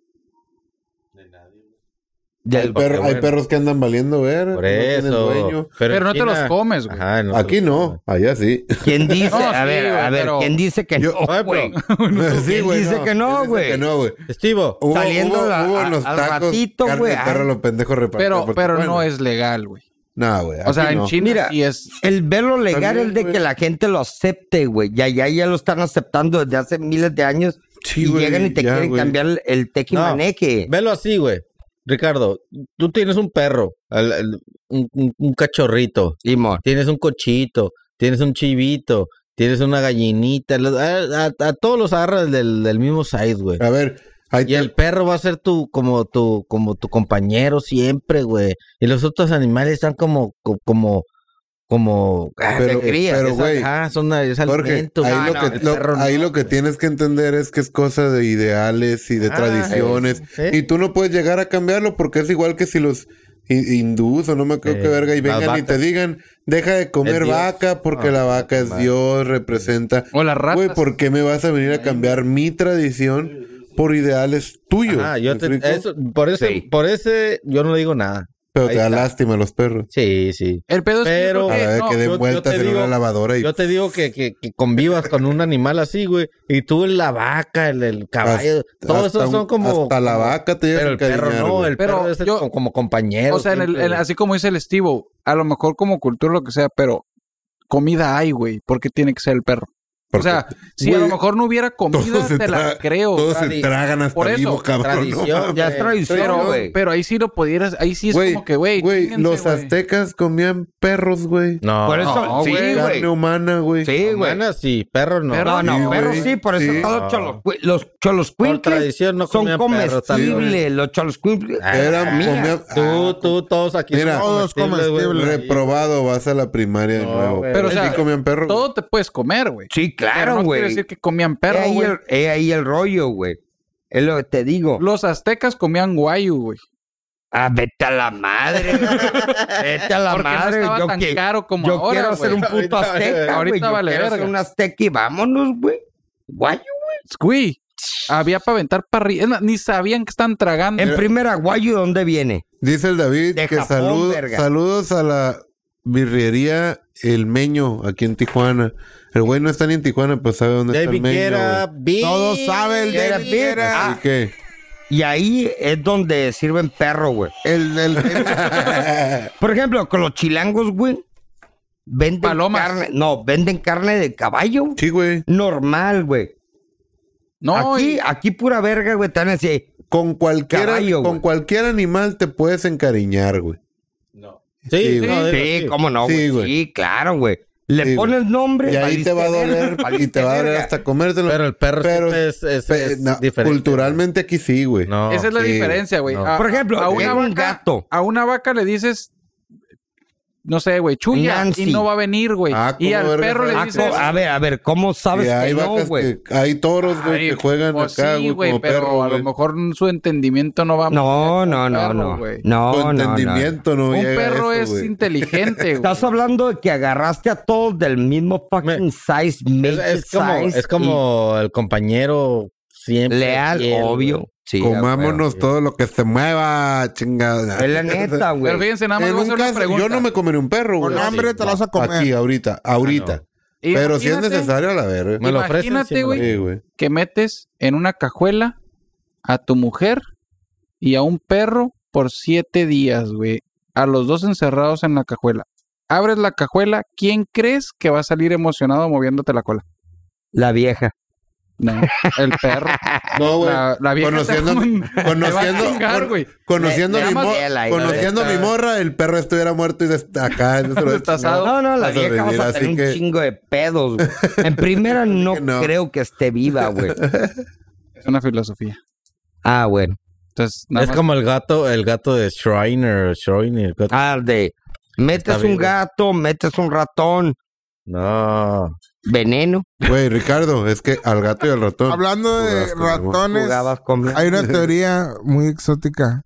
B: Del-
A: Hay, perro-
D: porque,
A: hay
D: bueno.
A: perros que andan valiendo ver.
D: Por
A: no tienen
D: eso.
A: dueño.
E: Pero,
D: en
E: no te
D: China-
E: los comes, güey.
D: Ajá, te
A: Aquí
D: los
A: no,
D: comes.
A: allá sí.
B: ¿Quién dice?
E: No,
B: a
E: sí,
B: ver, a
E: güey,
B: ver,
E: pero-
B: ¿quién dice que
A: Yo-
B: no,
D: Ay,
B: güey?
A: Sí, güey,
B: dice que no,
A: Él dice
B: güey?
A: que no, güey.
D: Estivo.
A: Hubo-
B: Saliendo
A: hubo-
B: a-
A: hubo en
B: a-
A: los
B: al
A: tacos,
B: ratito,
A: carne
B: güey,
A: de perro
B: ah.
A: los pendejos repartidos,
E: Pero,
A: porque,
E: pero
A: bueno,
E: no es legal, güey.
A: No, güey.
E: O sea,
A: aquí
E: en
A: no.
E: China
B: Mira,
E: sí es.
B: El verlo legal
A: También,
B: es de
A: güey.
B: que la gente lo acepte, güey. Ya, ya, ya lo están aceptando desde hace miles de años.
A: Sí,
B: y
A: güey,
B: llegan y te
A: ya,
B: quieren
A: güey.
B: cambiar el- el tequimaneque.
D: Velo así, güey. Ricardo, tú tienes un perro, al- al- un- un- un cachorrito.
B: Simón.
D: tienes un cochito, tienes un chivito, tienes una gallinita, los- a, a- a todos los agarras del, del mismo size, güey.
A: A ver, ahí
D: Y
A: te-
D: el perro va a ser tu, como tu, como tu compañero siempre, güey. Y los otros animales están como, co- como, como, ah,
A: Pero-
D: te crías,
A: pero,
D: es-
A: güey,
D: ah, son es
A: Jorge,
D: alimento,
A: ahí,
D: güey.
A: lo,
B: no,
A: que,
D: el
A: lo-
D: perro no.
A: ahí lo que tienes que entender es que es cosa de ideales y de
D: Ah,
A: tradiciones.
D: sí, sí.
A: Y tú no puedes llegar a cambiarlo porque es igual que si los hi- hindús o no me creo
D: Sí,
A: que verga y
D: las
A: vengan y
D: vacas.
A: te digan, deja de comer
D: Es Dios.
A: vaca porque
D: No,
A: la vaca es
D: madre.
A: Dios, representa.
E: O las ratas.
A: Güey, ¿por qué me vas a venir a cambiar mi tradición por ideales tuyos?
D: Ajá, yo
A: ¿Me
D: te-
A: explico?
D: eso- por ese,
B: Sí.
D: por ese, yo no digo nada.
A: Pero
D: ahí
A: te da
D: está.
A: lástima a los perros.
D: Sí, sí.
E: El pedo es que yo
D: pero-
E: creo
A: A
E: que-
A: ver,
E: no,
A: que
D: yo-
A: den
D: yo
A: vueltas
D: te
A: en
D: digo-
A: una lavadora y
D: Yo te digo que, que, que convivas con un animal así, güey. Y tú el la vaca, el, el caballo,
A: Hasta-
D: todos
A: hasta
D: esos son
A: un-
D: como...
A: Hasta la
D: como-
A: vaca te llegas
D: Pero
A: a
D: el perro
A: encariñar,
D: no,
A: güey.
D: el
E: Pero
D: perro es el
E: yo-
D: como, como compañero.
E: O sea, en el-
D: siempre,
E: en-
D: güey.
E: así como dice el Estivo, a lo mejor como cultura lo que sea, pero comida hay, güey. ¿Por qué tiene que ser el perro? O
A: Porque
E: sea, si a
A: Güey,
E: lo mejor no hubiera comida,
A: todos se
E: te la
A: tra-
E: creo.
A: todos se
D: tradi-
A: tragan hasta
E: por eso,
A: vivo, cabrón. ¿no?
D: tradición.
B: Ya es
D: güey.
B: tradición,
E: Eh, Pero,
B: güey.
E: pero ahí sí lo pudieras, ahí sí es
A: Güey,
E: como que, güey,
A: güey,
E: chínguense,
A: los
E: güey.
A: aztecas comían perros, güey.
D: No,
B: Por eso,
E: no,
B: sí, güey.
E: güey.
A: Carne humana, güey.
B: Sí, güey.
D: Bueno, sí, perro no.
E: Perro
B: No,
A: Sí,
B: no,
A: güey.
B: pero sí, por eso
A: Sí.
B: todos
D: No.
B: los cholos, los
D: Por
B: choloscuincles
D: tradición no
B: son
D: comían perro también.
B: comestibles, los cholos
E: Ah,
D: Ah,
A: Eran, comían-
D: Tú, tú, ah, todos aquí
A: Mira,
C: todos
D: güey.
A: Ah, reprobado, vas a la primaria de
D: No,
A: nuevo.
D: güey.
E: Pero, o
A: Sí
E: sea,
A: comían perros. güey.
E: Todo te puedes comer, güey.
B: Sí,
E: Pero
B: claro,
E: no quiere
B: güey.
E: decir que comían perro,
B: Es ahí
E: güey.
B: el- es ahí el rollo, güey. Es lo que te digo.
E: Los aztecas comían guayu, güey.
B: Ah, vete a la madre. güey. vete a la
E: Porque
B: madre.
E: no estaba
B: yo
E: tan
B: que-
E: caro como
B: yo
E: ahora,
B: quiero
E: güey.
B: ser un puto
D: Ahorita vale
B: azteca,
D: verga.
B: güey.
E: Ahorita
B: Yo
E: vale
B: quiero ser
E: verga.
B: un azteca y vámonos, güey. Guayo.
E: Güey, había para aventar parrilla. Ni sabían que están tragando.
B: En primera, guayo, ¿dónde viene?
A: Dice el David
B: De
A: que
B: Japón,
A: salud-
B: verga.
A: saludos a la birrería El Meño aquí en Tijuana. El güey no está ni en Tijuana, pues sabe dónde está
D: David
A: el Meño.
D: Guerra,
A: güey.
D: Big.
C: Todos saben el
B: Era Ah,
C: de
B: bien.
C: Viguera.
A: Así que
B: Y ahí es donde sirven perro, güey.
C: El, el, el-
B: Por ejemplo, con los chilangos, güey, venden
E: Palomas.
B: carne. No, venden carne de caballo.
A: sí, güey.
B: Normal, güey.
E: no,
B: aquí,
E: y-
B: aquí pura verga, güey. Están así.
A: Con cualquier,
B: Caballo,
A: con
B: güey.
A: cualquier animal te puedes encariñar, güey. Sí,
D: Sí, no,
A: güey.
D: digo,
B: Sí, cómo no, güey.
A: Sí,
B: Sí,
A: güey.
B: claro, güey. Le
A: Sí,
B: pones nombre.
A: Y ahí te va a
B: valiste
A: doler
B: verga,
A: y te va a doler
B: valiste
A: hasta comértelo.
D: Pero el perro
A: Pero-
D: siempre es, es-
A: Pe-
D: es
A: no,
D: diferente.
A: culturalmente aquí sí, güey.
D: No.
E: Esa es la
A: sí,
E: diferencia, güey.
D: no.
E: A-
B: Por ejemplo,
E: a una
B: llega un
E: vaca-
B: gato.
E: A una vaca le dices, no sé, güey, chulla
B: Nancy.
E: y no va a venir, güey.
A: Ah,
E: y
A: ¿cómo
E: al
A: verga
E: perro le
A: sabes?
B: verga. Ah,
E: dices,
B: co- A ver, a ver, ¿cómo sabes
A: Y hay
B: que no,
A: vacas
B: güey?
A: que- hay toros, güey,
E: "Ay,
A: que juegan
E: pues
A: acá,
E: sí,
A: güey, como
E: pero
A: perro,
E: a
A: güey.
E: lo mejor su entendimiento no va
B: No, no, no,
E: perro,
B: no.
E: güey.
A: Tu
B: No, no, no.
A: entendimiento no,
E: Un
A: llega a
E: perro
A: eso,
E: es
A: güey.
E: inteligente, güey.
B: Estás hablando de que agarraste a todos del mismo fucking
D: Me-
B: size,
D: Es,
B: major
D: es como,
B: size
D: es como el compañero
B: y
D: siempre.
B: leal,
D: fiel,
B: obvio.
D: güey.
B: Sí,
A: Comámonos todo lo que se mueva, chingada.
B: güey. Es la neta,
E: Pero
B: güey.
E: fíjense, nada más
A: En
E: voy a
A: un
E: hacer una
A: caso,
E: pregunta.
A: yo no me comeré un perro,
C: Con
A: güey.
C: hambre te lo vas a comer.
A: Aquí, ahorita, ahorita.
E: Y
A: Pero si es
E: imagínate
A: necesario, a la verga.
D: Me lo ofrecen.
E: Imagínate,
D: sí me lo-
E: güey.
A: Sí, güey.
E: Que metes en una cajuela a tu mujer y a un perro por siete días, güey. A los dos encerrados en la cajuela. Abres la cajuela, ¿quién crees que va a salir emocionado moviéndote la cola?
B: La vieja.
E: No, el perro.
A: No, güey.
E: la, la vieja.
A: Conociendo-
E: Te
A: Conociendo,
E: va a chingar,
A: con-
E: güey.
A: conociendo,
B: Le- le
A: mi,
B: llamas
A: mor-
B: él ahí,
A: conociendo
D: la
A: mi
D: neta.
A: morra, el perro estuviera muerto y des- acá. en eso lo
E: Destazado.
A: chingado.
B: No, no, la
A: Vas a
B: vieja vas
A: sobrevivir,
B: a tener
A: así
B: un
A: que-
B: chingo de pedos, güey. En primera no,
A: que no.
B: creo que esté viva, güey.
E: Es una filosofía.
B: Ah, bueno.
E: Entonces, nada
D: Es
E: más-
D: como el gato, el gato de Shriner, Shriner. gato-
B: Ah, de
D: Está
B: metes un
D: viva.
B: gato, metes un ratón,
D: No.
B: veneno,
A: Güey, Ricardo, es que al gato y al ratón.
C: Hablando de
A: Jugabas con el-
C: ratones,
B: jugabas con
C: hay una teoría muy exótica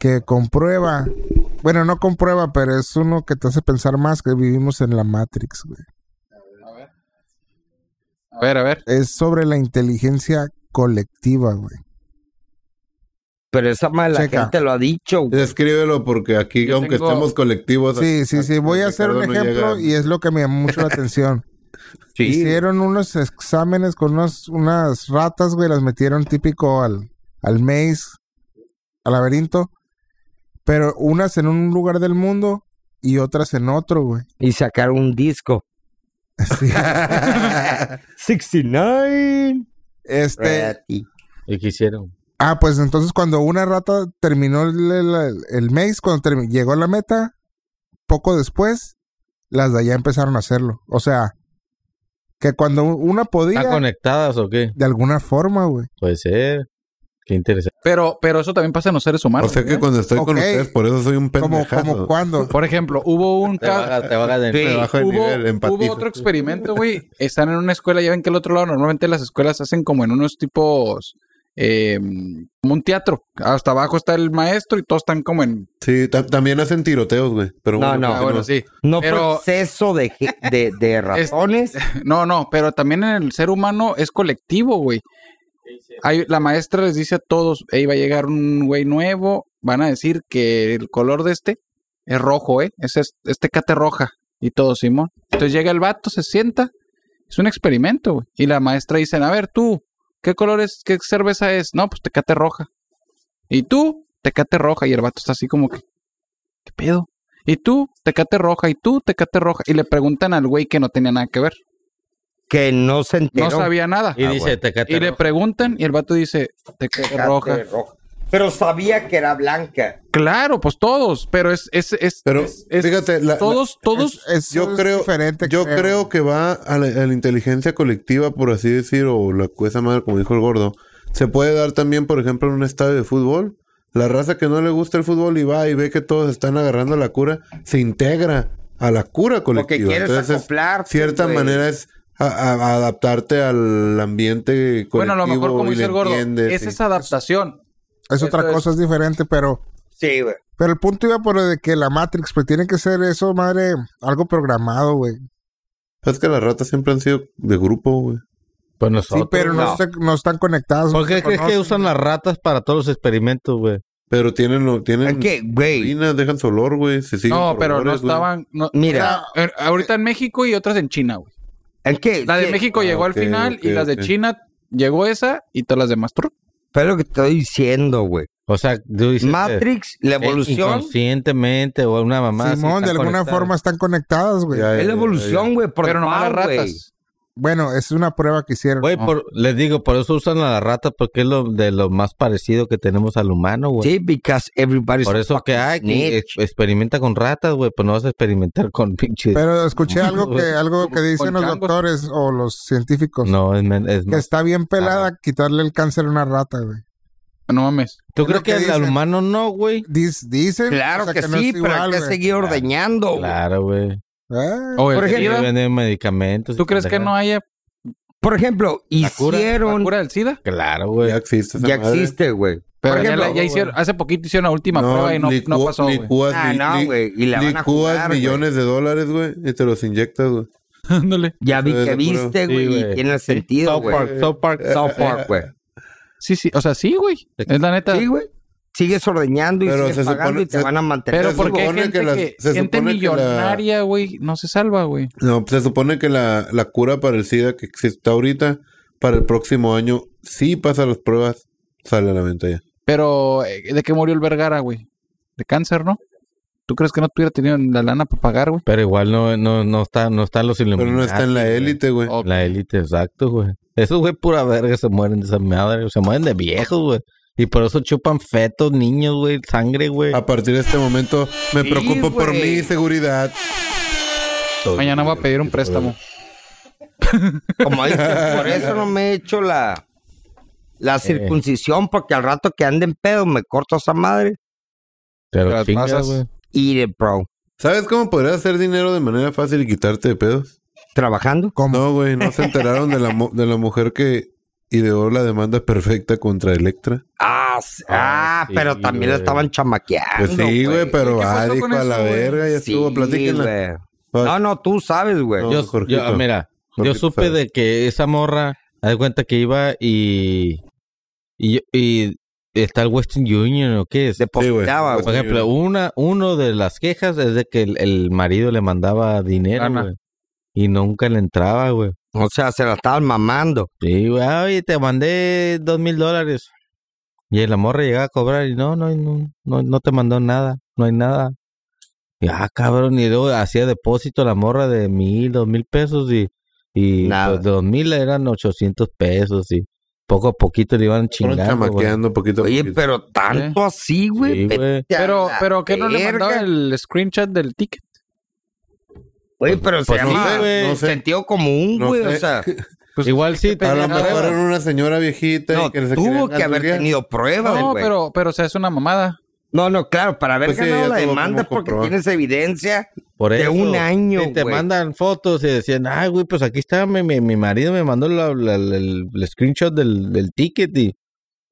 C: que comprueba, bueno, no comprueba, pero es uno que te hace pensar más que vivimos en la Matrix, güey.
E: A ver, a ver.
C: Es sobre la inteligencia colectiva, güey.
B: Pero esa madre la
C: Checa.
B: gente lo ha dicho, güey.
A: Descríbelo porque aquí,
E: Yo
A: aunque
E: tengo-
A: estemos colectivos.
C: Sí, sí, sí. Voy a hacer un
A: Ricardo no
C: ejemplo
A: llega.
C: y es lo que me llamó mucho la atención. Hicieron unos exámenes con unas, unas ratas, güey, las metieron típico al, al maze, al laberinto, pero unas en un lugar del mundo y otras en otro, güey.
B: Y sacar un disco.
C: Sí.
B: 69.
C: Este,
B: Ratty.
D: ¿Y qué hicieron?
C: ah, pues entonces cuando una rata terminó el, el- el maze, cuando termi- llegó a la meta, poco después, las de allá empezaron a hacerlo. O sea, que cuando una
D: ¿Están
C: podía,
D: conectadas o qué?
C: de alguna forma, güey.
D: Puede ser. Qué interesante.
E: Pero, pero eso también pasa en los seres
A: O
E: humanos.
A: sea que
E: ¿verdad?
A: cuando estoy con
C: Ok.
A: ustedes, por eso soy un
C: Como, como
A: pendejazo.
C: cuando.
E: Por ejemplo, hubo un
D: Te
E: caso.
D: bajas, te bajas de
A: Me bajo de
E: hubo,
A: nivel, empatizo.
E: hubo otro experimento, güey. Están en una escuela, ya ven que el otro lado normalmente las escuelas hacen como en unos tipos, eh, como un teatro. Hasta abajo está el maestro y todos están como en...
A: Sí, ta- también hacen tiroteos, güey. Pero
B: No, no.
E: Ah, bueno, sí.
B: No
E: Pero-
B: proceso de, ge- de, de ratones.
E: No, no, pero también en el ser humano es colectivo, güey. Hay- la maestra les dice a todos, hey, va a llegar un güey nuevo, van a decir que el color de este es rojo, ¿eh? Es es- este cate roja y todo, Simón. Entonces llega el vato, se sienta, es un experimento, güey. Y la maestra dice, a ver, tú, ¿qué color es, qué cerveza es? No, pues tecate roja. Y tú, tecate roja. Y el vato está así como que, ¿qué pedo? Y tú, tecate roja, y tú, tecate roja. Y le preguntan al güey que no tenía nada que ver.
B: Que no se enteró.
E: No sabía nada.
D: Y
E: Y,
D: dice, te
E: le preguntan y el vato dice, te
B: Cate
E: roja.
B: roja. Pero sabía que era blanca.
E: Claro, pues todos, pero es, es, es,
A: Pero,
E: es- es-
A: fíjate, la-
E: todos, todos,
C: Eso
A: yo
C: es
A: creo,
C: diferente,
A: yo creo. que va a la, a la inteligencia colectiva, por así decir, o la esa madre, como dijo el gordo. Se puede dar también, por ejemplo, en un estadio de fútbol. La raza que no le gusta el fútbol y va y ve que todos están agarrando la cura, se integra a la cura
B: Porque
A: colectiva.
B: quieres
A: Entonces, es-
B: acoplarte,
A: cierta
B: güey.
A: manera es a- a- adaptarte al ambiente colectivo.
E: bueno, a lo mejor como
A: y
E: dice
A: le
E: el gordo,
A: entiendes,
E: es
A: y-
E: esa adaptación.
C: es otra
E: Eso es.
C: cosa, es diferente, pero
B: Sí, güey.
C: pero el punto iba por lo de que la Matrix, pues tiene que ser eso, madre, algo programado, güey.
A: Es que las ratas siempre han sido de grupo, güey.
D: Pues
C: Sí,
D: nosotros.
C: pero no,
B: no.
C: está- no están conectados.
D: ¿Por qué
C: no
D: crees que
C: conocen.
D: usan las ratas para todos los experimentos, güey?
A: Pero tienen, lo-
B: Es
A: tienen
B: que, güey,
A: Orinas, dejan su olor, güey. Se siguen
E: No,
A: por
E: pero no
A: olores, güey.
E: estaban, no-
B: mira.
E: o sea, eh, ahorita en México y otras en China, güey.
B: es que...
E: La de
B: sí,
E: México
A: Ah,
E: llegó
A: ok,
E: al final
A: ok,
E: y las de
A: ok.
E: China llegó esa y todas las demás. tru.
B: Pero lo que estoy diciendo, güey.
D: O sea, tú dices. eh,
B: Matrix, la
D: eh,
B: evolución...
D: Inconscientemente o una mamá. así,
C: Simón, de
D: están
C: alguna
D: conectadas.
C: forma están conectadas, güey.
A: Ya, ya,
B: Es
A: ya,
B: la evolución, güey. por
E: Pero no más las
B: favor, güey.
E: ratas.
C: Bueno, es una prueba que hicieron.
D: Güey,
E: No.
D: por- les digo, por eso usan a la rata porque es lo de lo más parecido que tenemos al humano, güey.
B: Sí, because everybody's
D: Por eso que
B: fucking
D: hay que
B: snitch.
D: ex- experimenta con ratas, güey, pues no vas a experimentar con pinches.
C: Pero escuché algo que algo que
E: Con
C: dicen los
E: changos.
C: doctores o los científicos.
D: No, es, men- es
C: Que está bien pelada quitarle el cáncer a una rata, güey.
E: No mames.
D: ¿Tú
C: es
D: crees
C: lo
D: que,
C: que
D: al
C: dicen.
D: humano no, güey?
C: Dis- dicen.
B: Claro
C: o sea,
B: que,
C: no
B: sí,
C: es
B: pero hay
C: igual,
B: que
C: güey.
B: seguir ordeñando. güey.
D: Claro, güey.
C: Ah,
E: O el
B: Por
E: SIDA.
D: Y le
B: ejemplo,
D: venden medicamentos.
E: ¿Tú crees que no haya
B: Por ejemplo,
D: La cura- la
E: la
B: hicieron.
E: cura del SIDA?
D: Claro, güey.
A: Ya existe esa
B: Ya
A: madre.
B: existe, güey.
E: Pero
B: Por
E: ya la-
B: ejemplo,
E: ya, hicieron, hace poquito hicieron la última prueba y no,
A: licu-
E: no pasó. güey.
A: licúas,
B: Ah,
A: Pues, li-
B: no,
A: li-
B: güey. Y la van a
A: licúas
B: jugar, güey.
A: millones de dólares, güey, y te los inyectas, güey.
E: Ándale.
B: Ya vi
A: Eso es
B: que
A: lo puro.
B: viste,
D: Sí,
B: güey. y
D: güey.
B: tiene sentido,
D: South
B: güey.
D: Park, South Park.
B: South Park, güey.
E: Sí, sí. O sea, sí, güey. Es la neta.
B: Sí, güey. Sigues ordeñando y
A: Pero
B: sigues
A: se supone-
B: pagando y te
A: se-
B: van a mantener.
E: Pero
A: Se
E: porque hay
A: supone
E: gente,
A: que las-
E: que-
A: se
E: gente
A: supone que la-
E: millonaria, güey, no se salva, güey.
A: No, pues, se supone que la, la cura para el SIDA que existe ahorita, para el próximo año, si pasa las pruebas, sale a la venta ya.
E: Pero, eh, ¿de qué murió el Vergara, güey? De cáncer, ¿no? ¿Tú crees que no tuviera tenido la lana para pagar, güey?
D: Pero igual no, no, no, está, no están los iluminados.
A: Pero no está en la élite, güey.
E: Ok.
D: La élite, exacto, güey. Esos, güey, pura verga se mueren de esa madre. Se mueren de viejos, güey. Y por eso chupan fetos, niños, güey, sangre, güey.
A: A partir de este momento me
B: Sí,
A: preocupo por
B: güey.
A: mi seguridad. Todo.
E: Mañana voy a pedir un préstamo.
B: Como dicen, por eso no me he hecho la, la circuncisión, porque al rato que anden pedo me corto esa madre.
D: Pero
E: las
D: chingas,
E: masas.
D: güey.
B: Y it, bro.
A: ¿Sabes cómo podrías hacer dinero de manera fácil y quitarte de pedos?
B: Trabajando.
C: ¿Cómo?
A: No, güey, no se enteraron de la, mu- de la mujer que ideó la demanda perfecta contra Electra.
B: Ah, s-
D: Ah,
B: ah,
D: sí,
B: pero también la
D: güey.
B: estaban chamaqueando.
A: Pues sí, güey, pero
E: ¿Qué
A: ah,
E: pasó
A: dijo
E: con
A: a la
E: eso, güey?
A: verga, ya
B: Sí,
A: estuvo, platíquenla.
B: güey. No,
A: Ah,
B: no, tú sabes, güey.
A: No.
D: Yo,
A: Jorgito.
D: yo- mira, yo
A: Jorgito
D: supe
A: sabe.
D: de que esa morra, haz de cuenta que iba y, y, y está el Western Union o qué es.
B: Depositaba,
A: Sí,
B: güey.
A: güey.
D: Por ejemplo, una uno de las quejas es de que el, el marido le mandaba dinero,
E: Lana.
D: güey. Y nunca le entraba, güey.
B: O sea, se la estaban mamando.
D: Sí, güey, "Ay, te mandé dos mil dólares. Y la morra llegaba a cobrar y no, no, no, no, no te mandó nada, no hay nada. Y ah, cabrón, y luego hacía depósito la morra de mil, dos mil pesos y, y
B: Nada.
D: los dos mil eran ochocientos pesos y poco a poquito le iban
A: Fueron
D: chingando. güey.
A: chamaqueando poquito a
B: Oye,
A: poquito.
B: pero tanto así,
D: Sí,
B: güey. vete
D: güey.
B: a
E: Pero,
B: la
E: pero que no le
B: verga.
E: mandaba el screenshot del ticket.
B: Oye, pero
D: Pues
B: se
D: no
B: llama
D: sé, güey,
B: no
A: no sé.
B: sentido común,
A: No
B: güey. o
A: sé.
B: sea,
D: Igual sí,
A: A lo
D: tenía
A: mejor
D: pruebas.
A: era una señora viejita
B: no,
A: y que les
B: tuvo que haber tenido pruebas,
E: No,
B: güey.
E: pero, pero o sea, es una mamada.
B: No, no, claro, para haber
A: Pues sí,
B: ganado
A: ya
B: la
A: tuvo
B: demanda
A: como
B: porque
A: comprobar.
B: tienes evidencia.
D: Por
B: De
D: eso.
B: un año,
D: Y te
B: güey.
D: mandan fotos y decían, ay, güey, pues aquí está, mi, mi, mi marido me mandó la- la- la- el, el screenshot del, del ticket y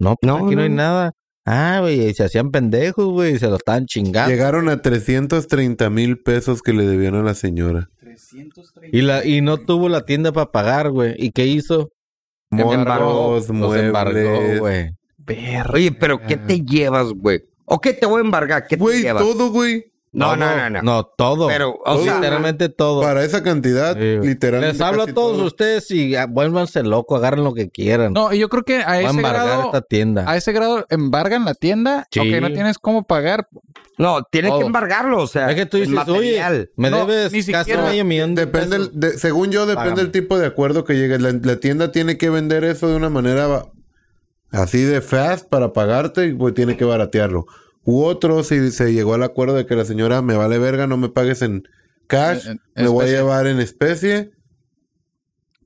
D: no, pues
B: No,
D: aquí
B: no,
D: no, hay
B: no.
D: nada. Ah, güey, y se hacían pendejos, güey, y se lo estaban chingando.
A: Llegaron a 330 mil pesos que le debían a la señora.
D: Y, la, y no tuvo la tienda para pagar, güey. ¿Y qué hizo?
A: Monos,
D: Los embargó,
A: muebles.
D: güey.
E: Verga.
B: Oye, pero ¿qué te llevas, güey? ¿O qué te voy a embargar? ¿Qué te
A: Güey,
B: llevas?
A: todo, güey.
B: No, no, no, no.
D: No, todo.
B: Pero, o
D: Todo,
B: sea,
D: literalmente todo.
A: Para esa cantidad,
D: Sí, güey.
A: literalmente.
D: Les hablo a
A: casi
D: todos
A: todo.
D: ustedes y ah, vuélvanse locos, agarren lo que quieran.
E: No, y yo creo que a
D: Va a
E: ese
D: embargar
E: grado,
D: esta tienda.
E: a ese grado embargan la tienda,
D: Sí.
E: aunque no tienes cómo pagar.
B: No, tienes
D: Todo.
B: que embargarlo, o sea,
D: es que tú
B: el
D: dices, oye,
B: material.
D: me
E: No,
D: debes
E: ni
D: casi
E: siquiera-
D: medio millón de
A: Depende,
D: pesos.
A: el- de- según yo, depende
D: Págame.
A: el tipo de acuerdo que llegue. La, la tienda tiene que vender eso de una manera ba- así de fast para pagarte y pues, tiene que baratearlo. U otro, si se llegó al acuerdo de que la señora me vale verga, no me pagues en cash,
E: En- en
A: me voy a
E: especie.
A: llevar en especie.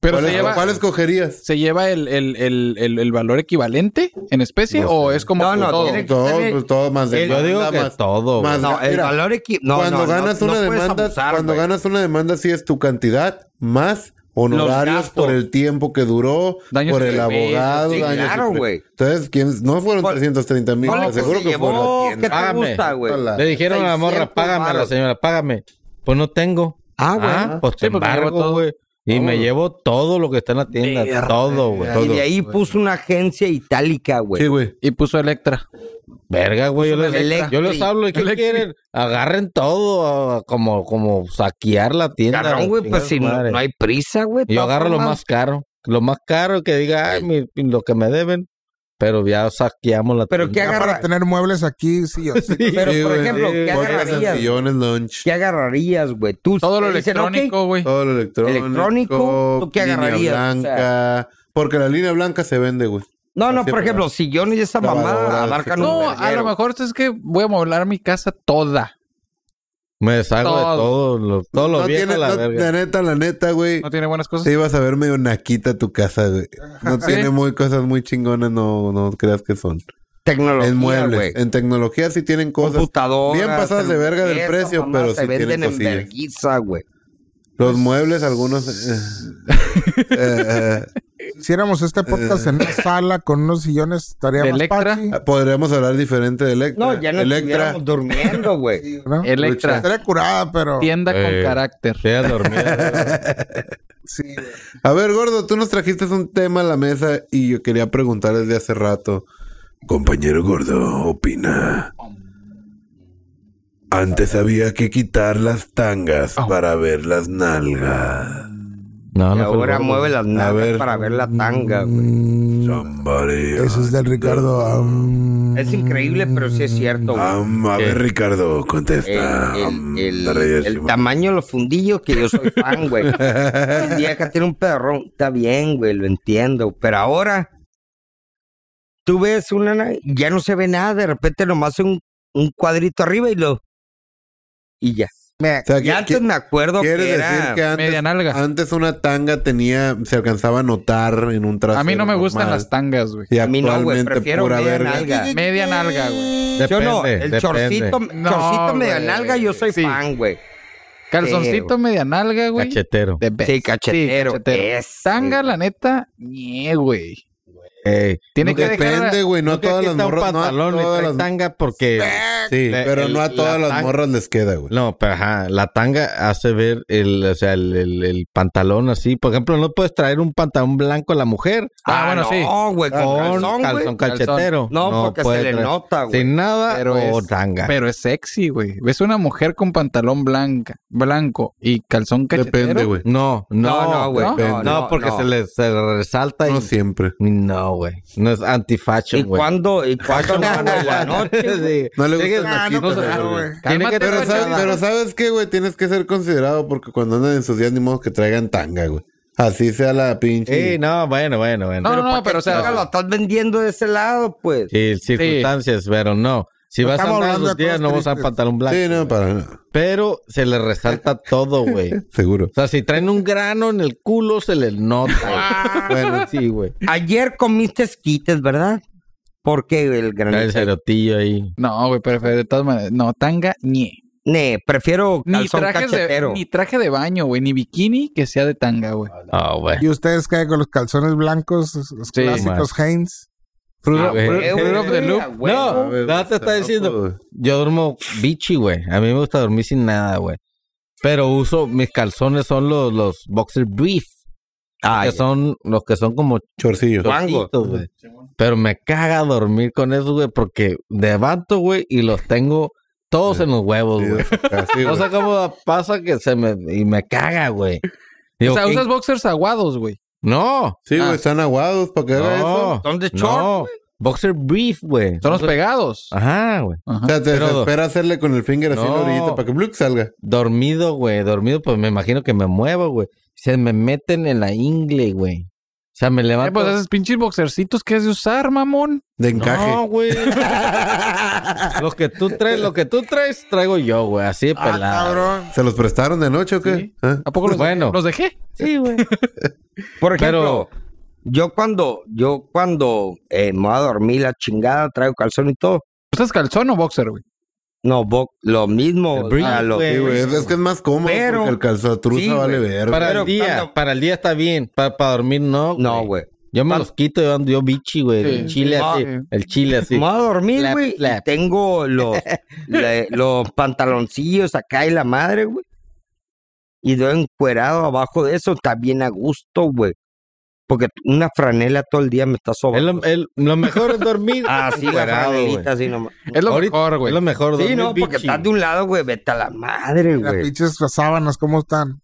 E: Pero
A: ¿Cuál,
E: se
A: es-
E: lleva,
A: cuál escogerías?
E: ¿se lleva el, el, el, el, el valor equivalente en especie
A: No
E: o
A: sé.
E: es como
B: No, no,
E: todo?
B: tiene-
A: Todo,
B: Dale.
A: pues, todo más de
B: El-
D: Yo digo
A: nada
D: que
A: más.
D: todo, güey.
A: más
B: No, el
A: Mira,
B: valor equi... No,
A: cuando
B: no, no,
A: ganas
B: no
A: una
B: puedes
A: demanda,
B: abusar,
A: cuando
B: güey.
A: ganas una demanda sí es tu cantidad más
B: Los
A: honorarios
B: gastos.
A: por el tiempo que duró,
E: Daños
A: por
E: y
A: el
E: perjuicios,
A: abogado,
B: sí,
A: daños y
B: claro,
A: per-
B: güey.
A: Entonces, ¿quién no fueron
B: Ponle-
A: 330 mil?
B: Ponle, pues,
A: Seguro
B: se
A: que
B: llevó,
A: fueron
B: ¿Qué te
D: Págame.
B: gusta, güey?
A: La-
D: Le dijeron a la morra,
B: 600
D: págame a la
B: varos.
D: señora, págame. Pues no tengo.
B: Ah, güey.
D: Ah, pues
E: Sí,
D: te
E: porque llevo
D: embargo,
E: todo.
D: güey. Y me
A: Vámonos.
D: llevo todo lo que está en la tienda. Todo, güey.
B: y
A: todo.
B: de ahí puso una agencia itálica, güey.
A: Sí, güey.
E: Y puso Electra.
B: Pues,
D: Verga, güey. Yo
B: Puso
D: les,
B: Electric.
D: yo les hablo. ¿y ¿Qué
E: Electric.
D: quieren? Agarren todo. ah, Como, como saquear la tienda.
B: Cabrón, güey,
D: chingada
B: pues si no,
D: madre.
B: no hay prisa, güey.
D: Yo
B: todas
D: agarro lo
B: formas.
D: más caro. Lo más caro que diga, ay, mi- lo que me deben. Pero ya saqueamos la
B: Pero qué
C: Ya
B: agarra-
C: para tener muebles aquí, sí, yo sí.
B: Pero, por
A: güey.
B: ejemplo, ¿qué
A: Podcast en
B: agarrarías?
A: sillones, lunch,
B: ¿Qué agarrarías, güey? Tú
E: Todo lo
B: te dicen, eh, "Ok,
E: electrónico, güey.
A: todo lo electrónico.
B: Electrónico, ¿tú qué
A: línea
B: agarrarías? O sea-
A: Blanca. Porque la línea blanca se vende, güey.
B: No, no,
A: Así,
B: por
A: ¿verdad?
B: ejemplo, sillones y esa
A: Lavadora,
B: mamada abarcan un
E: No, a
B: verguero.
E: lo mejor es que voy a moblar mi casa toda.
D: Me deshago de
E: Todo.
D: todo. Lo, todo lo
A: no
D: viejo
A: tiene,
D: a la
A: no-
D: verga.
A: la neta, la neta, güey.
E: No tiene buenas cosas.
A: Te ibas a ver medio naquita tu casa, güey. No tiene muy cosas muy chingonas, no, no creas que son.
B: Tecnología,
A: en muebles,
B: güey.
A: en tecnología sí tienen cosas.
B: Computadoras.
A: bien pasadas de verga del
B: esas
A: precio,
B: mamadas
A: pero
B: se
A: sí tienen
B: venden en
A: cosillas.
B: verguiza, güey.
A: Los muebles, algunos. eh, eh,
C: Hiciéramos este podcast en una sala con unos sillones, estaría
E: ¿De
C: más
E: Electra?
C: pachi,
A: eh, podríamos hablar diferente de Electra.
B: No, ya no
A: Eh, Electra.
B: estuviéramos durmiendo, güey.
C: ¿no?
E: Electra,
C: Estaría curada, pero
E: tienda
D: Eh.
E: con carácter.
D: Quedas dormida, güey.
C: sí. güey.
A: A ver, gordo, tú nos trajiste un tema a la mesa y yo quería preguntar desde hace rato. Compañero gordo, opina. Antes había que quitar las tangas
C: Oh.
A: para ver las nalgas. Ah,
D: No,
B: Y
D: no. fue el
B: ahora
D: gordo.
B: mueve las nalgas
A: ver.
B: para ver la tanga, güey.
A: Somebody
C: Mm. Eso es del Ricardo. ah, mm.
B: Es increíble, pero sí es cierto, güey.
A: Am, a ver, Ricardo, contesta.
B: el,
A: Am,
B: el-
A: te
B: el-
A: reyes,
B: el
A: Simón.
B: tamaño de los fundillos que yo soy fan, güey. El día que tiene un perrón, está bien, güey, lo entiendo. Pero ahora, tú ves una, na- ya no se ve nada, de repente nomás un, un cuadrito arriba y lo. Y ya.
A: O sea,
B: y
A: que-
B: antes
A: que-
B: me acuerdo que
A: ¿Quieres decir
B: era.
A: que
E: Media
A: antes,
E: nalga.
A: antes una tanga tenía, se alcanzaba a notar en un trasero?
E: A mí no me gustan
A: normal?
E: las tangas, güey.
A: Y
B: A mí no, güey,
A: actualmente
B: prefiero
A: pura
B: media
A: verga.
B: nalga.
E: Media nalga, güey.
B: yo no,
D: Depende,
B: el
D: depende.
B: chorcito,
E: No,
B: chorcito medio
E: güey.
B: nalga, yo soy
E: Sí.
B: fan, güey.
E: Calzoncito, media nalga, güey.
D: Cachetero.
E: The best.
B: Sí, cachetero. ese, Ah,
E: Tanga,
B: güey.
E: la neta, ñe, güey.
D: Ey.
E: Tiene que dejar...
A: Depende,
E: la-
A: güey, no a
D: Nunca
A: todas las
D: quita un
A: morras, no a
D: pantalón y
A: todas
D: trae
A: las
D: tanga porque...
A: Sí,
D: Le-
A: pero
D: el-
A: no a todas
D: la
A: las
D: tanga-
A: morras les queda, güey.
D: No, pero ajá, la tanga hace ver el, o sea, el, el- el pantalón así. Por ejemplo, no puedes traer un pantalón blanco a la mujer
E: Ah,
B: Ah,
E: bueno,
B: no,
E: sí.
B: güey, con
D: con
B: calzón, güey.
D: calzón, cachetero.
B: No, porque
D: puede
B: se le
D: traer
B: nota, güey.
D: Sin nada
E: Pero
D: o
E: es-
D: tanga.
E: Pero es sexy, güey. Ves una mujer con pantalón blanca, blanco y calzón cachetero.
A: Depende, güey.
D: No, no,
B: No, no, güey,
D: No,
A: no,
D: no,
B: no,
D: porque
B: no.
D: se le se le resalta y...
A: No siempre.
D: No, güey. No es
B: ¿Y
D: anti-fashion, güey.
B: cuándo? ¿Y cuándo? no, güey, la noche, güey.
D: Sí.
A: No le gustan
D: Tiene que-
A: las
D: no,
A: quitas,
D: no,
A: güey.
D: güey. Tiene que-
E: Cálmate,
A: Pero,
E: güey,
A: ¿sabes-
E: chava.
A: pero ¿sabes qué, güey? Tienes que ser considerado porque cuando andan en sus días, ni modo que traigan tanga, güey. Así sea la pinche.
D: Sí, no, bueno, bueno, bueno.
E: No, no, no, pero o
B: Nunca lo
E: sea,
B: estás vendiendo de ese lado, pues.
D: Sí, circunstancias, pero no. Si
C: No
D: vas a
C: estamos
D: andar
C: hablando
D: los
C: de
D: días,
C: cosas
D: no vas a
C: tristes.
D: pantalón blanco.
A: Sí, no,
D: güey.
A: para nada.
D: Pero se le resalta todo, güey. O
A: Seguro.
D: sea, si traen un grano en el culo, se les nota. güey. bueno, sí, güey.
B: Ayer comiste esquites, ¿verdad? Porque el
D: Trae el
B: granito.
D: cerotillo ahí.
E: no, güey, pero de todas maneras, no, tanga, ñe.
B: Ne, prefiero
E: Ni,
B: calzón
E: trajes de,
B: cachetero.
E: ni traje de baño, güey, ni bikini que sea de tanga, güey.
D: Ah, güey.
C: Y ustedes caen con los calzones blancos, los
E: Sí.
C: clásicos Heinz.
E: Fruit,
D: güey.
E: fruit-
B: Eh, güey,
E: fruit of the loop.
B: a huevo.
D: No, no te está diciendo. Yo duermo bichi, güey. A mí me gusta dormir sin nada, güey. Pero uso, mis calzones son los, los boxer brief.
B: Ah,
D: que
B: ya.
D: son los que son como
A: Chorcillo.
B: Guango.
D: chorcitos, güey. Pero me caga dormir con eso, güey, porque levanto, güey, y los tengo todos en los huevos,
A: Sí,
D: güey.
A: así,
D: No
A: güey.
D: sé cómo pasa que se me... Y me caga, güey. Digo,
E: o sea,
D: ¿qué-
E: usas boxers aguados, güey.
D: No.
A: Sí, güey,
E: Ah.
A: están aguados para que haga eso.
D: No.
B: Son de short.
D: No. Boxer brief, güey.
E: Son
D: Entonces-
E: los
D: ah,
E: pegados.
D: Ajá, güey.
A: O sea, te
D: Pero-
A: espera hacerle con el finger así
D: No.
A: la orillita para que bluc salga.
D: Dormido, güey. Dormido, pues me imagino que me muevo, güey. Se me meten en la ingle, güey. O sea, me
E: Eh,
D: levanto...
E: pues esos pinches boxercitos que has de usar, mamón.
A: De encaje.
D: No, güey. lo que tú traes, lo que tú traes, traigo yo, güey. Así de
C: Ah,
D: pelado.
C: cabrón.
A: ¿Se los prestaron de noche o qué?
E: Sí.
A: ¿Ah?
E: ¿A poco los,
D: Bueno.
E: los dejé?
D: sí, güey.
B: Por ejemplo,
D: Pero-
B: yo cuando, yo cuando eh, me voy a dormir la chingada, traigo calzón y todo.
E: ¿Usas calzón o boxer, güey?
B: No, bo- lo mismo.
D: El brief,
B: o sea, lo-
D: güey.
A: Ah, Sí, güey, es, es que es más cómodo
B: Pero-
A: porque el calzatruza
B: Sí, güey.
A: vale verga.
D: Para
B: Pero
D: el día,
B: cuando-
D: para el día está bien. Para, para dormir, no.
B: no, güey.
D: Yo me los quito, yo ando yo bichi, güey.
E: Sí.
D: El chile
B: Ah,
D: así.
E: sí.
D: El chile así.
B: Me voy a dormir,
D: Clap,
B: güey. y
D: clap.
B: Tengo los, la- los pantaloncillos acá y la madre, güey. Y doy encuerado abajo de eso. Está bien a gusto, güey. Porque una franela todo el día me está
D: Es
B: sobrando.
D: lo, el- lo mejor es dormir.
B: Así la
D: encuerado, güey.
B: franelita, así nomás.
E: Es lo
D: Ahorita-
E: mejor, güey.
D: Es lo mejor dormir
B: Sí, no, porque
D: bichi.
B: estás de un lado, güey. Vete a la madre,
C: Las
B: güey.
C: pinches sábanas, ¿cómo están?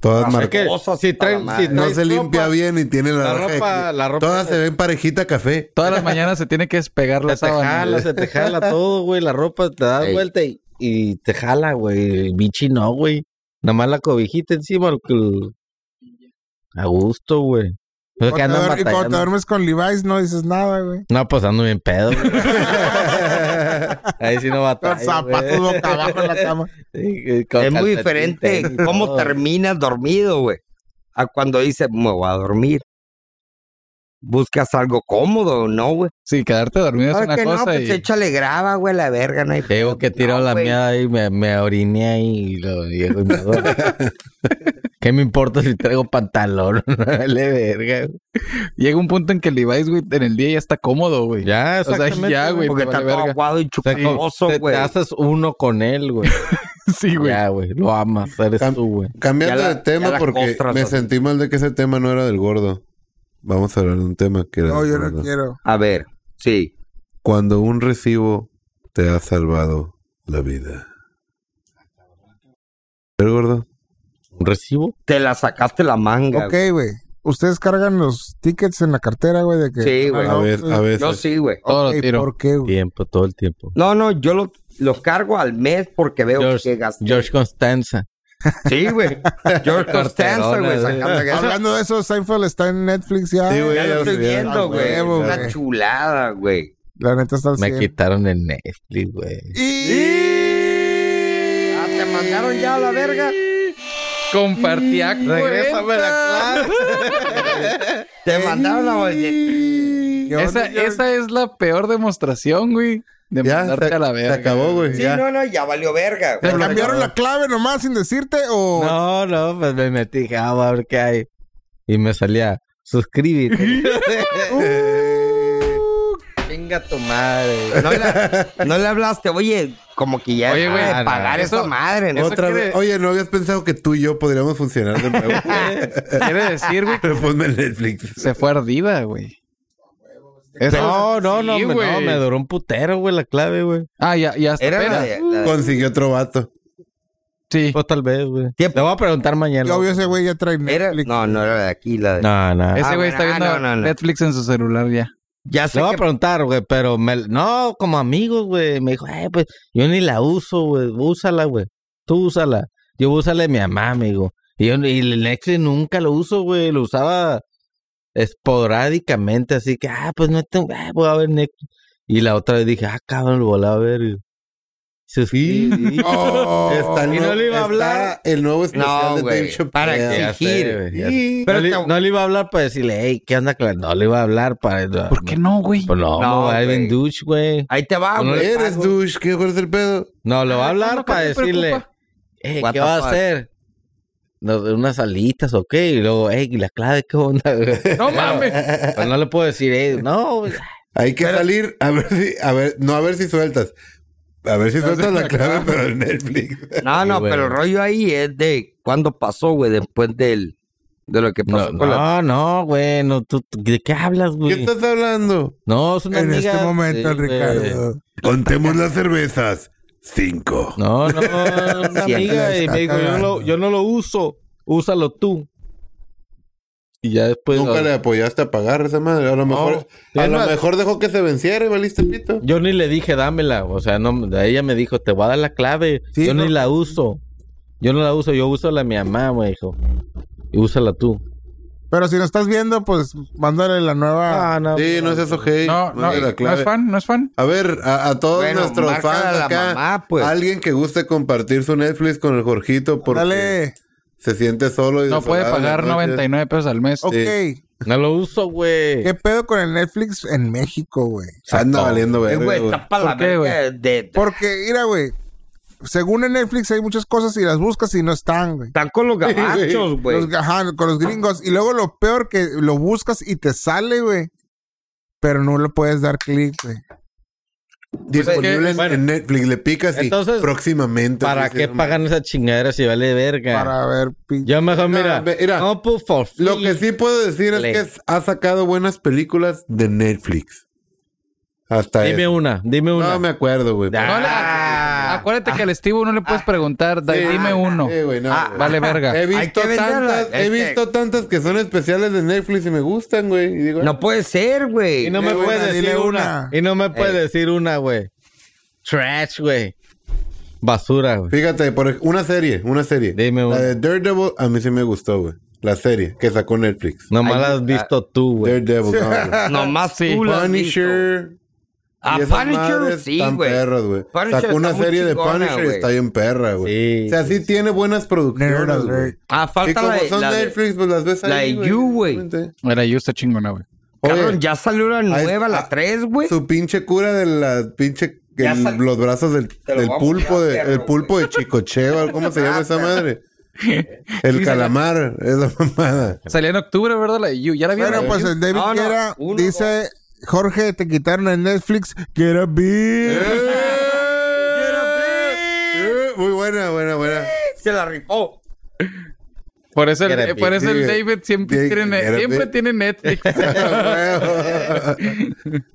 A: Todas
D: Es
A: marcas.
D: que
B: Cosas
D: si
B: a la
D: trae,
B: madre.
D: si
A: No
D: traes
A: se
D: ropa,
A: limpia bien y tiene la,
D: La ropa, la ropa.
A: Todas se ven parejita café.
E: Todas las mañanas se tiene que despegar la
D: Se te
E: sábana.
D: jala,
E: güey.
D: se te jala todo, güey. La ropa te das
B: Ey.
D: vuelta y, y te jala, güey. El bichi no, güey. Nada más la cobijita encima. el- el- A gusto, güey. O sea, que andan
C: Cuando te duer- y cuando te
D: batallando.
C: duermes con Levi's no dices nada, güey.
D: No, pues ando bien pedo. güey. Ahí sí no batalla.
C: Con zapatos
D: güey.
C: boca abajo en la cama.
D: Sí, con
B: Es muy
D: calcetín,
B: diferente
D: tenis,
B: cómo
D: todo.
B: terminas dormido, güey. A cuando dices, me voy a dormir. Buscas algo cómodo, ¿no, güey?
E: Sí, quedarte dormido es
B: Ahora
E: una
B: que
E: cosa
B: no, pues
E: y
B: échale grava, güey, la verga, no hay
D: Llego que tiro
B: No,
D: la
B: güey.
D: mierda y me, me oriné ahí y lo llego y me duermo. ¿Qué me importa si traigo pantalón? Le verga. güey.
E: llega un punto en que el device, güey, en el día ya está cómodo, güey.
D: Ya,
E: O sea,
D: exactamente.
E: ya, güey,
D: O
B: Porque
E: te vale
B: está todo
E: verga.
B: aguado y
D: sea, como-
B: chuposo,
D: te, te
B: güey.
D: haces uno con él, güey.
E: Sí, güey.
D: Ya, güey. Lo amas, eres
A: Cam-
D: tú, güey.
A: Cambiando
B: Ya la-
A: de tema
B: ya la
A: porque
B: costras
A: me
B: así.
A: sentí mal de que ese tema no era del gordo. Vamos a hablar de un tema que era
C: No,
A: del
C: yo no
A: gordo.
C: quiero.
B: A ver, sí.
A: Cuando un recibo te ha salvado la vida. ¿El gordo?
D: ¿Un recibo?
B: Te la sacaste la manga.
C: Ok, güey. Ustedes cargan los tickets en la cartera, güey, de que. pues,
B: Sí, güey.
A: A ver, a
B: güey.
A: ver.
B: Yo sí, güey.
E: Todo
C: Ey,
E: lo tiro.
C: ¿Por qué, güey?
D: Tiempo, todo el tiempo.
B: No, no, yo lo, lo cargo al mes porque veo que
D: George,
B: gasté.
D: George Constanza.
B: Sí, güey. George Costanza, güey, sacando gas.
C: Hablando de eso, Seinfeld está en Netflix ya.
A: Sí, güey.
B: Ya lo estoy
A: Ya, ya,
B: viendo, güey. Es
A: huevo,
B: Una
C: güey.
B: chulada, güey.
C: La neta está al
D: Me
C: 100.
D: quitaron el Netflix, güey.
B: Ah, te mandaron ya a la verga.
E: Compartí acto.
D: Regrésame la
B: Te mandaron a
C: ¿Qué onda,
E: Esa,
C: George?
E: esa es la peor demostración, güey. De
A: Ya,
E: mandarte
A: se,
E: a la
A: se
E: verga.
A: acabó, güey.
B: Sí,
A: ya.
B: no, no, ya valió verga.
C: ¿Te
E: Pero la
C: cambiaron
E: acabó.
C: la clave nomás sin decirte o
D: No, no, pues me metí, dije, ah, voy a ver qué hay. Y me salía, suscríbete. Venga tu madre.
B: No le, no le hablaste, oye, como que ya Ah,
E: Oye,
B: es
E: güey,
B: hora de
D: no,
B: pagar
E: eso-
B: esa madre, ¿no?
E: eso-
A: Otra
E: quiere-
A: vez. Oye, ¿no habías pensado que tú y yo podríamos funcionar de nuevo?
E: Quiere decir, güey, que
A: Pero ponme en Netflix.
E: se fue ardida, güey. Eso-
D: No, no, no,
E: sí,
D: me, no,
E: güey.
D: me duró un putero, güey, la clave, güey.
E: Ah, ya, ya hasta
B: Era la
E: apenas.
B: de- la de-
A: Consiguió otro vato.
E: Sí.
D: Pues tal vez, güey.
B: Tiempo.
D: Te voy a preguntar mañana.
C: yo obvio ese güey ya trae
B: era-
C: Netflix.
B: no, no era de aquí, la de.
D: No, no.
E: Ese
B: Ah,
E: güey está
B: bueno, ah,
E: viendo
B: no, no, no.
E: Netflix en su celular ya.
B: Ya
D: Le
B: sé
D: voy
B: que-
D: a preguntar, güey, pero me, no, como amigos, güey. Me dijo, eh, pues yo ni la uso, güey. Úsala, güey. Tú úsala. Yo úsala de mi mamá, amigo. Y, yo, y el Netflix nunca lo uso, güey. Lo usaba esporádicamente, así que, ah, pues no tengo, ah, voy a ver Netflix. Y la otra vez dije, ah, cabrón, lo volé a ver. Y, se- y-
C: Oh,
A: Está el
D: y no
A: nuevo-
D: le iba a
A: está
D: hablar.
A: El nuevo especial
B: No,
A: de
B: güey,
A: Dave Chappelle.
B: para que-
D: Ya sé,
B: Exigir.
D: güey, ya sé.
A: Sí.
B: Pero
D: no, le,
B: te-
D: no le iba a hablar para decirle, hey, ¿qué anda? claro? No le iba a hablar para.
E: ¿Por qué no, güey?
D: Pues
B: No,
D: no, no va a ir
B: güey.
D: en douche, güey.
B: Ahí te va,
D: No,
B: güey.
A: Eres douche, ¿qué cuál es el pedo?
D: No, le va a hablar
E: no,
D: para
E: ¿qué te
D: decirle,
E: preocupa?
D: eh,
B: What
D: ¿qué
B: the
D: va
B: fuck?
D: a hacer? No, unas alitas o qué, y luego, eh, ¿y la clave qué onda?
E: No mames.
D: Pues no le puedo decir, eh, no, güey.
A: Hay que salir a ver si, a ver, no a ver si sueltas. A ver si sueltas la clave, pero en Netflix.
B: No, no,
D: güey.
B: pero el rollo ahí es de cuándo pasó, güey, después del, de lo que pasó
D: no,
B: con la.
D: no, no, güey, no, tú, tú- ¿de qué hablas,
A: ¿Qué
D: güey?
A: estás hablando?
D: No, es una
C: en
D: amiga,
C: este momento,
D: sí, güey.
C: Ricardo.
A: Contemos las cervezas. Cinco.
D: No, no, es una
B: Siempre
D: amiga, y
C: está
D: me dijo, yo,
C: cagando.
D: lo- yo no lo uso, úsalo tú. Y ya después...
A: Nunca le apoyaste a pagar esa madre. A lo mejor, a
D: pues, Es
A: lo
D: más-
A: mejor dejó que se venciera y valiste pito.
D: Yo ni le dije, dámela. O sea, no, ella me dijo, te voy a dar la clave.
C: Sí,
D: yo
C: no.
D: ni la uso. Yo no la uso, yo uso la de mi mamá, me dijo. Y úsala tú.
C: Pero si nos estás viendo, pues mándale la nueva.
D: Ah, no.
A: Sí, no seas ojete.
E: No, no,
A: Mándale la
E: no
A: clave.
E: es fan, no es fan.
A: A ver, a, a todos
B: Bueno,
A: nuestros
B: márcala
A: fans
B: a la
A: acá,
B: mamá, pues.
A: alguien que guste compartir su Netflix con el Jorgito porque
C: Dale.
A: se siente solo y
E: No puede
A: desolado en las
E: pagar
A: noches.
E: 99 pesos al mes.
C: Ok.
D: No lo uso, güey.
C: ¿Qué pedo con el Netflix en México, güey?
A: Ah, Anda valiendo
B: Eh,
A: verga,
B: güey,
A: güey.
B: está pa' la
E: ¿Por qué, güey?
B: verga de- de-
C: Porque, mira, güey. Según en Netflix hay muchas cosas y las buscas y no están, güey.
B: Están con los gabachos, güey.
C: Los, ajá, con los gringos. Y luego lo peor que lo buscas y te sale, güey. Pero no le puedes dar clic, güey.
A: Disponibles
D: es que, bueno.
A: en Netflix, le picas y
D: Entonces,
A: próximamente.
D: ¿Para
A: dices,
D: qué
A: no,
D: pagan esa chingadera si vale verga?
C: Para ver, pinche.
D: Yo mejor,
A: No,
D: mira.
A: ve- mira,
D: no, pues, for free.
A: Lo que sí puedo decir es
D: Le-
A: que es- ha sacado buenas películas de Netflix. Hasta
D: Dime
A: eso.
D: una, dime una.
A: No me acuerdo, güey.
D: Ah,
E: No la- acuérdate que al Steve no le puedes preguntar, da-
A: Sí,
E: dime
A: ah,
E: uno.
A: eh, güey, no,
B: Ah,
A: güey.
E: Vale verga.
A: He
B: Hay
A: visto
B: que venderla.
A: tantas, he
B: Es que-
A: visto tantas que son especiales de Netflix y me gustan, güey. Y digo,
B: No puede ser, güey.
D: Y no me
C: Dile
D: puedes
C: una,
D: decir
C: dile
D: una.
C: una.
D: Y no me puedes decir una, güey. Trash, güey. Basura, güey.
A: Fíjate, por ej- una serie, una serie.
D: Dime
A: la
D: una.
A: de Daredevil a mí sí me gustó, güey. La serie que sacó Netflix.
D: Nomás la has visto tú, güey.
A: Daredevil. no, güey.
B: Nomás
E: Sí.
B: tú lo has visto.
A: Punisher.
B: Ah,
A: y esas
B: Punisher,
A: madres
B: sí,
A: están
B: güey.
A: perras, güey.
B: Punisher
A: Sacó una
B: está muy
A: serie de
B: chingona,
A: Punisher y
B: güey.
A: está bien perra, güey.
D: Sí,
A: o sea, sí, tiene buenas
C: Nerd
A: producciones, güey.
C: alert.
B: Ah,
A: Y
B: falta
A: como
B: la de,
A: son
B: la de-
A: Netflix, pues las ves ahí,
B: la de You, güey.
A: Exactamente.
E: Era yo, está chingona, güey.
A: Oye,
B: Cabrón, ya salió la
A: ahí
B: nueva,
A: está.
B: la 3, güey.
A: Su pinche cura de la pinche...
B: Ya
A: el-
B: sal-
A: los brazos del,
B: lo
A: del
B: voy a
A: pulpo,
B: poner,
A: de,
B: perro,
A: el pulpo de Chicocheo, ¿cómo se llama esa madre? El calamar, es la mamada.
E: Salía en octubre, ¿verdad? La de You. ¿Ya la vieron?
C: Bueno,
E: la
C: pues
E: de You?
C: el David
B: No, no,
C: Guerra
B: uno,
C: dice: Jorge, te quitaron en Netflix. Get a beer.
A: Eh, Muy buena, buena, buena.
B: Se la rifó.
E: Por eso el,
D: Get a
E: eh, por eso el
A: beer.
E: David siempre,
A: Get-
E: tiene,
A: get a
E: siempre
A: beer.
E: tiene Netflix.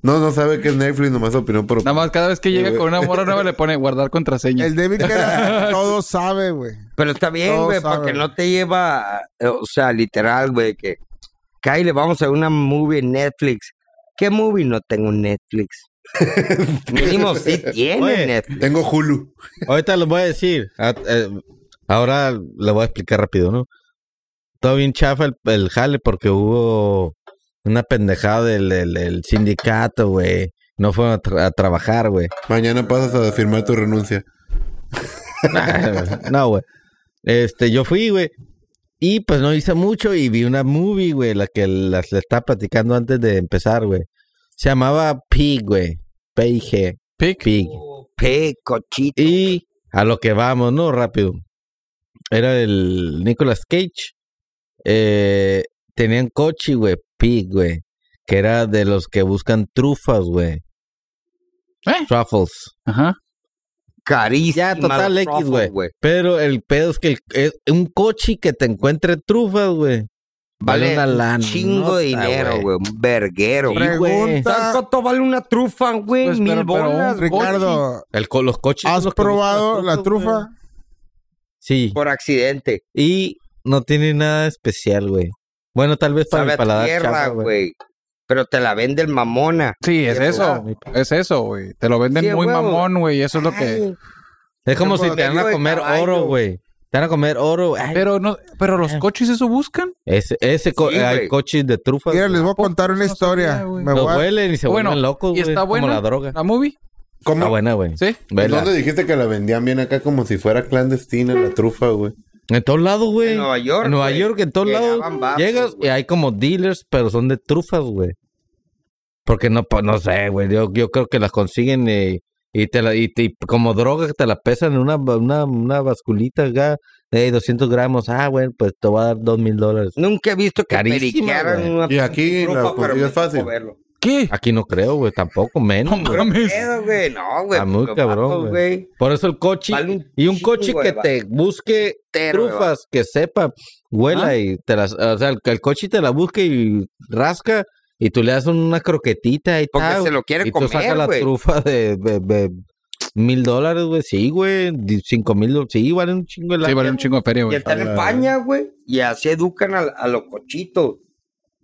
A: no, no sabe que es Netflix, nomás opinó por
E: Nada más cada vez que llega con una morra nueva le pone guardar contraseña.
C: El David Guerra todo sabe, güey.
B: Pero está bien,
C: Todos
B: güey,
C: saben.
B: porque no te lleva, eh, o sea, literal, güey, que Kyle, vamos a ver una movie en Netflix. ¿Qué movie? No tengo Netflix. Mínimo sí tiene
D: Oye.
B: Netflix.
A: Tengo Hulu.
D: Ahorita les voy a decir. Ah, eh, Ahora les voy a explicar rápido, ¿no? Todo bien chafa el, el jale porque hubo una pendejada del, del- del sindicato, güey. No fueron a, tra- a trabajar, güey.
A: Mañana pasas a firmar tu renuncia.
D: no, güey. Este, yo fui, güey. Y pues no hice mucho y vi una movie, güey, la que las, le estaba platicando antes de empezar, güey. Se llamaba Pig, güey. P-I-G.
E: Pick.
D: Pig.
B: Pe, cochito.
D: Y a lo que vamos, ¿no? Rápido. Era el Nicolas Cage. Eh, tenían coche, güey. Pig, güey. Que era de los que buscan trufas, güey.
E: ¿Eh?
D: Truffles.
E: Ajá.
B: Carísima.
D: Ya, total
B: la
D: X,
B: truffle,
D: güey. Pero el pedo es que el- es un coche que te encuentre trufas, güey.
B: Vale,
D: una
B: un
D: lana.
B: chingo de dinero, güey. Un verguero.
D: Sí, güey.
B: ¿Sabes
C: Pregunta,
B: cuánto vale una trufa, güey?
E: Pues,
B: Mil
E: pero- pero un
B: bolas, güey.
C: Ricardo.
D: El co- los coches. son
C: ¿Has
D: los que
C: probado
D: buscan
C: la
D: trufas, güey.
C: trufa?
D: Sí.
B: Por accidente.
D: Y no tiene nada especial, güey. Bueno, tal vez para
B: Sabe
D: mi
B: a
D: paladar.
B: tierra,
D: chafa,
B: güey. Pero te la vende el mamona.
E: Sí, es
B: Sí,
E: eso. Es eso, güey. Te lo venden
B: Sí, a
E: muy
B: huevo.
E: mamón, güey. Eso es lo que.
B: Ay,
D: Es como si
B: Como
D: te van
B: tiro
D: a
B: de
D: comer
B: caballo.
D: oro, güey. Te van a comer oro. Ay,
E: Pero no, pero
B: Ah.
E: los coches eso buscan.
D: ese ese co-
B: Sí,
D: hay
B: güey.
D: coches de trufas.
C: Mira,
D: güey.
C: les voy a contar una
E: No sabía,
C: historia.
E: güey.
C: Me
D: los
C: voy a-
D: huelen y se
E: Bueno,
D: vuelven
B: Pues,
D: locos,
E: y
D: güey.
E: está
D: Como
E: bueno.
D: la droga.
E: La movie,
D: Está
A: ¿Cómo?
D: buena, güey.
E: sí.
D: Vela.
A: ¿Dónde dijiste que la vendían bien acá como si fuera clandestina la trufa, güey?
D: En todos lados, güey.
B: En Nueva York,
D: En Nueva
B: güey.
D: York, en todos
B: Llegaban
D: lados.
B: vatos,
D: Llegas y
B: güey.
D: hay como dealers, pero son de trufas, güey. Porque no, pues, no sé, güey. Yo, yo creo que las consiguen eh, y, te la, y, te- y como droga que te la pesan en una, una, una basculita acá de 200 gramos. Ah, güey, pues te va a dar 2 mil dólares.
B: Nunca he visto que
D: Carísima,
B: periquearan
D: güey.
B: una
A: Y aquí
B: trufa,
A: la
B: pero me
A: consigues fácil.
B: tocó verlo.
E: ¿Qué?
D: Aquí no creo, güey. Tampoco, menos.
E: No
D: güey.
E: mames.
B: Pero, güey, no, güey.
D: Está
B: los
D: muy
B: vatos,
D: cabrón, güey. Por eso el coche.
B: Vale un
D: y un
B: chingo
D: coche
B: de
D: que
B: vato.
D: te busque
B: Entero, güey,
D: trufas, que sepa, huela y te las. O sea, el, el coche te la busque y rasca y tú le das una croquetita y
B: Porque
D: tal.
B: se lo quiere
D: Ah, y tú
B: comer,
D: sacas la
B: güey.
D: trufa de. de- de Mil dólares, güey. Sí, güey. di- Cinco mil. dólares. Sí, vale un chingo de
E: Sí,
D: lana.
E: vale un chingo de feria,
B: Y
E: güey.
B: están
A: A
B: en
A: la
B: paña, güey. Y así educan a, a los cochitos.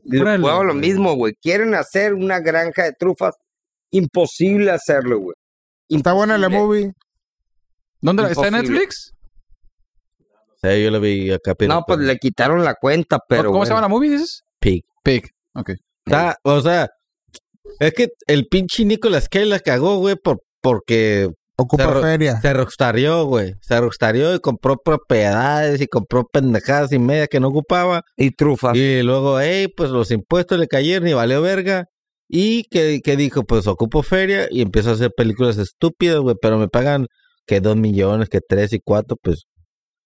B: Y
E: Órale,
B: los huevos lo
E: güey.
B: mismo, güey. Quieren hacer una granja de trufas. Imposible hacerlo, güey.
C: Está buena la movie.
E: ¿Dónde la- está en
B: Imposible.
E: Netflix?
D: Sí, yo lo vi acá. pero-
B: No, pues le quitaron la cuenta, pero.
E: ¿Cómo se llama
B: bueno.
E: la movie, dices?
D: Pig.
E: Pig. Ok.
D: Está- o sea, es que el pinche Nicolas Cage la cagó, güey, por, porque
C: Ocupa
D: Cerro-
C: feria.
D: Se rockstarió, güey. Se rockstarió y compró propiedades y compró pendejadas y media que no ocupaba.
B: Y trufas.
D: Y luego, hey, pues los impuestos le cayeron y valió verga. Y que, que dijo, pues ocupo feria y empiezo a hacer películas estúpidas, güey, pero me pagan que dos millones, que tres y cuatro, pues.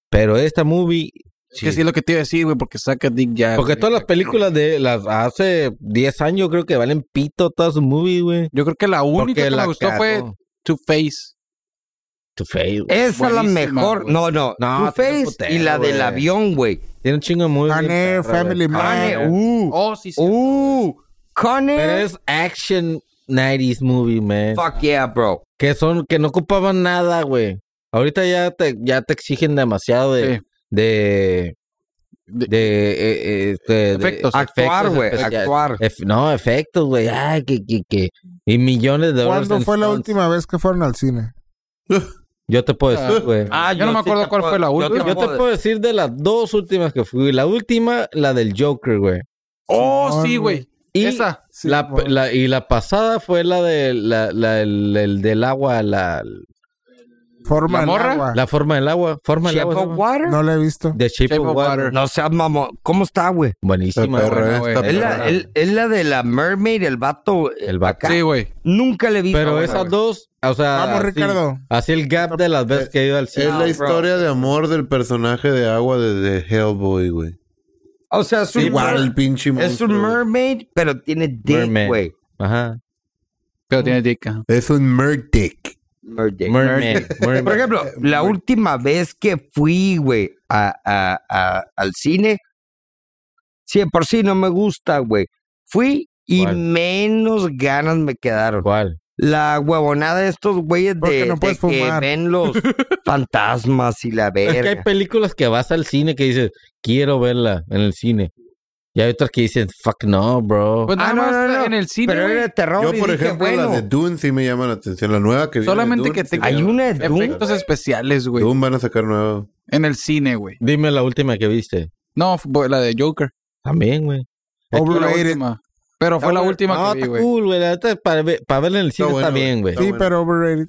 D: Pero esta movie...
E: Es Que sí es lo que te iba a decir, güey, porque saca Dick ya.
D: Porque
E: güey.
D: todas las películas de las hace 10 años creo que valen pito todas sus movies, güey.
E: Yo creo que la única
D: Porque
E: que
D: la
E: me gustó fue
D: cagó.
E: Two Face.
D: Too Faced, güey.
B: Esa es la
E: Buenísima,
B: mejor.
E: güey.
B: No, no.
D: No,
B: Two Face
D: tiene putero,
B: y la del
D: güey.
B: avión, güey.
D: Tiene un chingo de movies.
C: Con
D: bien
C: Air,
D: perras, güey.
C: Family
B: Cane,
C: Man.
B: uh.
E: Oh, sí, sí.
B: Uh. Cane.
D: Pero es action 90s movie, man.
B: Fuck yeah, bro.
D: que son, que no ocupaban nada, güey. Ahorita ya te, ya te exigen demasiado de,
E: Sí.
D: de, de, eh, eh, este, de
E: Efectos. Eh,
B: Actuar,
D: efectos
B: güey,
D: especiales.
B: actuar.
D: Ef- no, efectos, güey. Ay, que, que, que. Y millones de dólares.
C: ¿Cuándo
D: en
C: fue la
D: stunts.
C: última vez que fueron al cine?
D: Yo te puedo decir, güey.
E: Ah, yo no me
B: sí
E: acuerdo
B: te
E: cuál
B: puedo-
E: fue la
B: yo
E: última.
D: Yo te puedo decir de las dos últimas que fui. La última, la del Joker, güey.
E: Oh,
C: Simón,
E: sí,
C: güey.
E: güey.
D: Y
E: Esa.
C: Sí,
D: la,
C: por-
D: la- y la pasada fue la, de, la, la- el, el del agua, la,
C: Forma
E: ¿La
C: del
E: morra?
C: agua.
D: la forma del agua. Forma del
B: Shape
D: agua.
B: of
D: ¿no?
B: Water.
C: No la he visto.
D: De Shape,
E: Shape
D: of
E: of
D: Water.
E: Water.
B: No seas mamón. ¿Cómo está, güey?
D: Buenísima,
A: Está
D: güey.
A: perra,
E: buena,
A: eh,
E: güey.
A: está
B: Es
A: perra.
B: la, el- es la de la mermaid, el vato. eh,
D: El vato.
B: acá.
E: Sí, güey.
B: Nunca le vi.
D: Pero
B: Ahora,
D: esas
B: güey.
D: dos, o sea.
C: Vamos,
D: así-
C: Ricardo.
D: Así el gap de las veces que he ido al
A: Es
D: cine.
A: la historia de amor del personaje de agua de, de Hellboy, güey.
B: O sea, es un,
A: Igual el pinche
B: mer- es
A: monstruo,
B: un
A: güey.
B: mermaid, pero tiene dick,
D: Mermaid.
B: güey.
D: Ajá.
E: Pero tiene ah. dica.
A: Es un merdick.
B: Merdick.
D: Mermaid. Mermaid.
B: Por ejemplo, la última vez que fui, güey, a, a- a- al cine, sí, de por sí no me gusta, güey. Fui y
D: ¿Cuál?
B: menos ganas me quedaron.
D: ¿Cuál?
B: La huevonada de estos güeyes
C: Porque
B: de,
C: no
B: de
C: puedes
B: que
C: fumar.
B: ven los fantasmas y la
D: Es que hay
B: verga.
D: películas que vas al cine que dices, quiero verla en el cine. Y hay otras que dicen, fuck no, bro.
E: Pues nada
B: Ah, no,
E: más
B: no, no.
E: en el cine,
B: Pero
E: güey.
B: era de terror.
A: Yo,
B: y
A: por
B: dije,
A: ejemplo,
B: bueno,
A: la de Dune sí me llama la atención. La nueva que viene. de
E: Solamente
A: Dune,
E: que
A: sí
E: te-
A: me
B: hay
A: llama.
B: una de Doom.
E: Efectos especiales, güey.
A: Dune van a sacar nueva.
E: En el cine, güey.
D: Dime la última que viste.
E: No, fue la de Joker.
D: También, güey.
E: Fue la
C: Overrated.
E: última. Pero fue la última
D: No,
E: que vi,
D: está
E: güey.
D: cool, güey. La neta, Para, ver- para verla en el cine está,
A: buena, güey.
D: bien, güey.
A: Está
C: Sí,
A: buena.
C: pero overrated.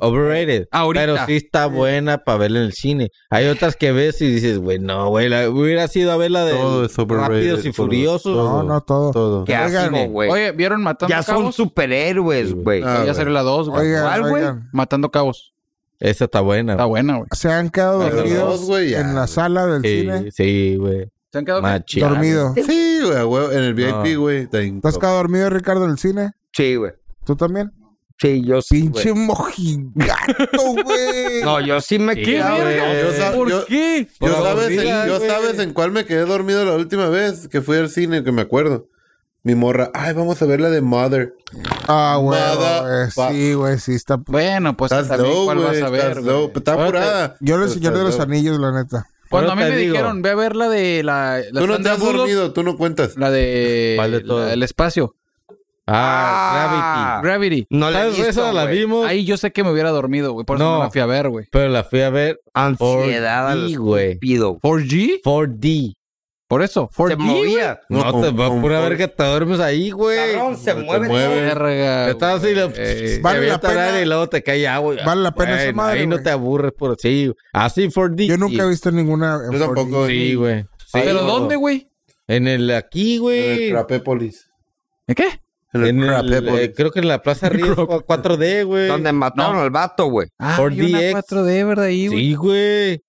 D: Overrated.
E: Ahorita.
D: Pero sí está buena para verla en el cine. Hay otras que ves y dices, güey, no, güey. la- Hubiera sido a verla de
A: Todo es overrated,
D: Rápidos y
A: todo,
D: Furiosos.
A: todo.
C: No, no todo.
A: Todo.
B: Qué
C: Oigan,
B: asco, güey.
E: Oye, ¿vieron Matando
B: Ya son
E: Cabos?
B: superhéroes, güey.
A: Ah,
E: ya
A: güey.
E: salió la 2, güey.
C: Oigan,
B: ¿Cuál, güey?
C: oigan,
E: Matando Cabos.
D: Esa está buena.
E: Está buena, güey.
C: se han quedado
A: Pero
C: dormidos
A: dos, güey, ya,
C: en la
A: güey.
C: sala del
D: Sí,
C: cine.
D: sí, güey.
E: ¿Se han quedado?
D: Machín.
C: Dormido.
A: Sí, güey, a huevo, en el VIP,
D: No.
A: güey. está
C: ¿Tú has quedado dormido, Ricardo, en el cine?
B: Sí, güey.
C: ¿Tú también?
B: Sí, yo sí. güey.
C: Pinche mojigato, güey.
B: No, yo sí me he
D: Sí,
B: quedado.
D: güey.
A: Yo sab-
E: ¿Por
A: yo-
E: qué?
A: Yo,
D: Por
A: sabes,
D: aburrida,
A: en, yo
D: güey.
A: sabes en cuál me quedé dormido la última vez que fui al cine, que me acuerdo. Mi morra, ay, vamos a ver la de Mother.
C: Ah, güey,
A: Nada,
C: güey.
A: pa-
C: Sí, güey, sí está.
E: Bueno, pues
A: Estás
E: también
A: low,
E: cuál
A: güey.
E: vas a ver.
A: Estás low.
E: güey.
A: Está
D: Ahora te-
A: apurada.
C: Yo el señor de los
A: Estás low.
C: anillos, la neta.
E: Cuando a mí
D: Ahora
E: me
D: te digo.
E: dijeron, ve a ver la de la... la
A: Tú no te
E: Sandra
A: has
E: Bullock,
A: dormido, tú no cuentas.
E: La de...
D: ¿Cuál de todas?
E: la- el espacio.
D: Ah,
B: Ah.
E: Gravity.
B: No la he
D: Gravity. ¿Sabes?
B: visto,
D: Esa la
B: güey.
D: vimos,
E: Ahí yo sé que me hubiera dormido, güey. Por eso
D: No.
E: no la fui a ver, güey.
D: pero la fui a ver
B: Ansiedad a lo
D: 4D, güey.
B: estúpido.
E: 4G?
D: 4D.
E: Por eso.
B: Se
E: 4G.
B: movía.
A: No,
D: No, te
A: con-
D: va
A: con-
D: a pura ver que te duermes ahí, güey.
B: Cabrón, se
A: te
B: mueve.
A: mueve.
B: todo.
E: Verga,
D: Te estás así,
E: Ah, güey.
D: lo-
E: Eh,
C: Vale
D: te
C: la
D: avienta el aire
C: pena-
D: y luego te cae agua.
C: vale la pena esa
D: Bueno,
C: madre,
D: Ahí no
C: güey.
D: te aburres por sí. Así 4D.
C: Yo nunca he visto ninguna. en
A: Yo
C: 4D.
A: tampoco.
D: Sí, güey. Sí,
E: ¿Pero
D: güey.
E: dónde, güey?
D: En el aquí,
A: En
D: güey.
A: el Crapépolis.
E: ¿En qué?
A: En
D: En
A: el
D: el-
A: Crapépolis.
D: eh, creo que en la Plaza Río 4D, güey.
B: Donde mataron al vato, güey.
E: Ah,
D: Por
E: hay una
D: DX.
E: 4D, ¿verdad? Ahí, güey.
D: Sí, güey.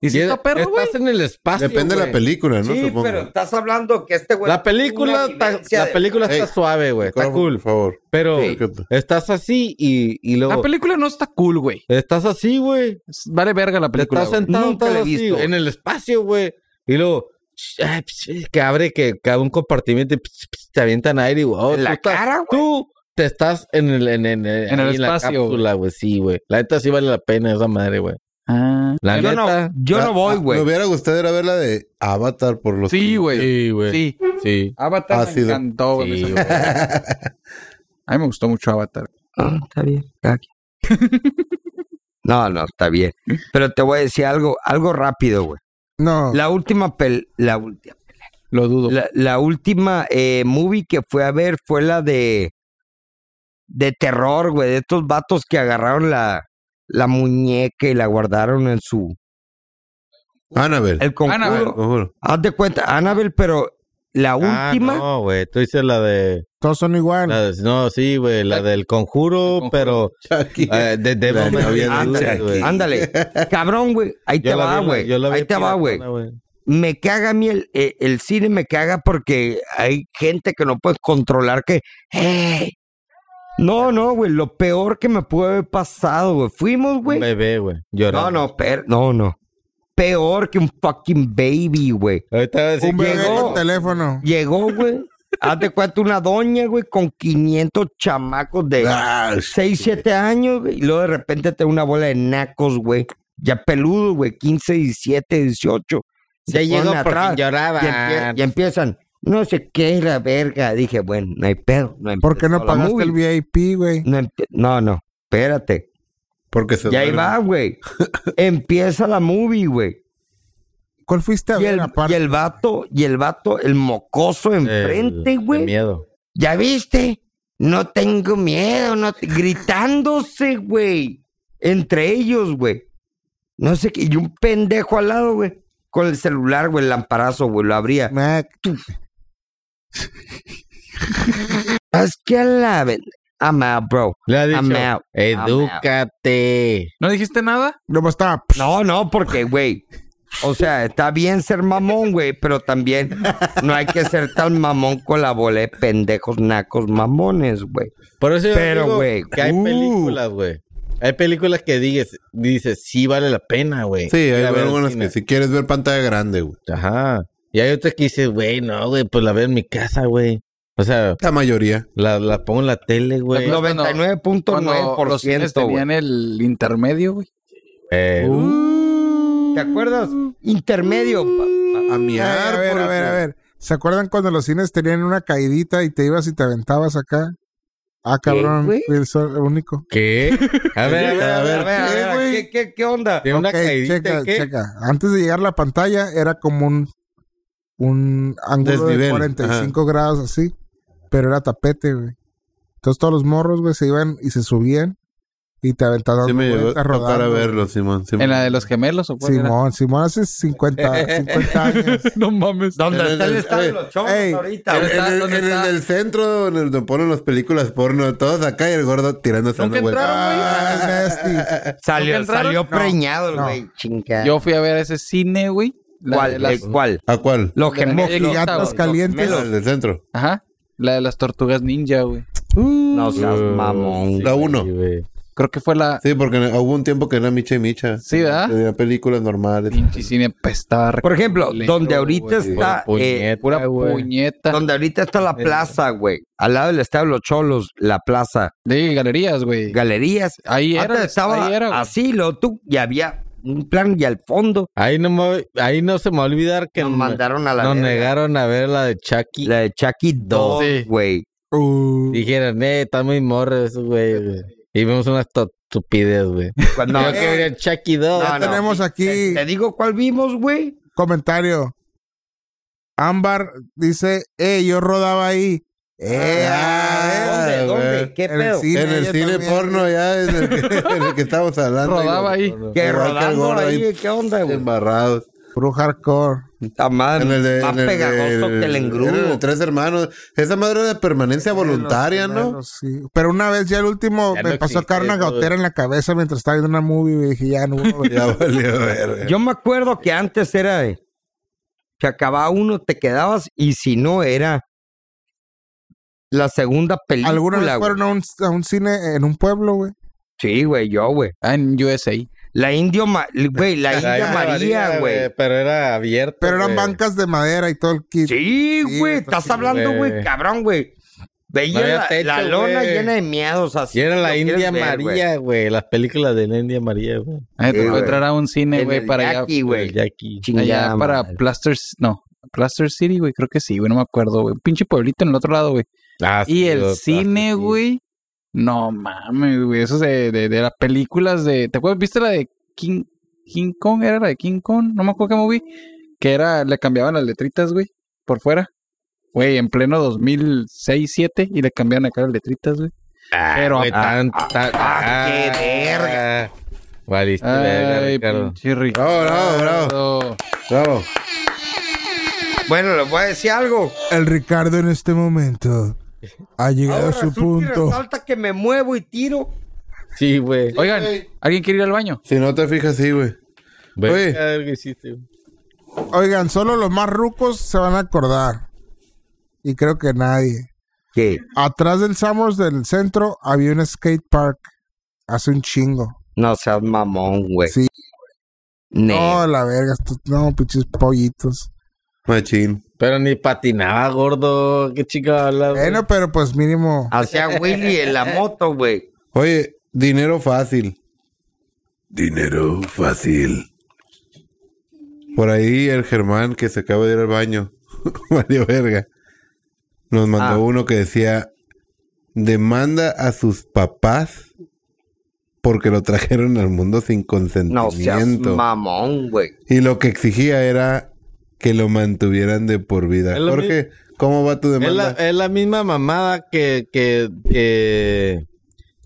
E: ¿Y si
D: Y
E: está
D: es-
E: perro, güey?
D: Estás en el espacio.
A: Depende de la
D: güey.
A: película, ¿no?
B: sí,
A: Supongo.
B: pero estás hablando que este güey.
D: La película,
B: Una
D: está,
B: vivencia
D: la
B: de-
D: película está
A: Ey,
D: suave, güey. Está
A: Micrófono,
D: cool.
A: Por favor.
D: Pero
B: Sí.
D: estás así y, y
E: La
D: luego.
E: película no está cool, güey.
D: Estás así, güey.
E: Vale verga la película,
D: Estás
E: güey.
D: sentado,
B: Nunca
D: estás
B: la he
D: así,
B: visto.
D: en el espacio, güey. Y luego. sh- ay, psh, Que abre, que, que abre un compartimiento y psh, psh, te avientan aire y wow,
B: En la
D: tú estás-
B: cara, güey.
D: Tú te estás en el, en, en, en,
E: En el
D: ahí la
E: espacio,
D: cápsula, güey. Sí, güey. La neta sí vale la pena esa madre, güey.
E: Ah.
D: La
B: Yo
D: neta.
B: no, yo no voy,
A: Me
B: güey.
A: hubiera gustado ir a ver la de Avatar por los.
E: Sí, güey.
D: Sí, güey. Sí.
E: Sí. Avatar
B: Ah,
E: me
A: Ácido.
E: encantó, güey.
D: Sí,
E: Me-
D: güey.
E: A mí me gustó mucho Avatar.
B: Ah, está bien. cada quien. No, no, está bien. Pero te voy a decir algo, algo rápido, güey.
C: No.
B: La última pel, la última,
E: Lo dudo.
B: la, la última eh, movie que fue a ver fue la de de terror, güey, de estos vatos que agarraron la la muñeca y la guardaron en su
A: Annabelle.
B: el conjuro.
E: Annabelle.
A: Te juro.
B: Haz de cuenta, Annabel, pero la
D: Ah,
B: última
D: no, güey. Tú dices la de.
C: Todos son igual.
D: La de- no, sí, güey, la del conjuro,
E: El conjuro.
D: pero
A: Chucky.
D: eh, de
A: La
D: Devil May
A: novia de
D: Cry,
A: Chucky.
D: güey.
B: Ándale, cabrón, güey. Ahí
D: Yo
B: te
D: la
B: va,
D: vi-
B: güey.
D: yo la vi
B: Ahí te va, güey.
D: piratona,
B: Me caga a mí el, eh, el cine, me caga porque hay gente que no puede controlar que... ¡Eh! No, no, güey. Lo peor que me pudo haber pasado, güey. Fuimos,
D: Un
B: güey.
D: bebé, güey. Llorando.
B: No, no, per- no, no. Peor que un fucking baby, güey.
D: Ahorita voy a decir
C: Un bebé
D: que-
B: llegó.
C: con teléfono.
B: Llegó, güey. Hazte cuenta una doña, güey, con 500 chamacos de
A: Ah,
B: 6, 7 años, güey, y luego de repente te da una bola de nacos, güey. Ya peludos, güey, 15, 17, 18.
D: Ya
B: Se
D: llegó
B: ponen
D: porque
B: atrás
D: lloraba.
B: y, empie- y empiezan, no sé qué, la verga. Dije, bueno, no hay pedo. No
C: ¿Por qué no
B: empezó la
C: pagaste
B: movie.
C: el VIP, güey?
B: No, empe- no, no, espérate.
A: porque se
B: Y ahí
A: duerme.
B: va, güey. Empieza la movie, güey.
C: ¿Cuál fuiste a
B: Y
C: ver
B: el, y
C: aparte?
B: el vato, y el vato, el mocoso enfrente,
D: De
B: güey.
D: Eh, miedo.
B: ¿Ya viste? No tengo miedo, no te- gritándose, güey. Entre ellos, güey. No sé qué. Y un pendejo al lado, güey. Con el celular, güey, el lamparazo, güey, lo abría.
C: Mac,
B: Es que a la vez. I'm out, bro.
D: Le ha dicho,
B: I'm out. I'm out.
D: edúcate.
E: ¿No dijiste nada?
C: luego estaba.
B: No, no, porque, güey. O sea, está bien ser mamón, güey, pero también no hay que ser tan mamón con la bola de pendejos nacos mamones, güey.
D: Por eso yo
B: Pero,
D: digo
B: güey,
D: que hay
B: uh.
D: películas, güey. Hay películas que dices, dices, sí vale la pena, güey.
A: Sí, hay
D: Ir a ver al
A: algunas
D: cine.
A: que si quieres ver pantalla grande, güey.
D: Ajá. Y hay otras que dices, güey, no, güey, pues la veo en mi casa, güey. O sea,
A: La mayoría.
D: la, la pongo en la tele, güey.
E: No, cuando- Cuando los cines
B: 99.9%, güey.
E: tenían el intermedio, güey.
D: Eh,
B: uh, ¿Te acuerdas? Intermedio. pa-
A: A
C: Ay,
A: miar,
C: a ver, a
A: porque-
C: ver, a ver. ¿Se acuerdan cuando los cines tenían una caidita y te ibas y te aventabas acá? Ah, cabrón,
B: güey?
C: el sol- el único.
D: ¿Qué? A ver, a ver,
B: pa-
D: a ver.
B: a ver, a ver,
C: güey?
B: ¿qué, qué, qué onda?
D: Tiene una
C: Ok,
D: caidita,
C: checa,
D: ¿qué?
C: checa. Antes de llegar a la pantalla era como un, un ángulo de
A: Desnivel,
C: 45 grados así, pero era tapete, güey. Entonces todos los morros, güey, se iban y se subían y te aventaban
A: Sí me llegó a
C: vueltas
A: tocar a
C: rodando.
A: verlo, Simón. Simón.
E: En la de los gemelos o cuál era?
C: Simón, Simón hace 50, 50 años.
E: no
A: En
E: mames.
B: ¿Dónde está el
A: el-
B: estadio de
A: eh,
B: los chomos
C: ey,
B: ahorita?
A: En-
B: güey?
A: en- en-
E: ¿Dónde
A: en
E: está?
A: el centro donde ponen las películas porno, todos acá y el gordo tirándose
E: Nunca
A: una vuelta.
E: entraron, güey.
C: Ah, nasty.
B: Salió,
E: entraron?
B: salió
E: No,
B: preñado, el
C: no.
B: güey. Chinga.
E: Yo fui a ver ese cine, güey. La de
B: ¿Cuál?
E: las-
B: eh, ¿Cuál?
A: ¿A cuál?
B: Los
E: de la
B: gemelos.
E: negrita,
B: los-
E: gatos
B: los
C: calientes.
B: gemelos.
A: El del centro.
E: Ajá. La de las tortugas ninja, güey.
B: No seas mamón.
A: La uno.
D: Sí, güey.
E: Creo que fue la
A: Sí, porque hubo un tiempo que era Micha y Micha.
E: Sí, ¿verdad?
A: Tenía películas normales.
E: pinche cine pues, pestaba.
B: Por ejemplo, donde ahorita está... eh,
D: Puñeta,
E: Pura
D: güey.
E: puñeta.
B: donde ahorita está la plaza, güey. Al lado del estadio de los cholos, la plaza.
E: De galerías, güey.
B: Galerías.
E: Ahí era.
B: Antes Ah, estaba
E: ahí era, güey.
B: así, lo tú. Y había un plan y al fondo
D: Ahí no, me- ahí no se me va a olvidar que
B: nos
D: me-
B: mandaron a la
D: nos
B: verga.
D: negaron a ver la de Chucky.
B: La de Chucky 2,
D: Sí.
B: güey.
C: Uh,
D: Dijeron, eh, está muy morro eso, güey. güey". Y vimos unas to- estupidez, güey.
B: Cuando-
D: No, que ver Chucky 2.
B: No,
C: ya
B: no.
C: tenemos
B: Te,
C: aquí
B: te digo cuál vimos, güey.
C: comentario. Ámbar dice, eh, yo rodaba ahí. Eh, ah,
B: ¿Dónde?
A: eh,
B: ¿Dónde?
A: güey.
B: ¿Qué
C: En el
B: pedo?
C: cine,
A: en el
C: yo
A: cine
C: también,
A: porno
C: güey.
A: ya, en el que, en el que estábamos hablando.
E: Rodaba ahí.
B: Que
A: Igual que el
B: rodando
A: gordo
B: ahí,
A: ahí.
B: ¿qué onda,
A: güey,
B: güey?
A: Embarrados.
C: Puro hardcore.
B: Está más,
A: En el de,
B: más
A: en el de-
B: pegajoso que el
A: era el de
B: engrudo.
A: tres hermanos. Esa madre era de permanencia voluntaria,
C: Los
A: ¿no?
C: primeros, sí. Pero una vez ya el último
D: Ya
C: me
D: no
C: pasó
D: existe
C: acá una
D: eso,
C: gautera en la cabeza mientras estaba viendo una movie y dije, ya no. voy a ver.
A: Ya valió ver.
B: Yo me acuerdo que antes era de. Se acababa uno, te quedabas, y si no, era la segunda película.
C: Alguna vez
B: güey.
C: fueron a un, a un cine en un pueblo, güey.
B: Sí, güey, yo, güey.
E: Ah, en USA.
B: La indio, Ma- güey, la
D: Ay,
B: india María, güey.
D: Pero era abierto.
C: Pero eran
D: güey.
C: bancas de madera y todo el kit.
B: Sí,
C: Sí,
B: güey,
C: está
B: estás
C: chido,
B: hablando, güey,
D: güey.
B: cabrón, güey. Veía
D: No había
B: la,
D: techo,
B: la lona
D: güey.
B: llena de miados así.
D: Y era
B: lo
D: la
B: quieres
D: India
B: ver, güey.
D: María, güey. Las películas de la India María, güey.
E: Ahí
B: Sí,
E: te
B: güey.
E: entrar a Ah, un cine,
B: En
E: güey,
B: el
E: para allá.
B: Yaqui, güey.
D: El Jackie.
B: Chingada
E: allá para
B: madre.
E: Plaster, no, Plaster City, güey, creo que sí, güey, no me acuerdo, güey. Pinche pueblito en el otro lado, güey.
D: Ah,
E: Y
D: sí,
E: el
D: los- ah,
E: cine,
D: sí.
E: güey. No mames, güey, eso de, de, de las películas de, ¿te acuerdas? ¿Viste la de King, King Kong? ¿Era la de King Kong? No me acuerdo qué movie. Que era, le cambiaban las letritas, güey, por fuera. Güey, en pleno 2006, 7 y le cambiaban acá las letritas, güey.
D: Ah,
E: Pero-
D: güey,
E: ah,
D: tan-
B: ah,
D: tan-
B: ah, qué verga.
D: Valiste, verga,
E: Ay,
D: Ricardo.
E: pinche rico.
A: Bravo, bravo, bravo. bravo.
B: Bueno, les voy a decir algo.
C: El Ricardo en este momento ha llegado
B: Ahora
C: a su
B: resulta y
C: punto.
B: resalta que me muevo y tiro.
D: Sí, güey.
E: Oigan, ¿alguien quiere ir al baño?
A: Si no te fijas, sí, güey.
D: Güey,
A: Oye.
D: a ver qué hiciste, güey.
C: Oigan, solo los más rucos se van a acordar. Y creo que nadie.
B: ¿Qué?
C: Atrás del Summers del centro había un skate park. Hace un chingo.
B: No seas mamón, güey.
C: Sí.
B: Ne-
C: Oh, No, la verga. esto- No, pinches pollitos.
A: Machín.
D: Pero ni patinaba, gordo. Qué chica hablas, güey.
C: Bueno, pero pues mínimo.
B: Hacía Willy en la moto, güey.
A: Oye, dinero fácil. Dinero fácil. Por ahí el Germán que se acaba de ir al baño. Mario Verga. Nos mandó
B: Ah.
A: uno que decía: Demanda a sus papás porque lo trajeron al mundo sin
B: No seas
A: consentimiento.
B: mamón, güey.
A: y lo que exigía era que lo mantuvieran de por vida.
D: Es lo
A: Jorge, ¿cómo va tu
D: Es la,
A: demanda?
D: es la misma mamada que, que, que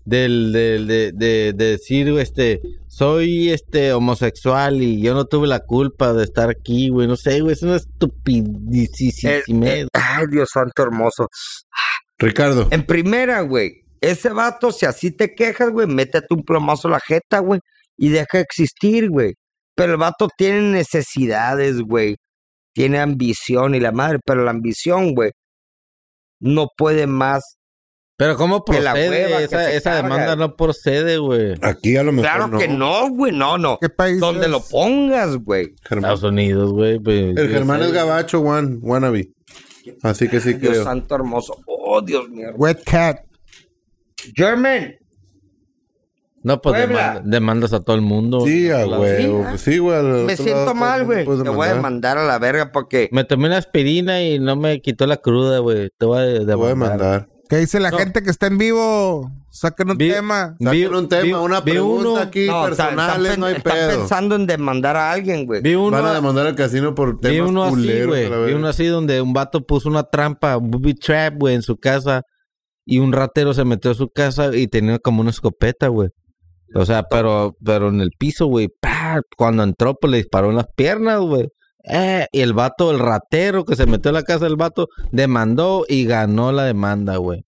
D: del, del- de, de- de decir, este, soy este homosexual y yo no tuve la culpa de estar aquí, güey. No sé, güey, es
B: Eh, eh,
D: una estupidísima.
B: ay, Dios santo hermoso.
A: Ricardo.
B: En primera, güey, ese vato, si así te quejas, güey, métete un plomazo a la jeta, güey, y deja de existir, güey. Pero el vato tiene necesidades, güey. Tiene ambición y la madre, pero la ambición, güey, no puede más.
D: Pero ¿cómo
B: que la hueva
D: procede?
B: que
D: Esa,
B: se
D: esa
B: carga.
D: demanda no procede, güey.
A: Aquí a lo mejor.
B: Claro que no, güey, no, no.
C: ¿Qué país?
B: Donde
C: es?
B: lo pongas, güey.
A: Germán.
D: Estados Unidos, güey. pues,
A: El
D: yo
A: Germán
D: sé,
A: es gabacho, Juan, wannabe. Así que sí
B: Dios
A: creo.
B: santo hermoso. Oh, Dios mío.
C: Wet Cat.
B: German,
D: No, pues
B: Puebla.
D: demanda- demandas a todo el mundo.
A: Sí, a huevo.
B: Sí,
A: pues Sí, güey. al
B: me
A: otro
B: siento
A: lado,
B: mal,
A: no
B: güey.
A: puedes
B: Te voy a
A: demandar.
B: mandar a la verga porque
D: Me tomé una aspirina y no me quitó la cruda, güey. Te voy a
A: Te voy a
D: demandar.
A: mandar.
C: ¿Qué dice la gente que está en vivo? Saquen un
D: Vi-
C: tema.
D: Vi-
A: Saquen un tema,
D: vi-
A: una
D: vi
A: pregunta
D: uno-
A: aquí, personales,
B: están,
A: no hay
B: están
A: pedo.
B: pensando en demandar a alguien, güey.
D: Vi uno
A: Van a demandar al casino por
D: Vi
A: temas
D: uno así,
A: culeros.
D: güey.
A: a la
D: Vi
A: verga.
D: uno así donde un vato puso una trampa, un booby trap, güey, en su casa. Y un ratero se metió a su casa y tenía como una escopeta, güey. O sea, pero, pero en el piso, güey. ¡pa! Cuando entró, pues le disparó en las piernas, güey. Eh, y el vato, el ratero que se metió a la casa del vato, demandó y ganó la demanda, güey.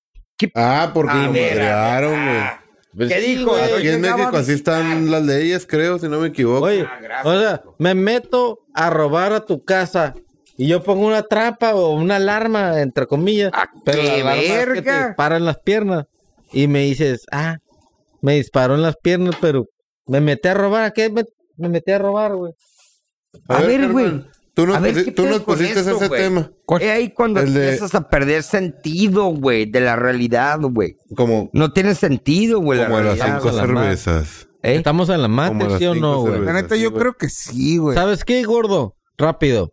A: Ah, porque
B: A
A: lo
B: ver,
A: madrearon, güey.
B: Ah,
D: Pues
B: ¿Qué
D: sí,
B: dijo? Ah.
D: güey.
B: Yo
A: Aquí en
B: llegaba
A: México
B: a
A: así están las leyes, creo, si no me equivoco.
D: Oye,
B: ah,
D: o sea, me meto a robar a tu casa y yo pongo una trampa o una alarma, entre comillas,
B: ¡Ah,
D: pero la
B: qué
D: alarma es que te
B: verga!
D: dispara en las piernas y me dices, ah, me disparó en las piernas, pero me metí a robar, ¿a qué me, me metí a robar, güey?
B: a ver, güey.
A: Carmen, Tú nos,
B: A ver,
A: pusi-
B: ¿qué
A: tú
B: pedo
A: nos
B: con
A: pusiste
B: esto,
A: ese
B: güey?
A: tema.
E: ¿Cuál?
B: Es ahí cuando
A: El de-
B: empiezas a perder sentido, güey, de la realidad, güey.
A: Como,
B: No tiene sentido, güey, la
A: como a las
B: realidad.
A: cinco
D: a la madre.
A: cervezas.
B: ¿eh?
D: Estamos en la
A: Como
D: mate,
A: las
D: ¿sí o
A: cinco
D: no, güey?
A: cervezas.
C: La neta,
A: sí,
C: yo
A: güey.
C: creo que sí, güey.
D: ¿Sabes qué, gordo? Rápido.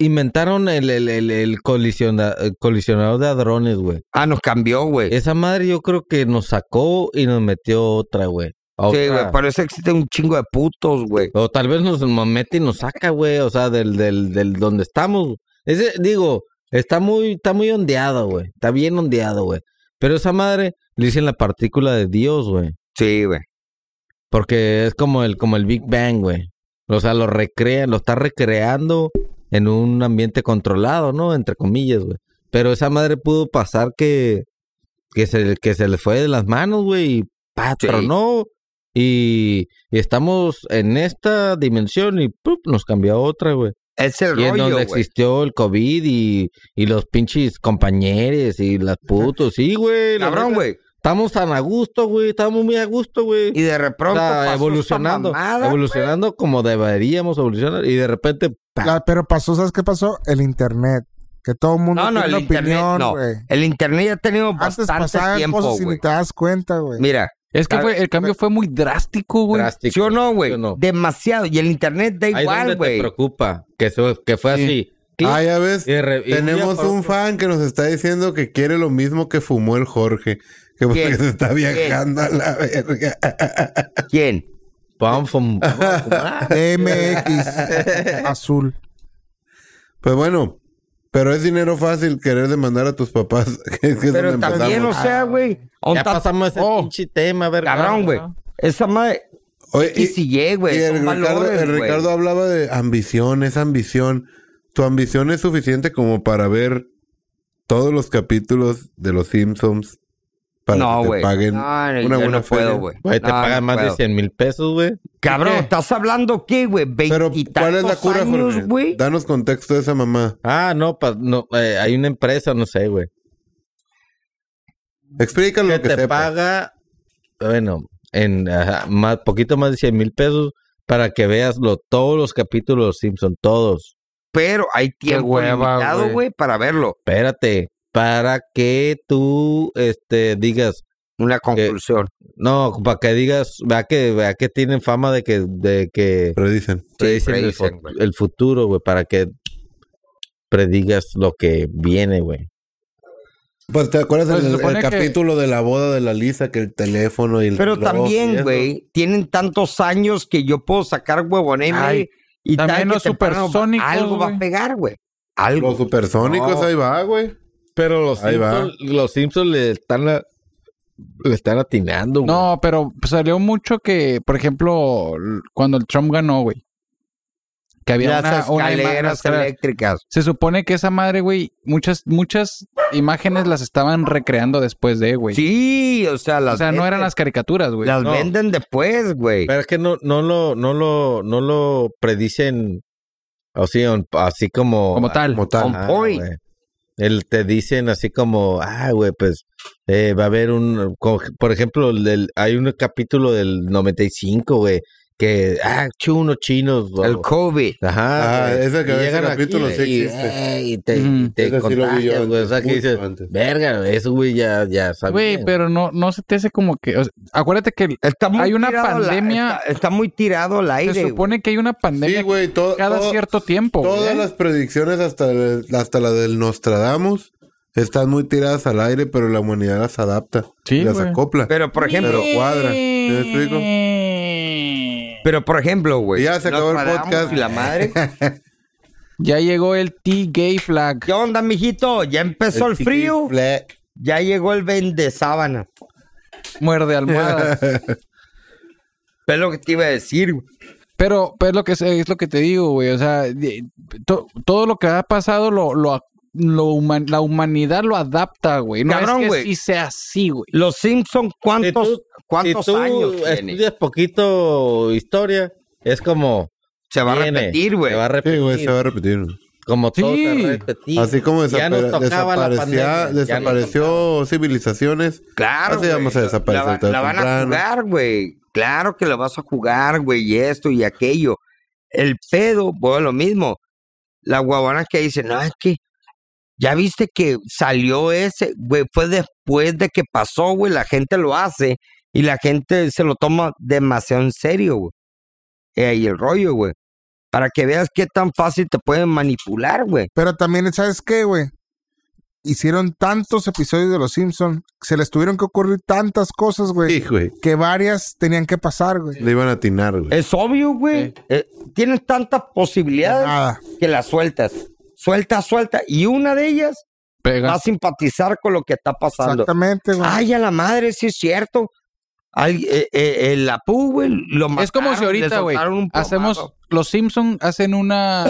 D: Inventaron el, el, el, el colisiona- el colisionador de hadrones, güey.
B: Ah, nos cambió, güey.
D: Esa madre yo creo que nos sacó y nos metió otra, güey. A
B: Sí,
D: otra.
B: güey, por eso existe un chingo de putos, güey.
D: O tal vez nos mete y nos saca, güey. O sea, del, del, del donde estamos. Ese, digo, está muy, está muy ondeado, güey. Está bien ondeado, güey. Pero esa madre le dicen la partícula de Dios, güey.
B: Sí, güey.
D: Porque es como el, como el Big Bang, güey. O sea, lo recrean, lo está recreando en un ambiente controlado, ¿no? Entre comillas, güey. Pero esa madre pudo pasar que, que, se, que se le fue de las manos, güey. Y
B: Sí.
D: patronó. Y, y estamos en esta dimensión y ¡pup! nos cambió a otra, güey.
B: Es el
D: Y en
B: rollo,
D: donde
B: güey.
D: existió el COVID y, y los pinches compañeros y las putos. Sí, güey. la
B: Cabrón,
D: neta,
B: güey.
D: Estamos tan a gusto, güey. Estamos muy a gusto, güey.
B: Y de
D: O
B: repente
D: sea,
B: pasó esta
D: evolucionando,
B: mamada,
D: evolucionando como deberíamos evolucionar y de repente pa,
C: La- pero pasó, ¿sabes qué pasó? El internet. Que todo el mundo
B: No, no, el
C: tiene una
B: internet,
C: opinión,
B: no.
C: güey.
B: El internet ya ha tenido
C: Antes
B: bastante
C: pasaban
B: tiempo,
C: cosas y
B: güey.
C: ni te das cuenta, güey.
B: Mira,
E: Es que
B: Claro.
E: fue, el cambio fue muy drástico, güey.
D: drástico.
B: ¿sí o no, güey?
D: ¿Sí o no?
B: Demasiado. Y el internet da
D: Ahí
B: igual,
D: donde te
B: güey.
D: preocupa que eso- que fue
E: Sí.
D: así. Clic,
A: Ah, ya ves.
D: y de re- y un día
A: Tenemos
D: para
A: un
D: otro.
A: fan que nos está diciendo que quiere lo mismo que fumó el Jorge. Que porque
B: ¿Quién?
A: se está viajando a la verga.
B: ¿Quién?
D: Pam, fum, pam, fum, ah.
C: MX azul.
A: Pues bueno, pero es dinero fácil querer demandar a tus papás. que es
B: Pero
A: donde
B: también, o
A: empezamos. Ah.
B: sea, güey.
D: Ya
B: onta-
D: pasamos ese
E: Oh.
D: pinche tema, verga.
B: Cabrón, güey. Esa madre.
A: Oye,
B: Y si llega, güey.
A: y el,
B: son
A: Ricardo,
B: valores,
A: el
B: güey.
A: Ricardo hablaba de ambición, es ambición. Tu ambición es suficiente como para ver todos los capítulos de Los Simpsons para
B: no,
A: que te
B: güey.
A: paguen
B: no, no,
A: una
B: yo
A: buena
B: no puedo,
A: feria.
B: güey.
D: Güey, te
B: No,
D: pagan
B: no
D: más de
B: puedo.
D: 100 mil pesos, güey.
B: Cabrón,
E: ¿Qué?
B: ¿estás hablando qué, güey?
A: Pero ¿cuál es la cura, Jorge?
B: años, güey?
A: Danos contexto de esa mamá.
D: Ah, no, pa- no eh, hay una empresa, no sé, güey.
A: Explícalo
D: que
A: lo que
D: te
A: sepas.
D: paga, bueno, en ajá, más, poquito más de 100 mil pesos para que veas lo- todos los capítulos de Los Simpson, todos.
B: pero hay tiempo
E: hueva,
B: limitado,
E: güey.
B: güey, para verlo.
D: Espérate, para que tú este, digas,
B: Una conclusión.
D: no, para que digas, vea que, vea que tienen fama de que, de que
A: Pero dicen,
D: predicen el,
B: predicen,
D: fu-
B: güey.
D: el futuro, güey, para que predigas lo que viene, güey.
A: pues te acuerdas
E: Pues, se
A: el, el
E: supone que-
A: capítulo de la boda de la Lisa que el teléfono y el
B: Pero
A: reloj y
B: también,
A: eso?
B: güey, tienen tantos años que yo puedo sacar huevoneme
E: Ay,
B: y tal
E: también
B: que
E: los
B: temprano va-
E: supersónicos,
B: Algo va a
E: güey.
B: pegar, güey. Algo.
A: Los supersónicos
B: No.
A: ahí va, güey.
D: Pero los
A: Ahí va.
D: Simpsons, los Simpsons le están a- le están atinando, güey.
E: No, pero salió mucho que, por ejemplo, l- cuando el Trump ganó, güey. Que había
B: Las
E: una, una ima-
B: escaleras
E: las escaleras.
B: eléctricas.
E: Se supone que esa madre, güey, muchas, muchas imágenes las estaban recreando después de, güey.
B: Sí, o sea, las
E: o sea, no eran
B: venden-
E: las caricaturas, güey.
B: las
D: no.
B: venden después, güey.
D: Pero es que no, no lo, no lo, no lo predicen así, on- así como,
E: Como tal.
A: Como tal.
B: On
D: Ah,
B: point.
D: güey. El, te dicen así como, ah, güey, pues eh, va a haber un, co- por ejemplo, el del- hay un capítulo del 95, güey, que, ah, chi- unos chinos. güey.
B: El COVID.
D: Ajá,
A: Ah,
D: güey.
A: ese que-
D: Y
A: ese
D: llegan aquí,
A: capítulo
D: güey,
A: sí
D: y,
A: existe.
D: eh, y te,
E: Ujú.
D: y te
A: Ese sí lo vi yo
D: contagias, güey. O sea, que
A: antes,
D: dices,
A: mucho antes.
D: verga, güey, eso, güey, ya, ya sabía.
E: Güey, pero no, no se te hace como que. o sea, acuérdate que
B: Está muy
E: Hay una
B: tirado al-
E: pandemia-
B: está, está muy tirado al aire.
E: se
B: güey.
E: supone que hay una pandemia
A: Sí, güey, todo,
E: cada
A: todo-
E: cierto tiempo,
A: todas
E: güey.
A: las predicciones hasta, el- hasta la del Nostradamus están muy tiradas al aire, pero la humanidad las adapta,
E: Sí,
A: y las
E: güey.
A: acopla.
B: Pero por ejemplo,
A: Pero cuadra. ¿Me explico?
B: pero por ejemplo, güey.
A: Ya se acabó el
B: nos paramos
A: podcast.
B: y la madre.
E: Ya llegó el T-Gay Flag.
B: ¿Qué onda, mijito? Ya empezó el, frío.
A: Chiqui Fleck.
B: Ya llegó el vende sábana.
E: Muerde almohadas.
B: Es lo que te iba a decir. güey.
E: Pero, pero es lo que es, es lo que te digo, güey. O sea, de- to- todo lo que ha pasado lo, lo, lo human- la humanidad lo adapta, güey. No
B: Cabrón,
E: es que
B: güey.
E: sí sea así, güey.
B: Los Simpson ¿cuántos,
D: Si tú-
B: cuántos
D: si tú
B: años tiene?
D: estudias poquito historia, es como...
B: Se va a
D: viene,
B: repetir, güey.
D: Se va a repetir.
A: Sí, güey, se va a repetir.
D: Como todo se
E: Sí.
D: repetía.
A: Así como
D: Ya nos
A: desapare-
D: tocaba la pandemia, ya
A: desaparecía,
D: nos
A: desapareció civilizaciones.
B: Claro,
A: Así
B: güey.
A: vamos a desaparecer
B: La, va-
A: tarde
B: la
A: o
B: van a
A: temprano.
B: jugar, güey. Claro que la vas a jugar, güey, y esto y aquello. El pedo, bueno, lo mismo. La guabana que dice, no, es que ya viste que salió ese, güey, fue después de que pasó, güey, la gente lo hace y la gente se lo toma demasiado en serio, güey. Y ahí el rollo, güey. Para que veas qué tan fácil te pueden manipular, güey.
C: Pero también, ¿sabes qué, güey? Hicieron tantos episodios de Los Simpson, se les tuvieron que ocurrir tantas cosas, güey,
A: Sí, güey.
C: que varias tenían que pasar, güey.
A: Le iban a atinar, güey.
B: Es obvio, güey.
E: Sí.
B: Eh, tienes tantas posibilidades.
C: Nada.
B: que las sueltas. Suelta, suelta. Y una de ellas va a
E: Pega.
B: simpatizar con lo que está pasando.
C: Exactamente, güey.
B: Ay, a la madre, sí es cierto. Ay, eh, eh, el Apu, güey, lo mataron.
E: Es como si
B: le
E: ahorita, güey,
B: soltaron un plomazo.
E: hacemos. Los Simpson hacen una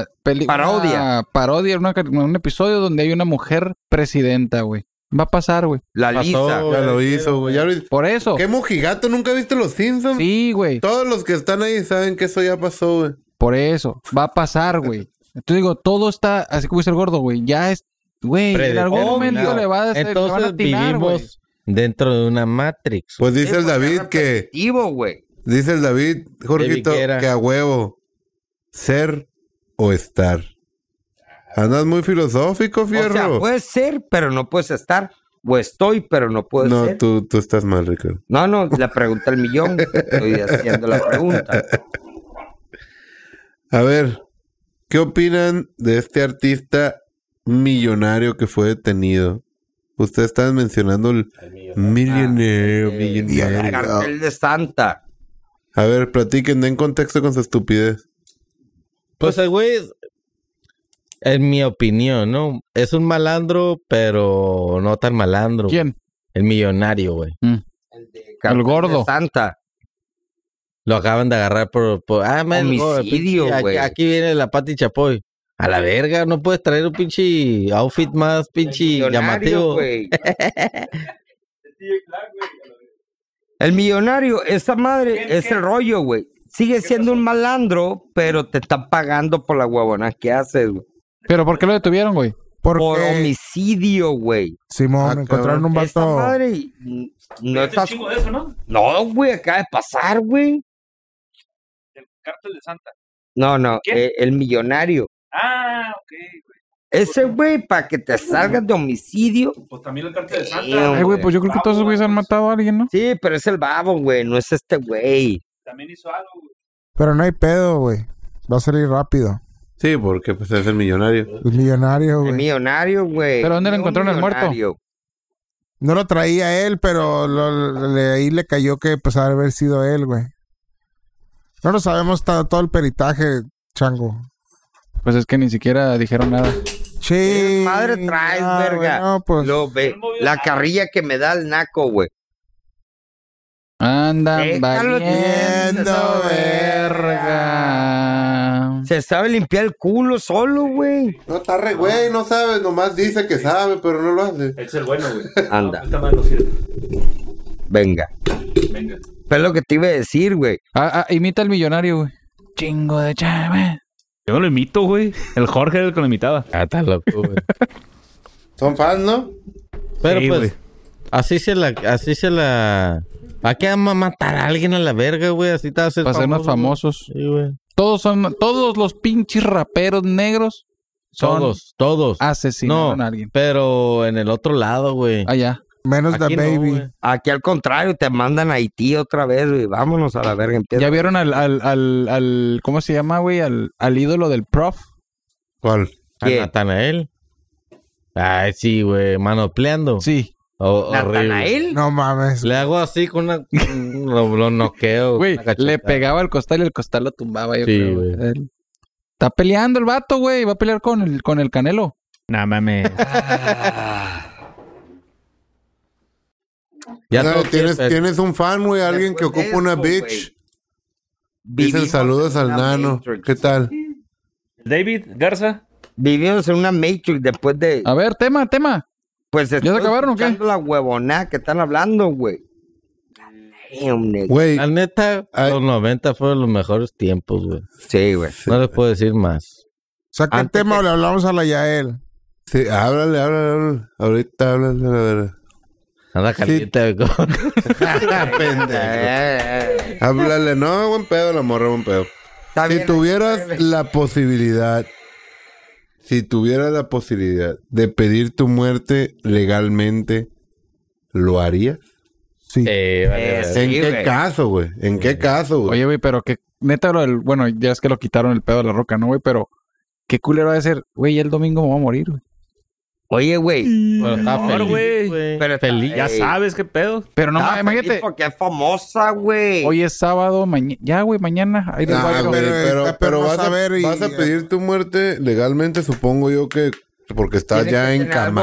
E: ah, peli-
B: Parodia.
E: una parodia, una car- un episodio donde hay una mujer presidenta, güey. Va a pasar, güey.
B: La lisa.
D: Pasó,
A: Ya lo hizo, güey. Ya lo hizo.
E: Por eso.
A: ¿Qué mojigato? ¿Nunca viste los Simpsons?
E: Sí, güey.
A: Todos los que están ahí saben que eso ya pasó, güey.
E: Por eso. Va a pasar, güey. Entonces digo, todo está, así como dice el gordo, güey. Ya es, güey, en algún momento le va a hacer- le van a
D: Entonces
E: atinar, güey.
D: vivimos dentro de una Matrix.
A: Pues dice
B: Sí,
A: el
B: porque
A: David
B: es
A: que,
B: repetitivo, güey.
A: dice el David, Jorgito,
D: Viquera.
A: que a huevo, ser o estar. Andas muy filosófico,
B: O sea,
A: fierro.
B: puedes ser, pero no puedes estar. O estoy, pero no puedo
A: no,
B: ser.
A: tú, tú estás mal, Ricardo.
B: No, no, la pregunta al millón. Estoy haciendo la pregunta.
A: A ver, ¿qué opinan de este artista millonario que fue detenido? Ustedes estaban mencionando el Ah, millonario,
B: El
A: millonario.
B: cartel de Santa.
A: A ver, platiquen, den contexto con su estupidez.
D: Pues el güey, es- en mi opinión, ¿no? Es un malandro, pero no tan malandro.
E: ¿Quién?
D: El millonario, güey.
B: Cartel
E: gordo.
B: de Santa.
D: Lo acaban de agarrar por... por- ah, man,
B: Homicidio,
D: el pinche- aquí-
B: güey.
D: Aquí, viene la Pati Chapoy. A la verga, no puedes traer un pinche outfit más pinche
B: millonario,
D: llamativo.
B: güey. el millonario, esa madre, es el rollo, güey. Sigue siendo un malandro, pero te están pagando por la huevona que haces, güey.
E: ¿Pero por qué lo detuvieron, güey?
C: Porque
B: Por homicidio, güey.
C: Simón,
A: Ah, cabrón.
C: encontraron un
B: Esa
C: vato.
B: madre mm, no está. No, güey, acaba de pasar, güey.
F: Cartel de Santa.
B: No, no, eh, el millonario.
F: Ah, ok, güey.
B: Ese güey, para que te salgas de homicidio.
F: Pues también la carta de
B: Damn.
F: Santa.
E: Ay, güey, pues yo creo que todos esos güeyes han matado a alguien, ¿no?
B: Sí, pero es el babo, güey, no es este güey.
F: pues, También hizo algo, güey.
C: Pero no hay pedo, güey. Va a salir rápido.
A: Sí, porque pues es el millonario.
C: Es millonario,
B: El
C: güey.
B: millonario, güey.
E: ¿Pero dónde lo
B: Un
E: encontraron el muerto?
B: millonario.
C: No lo traía él, pero lo- le- ahí le cayó que pues ha de haber sido él, güey. No lo sabemos ta- todo el peritaje, chango.
E: Pues es que ni siquiera dijeron nada.
C: Che.
B: madre traes,
C: ah,
B: verga.
C: güey, No, pues.
B: Lo ve.
F: No movió
B: La
F: nada.
B: carrilla que me da el naco, güey.
E: Andan
B: Déjalo
E: valiendo
C: quieto,
E: verga.
B: Se sabe limpiar el culo solo, güey.
A: No, está re güey, no sabe, nomás dice que sabe, pero no lo hace.
F: Él es el bueno, güey.
B: Anda.
F: Ah, Esta madre lo sirve.
B: Venga.
F: Venga.
B: Pero es lo que te iba a decir, güey.
E: Ah, ah, imita al millonario, güey. Chingo de chave.
F: Yo no lo imito, güey. El Jorge era el que lo imitaba.
D: Ah, está loco, güey.
A: Son fans, ¿no?
D: Pero
F: Sí,
D: pues,
F: güey.
D: así se la, así se la. ¿Para qué ama- matar a alguien a la verga, güey? Así te va a hacer
E: Para ser más
D: famoso,
E: famosos.
D: güey. Sí, güey.
E: Todos son, todos los pinches raperos negros son Ah,
D: Todos, todos.
E: asesinaron
D: No.
E: a alguien. Ah,
D: Pero en el otro lado, güey.
E: Allá.
C: Menos
D: Aquí
C: The
D: no,
C: Baby.
D: güey.
B: Aquí al contrario, te mandan a Haití otra vez, güey. Vámonos a la verga. Empieza.
E: ¿Ya vieron al, al, al, al- ¿cómo se llama, güey? Al, al ídolo del prof.
A: ¿Cuál?
D: A
B: ¿Quién?
D: Natanael. Ay, sí, güey. Manopleando.
E: Sí.
D: O- horrible.
B: ¿Natanael?
C: No mames.
D: Le hago así con una. lo, lo noqueo.
E: Güey,
D: una cachetada.
E: le pegaba al costal y el costal lo tumbaba. Yo
D: Sí,
E: creo,
D: güey.
E: Él- Está peleando el vato, güey. Va a pelear con el, con el canelo.
F: Nah, mames.
D: Ya eh,
A: No,
D: todo
A: tienes,
D: quiere-
A: tienes un fan, güey, alguien que
B: Eh, Después de
A: ocupa una
B: esto,
A: bitch.
B: güey,
A: Dicen
B: vivimos
A: saludos
B: en
A: al
B: una
A: nano.
B: Matrix.
A: ¿Qué tal?
F: David Garza.
B: Vivimos en una Matrix después de.
E: A ver, tema, tema.
B: Pues
E: Ah, se acabaron o qué?
B: escuchando La huevonada que están hablando, güey. Damn, nigga.
A: Güey,
D: La neta,
A: Ay.
D: los 90 fueron los mejores tiempos, güey.
B: Sí, güey.
D: No les puedo decir más.
C: Saca el
B: Antes
C: tema
B: que-
C: o le hablamos a la Yael.
A: sí, háblale, háblale, háblale. Ahorita háblale, a ver.
D: Anda caliente, güey.
B: Eh, eh, eh.
A: Háblale, no, buen pedo, la morra, buen pedo.
B: Está
A: Si
B: bien,
A: tuvieras la posibilidad, si tuvieras la posibilidad de pedir tu muerte legalmente, ¿lo harías?
C: Sí.
D: Sí, vale,
B: Eh,
D: vale.
B: sí,
A: ¿En qué
B: güey.
A: caso, güey? ¿En qué caso, güey?
E: Oye, güey, pero que neta lo del, bueno, ya es que lo quitaron el pedo de la roca, ¿no, güey? Pero qué culero va a ser, güey, ya el domingo me voy a morir, güey.
B: Oye, güey.
D: Pero está
F: Mejor,
D: feliz,
F: güey.
D: güey.
B: Pero está-
D: feliz.
F: Ya
B: Ey.
F: sabes qué pedo.
E: Pero no,
B: Estaba
E: mames,
B: feliz
E: imagínate,
B: Porque es famosa, güey.
E: hoy es sábado, mañana, ya, güey, mañana, ahí les
A: Ah,
E: va a ir,
A: güey,
E: güey.
A: pero, pero,
C: está, pero no
A: vas, a,
C: saber y-
A: vas a pedir tu muerte legalmente, supongo yo que porque estás
B: Tiene
A: ya
B: que tener algo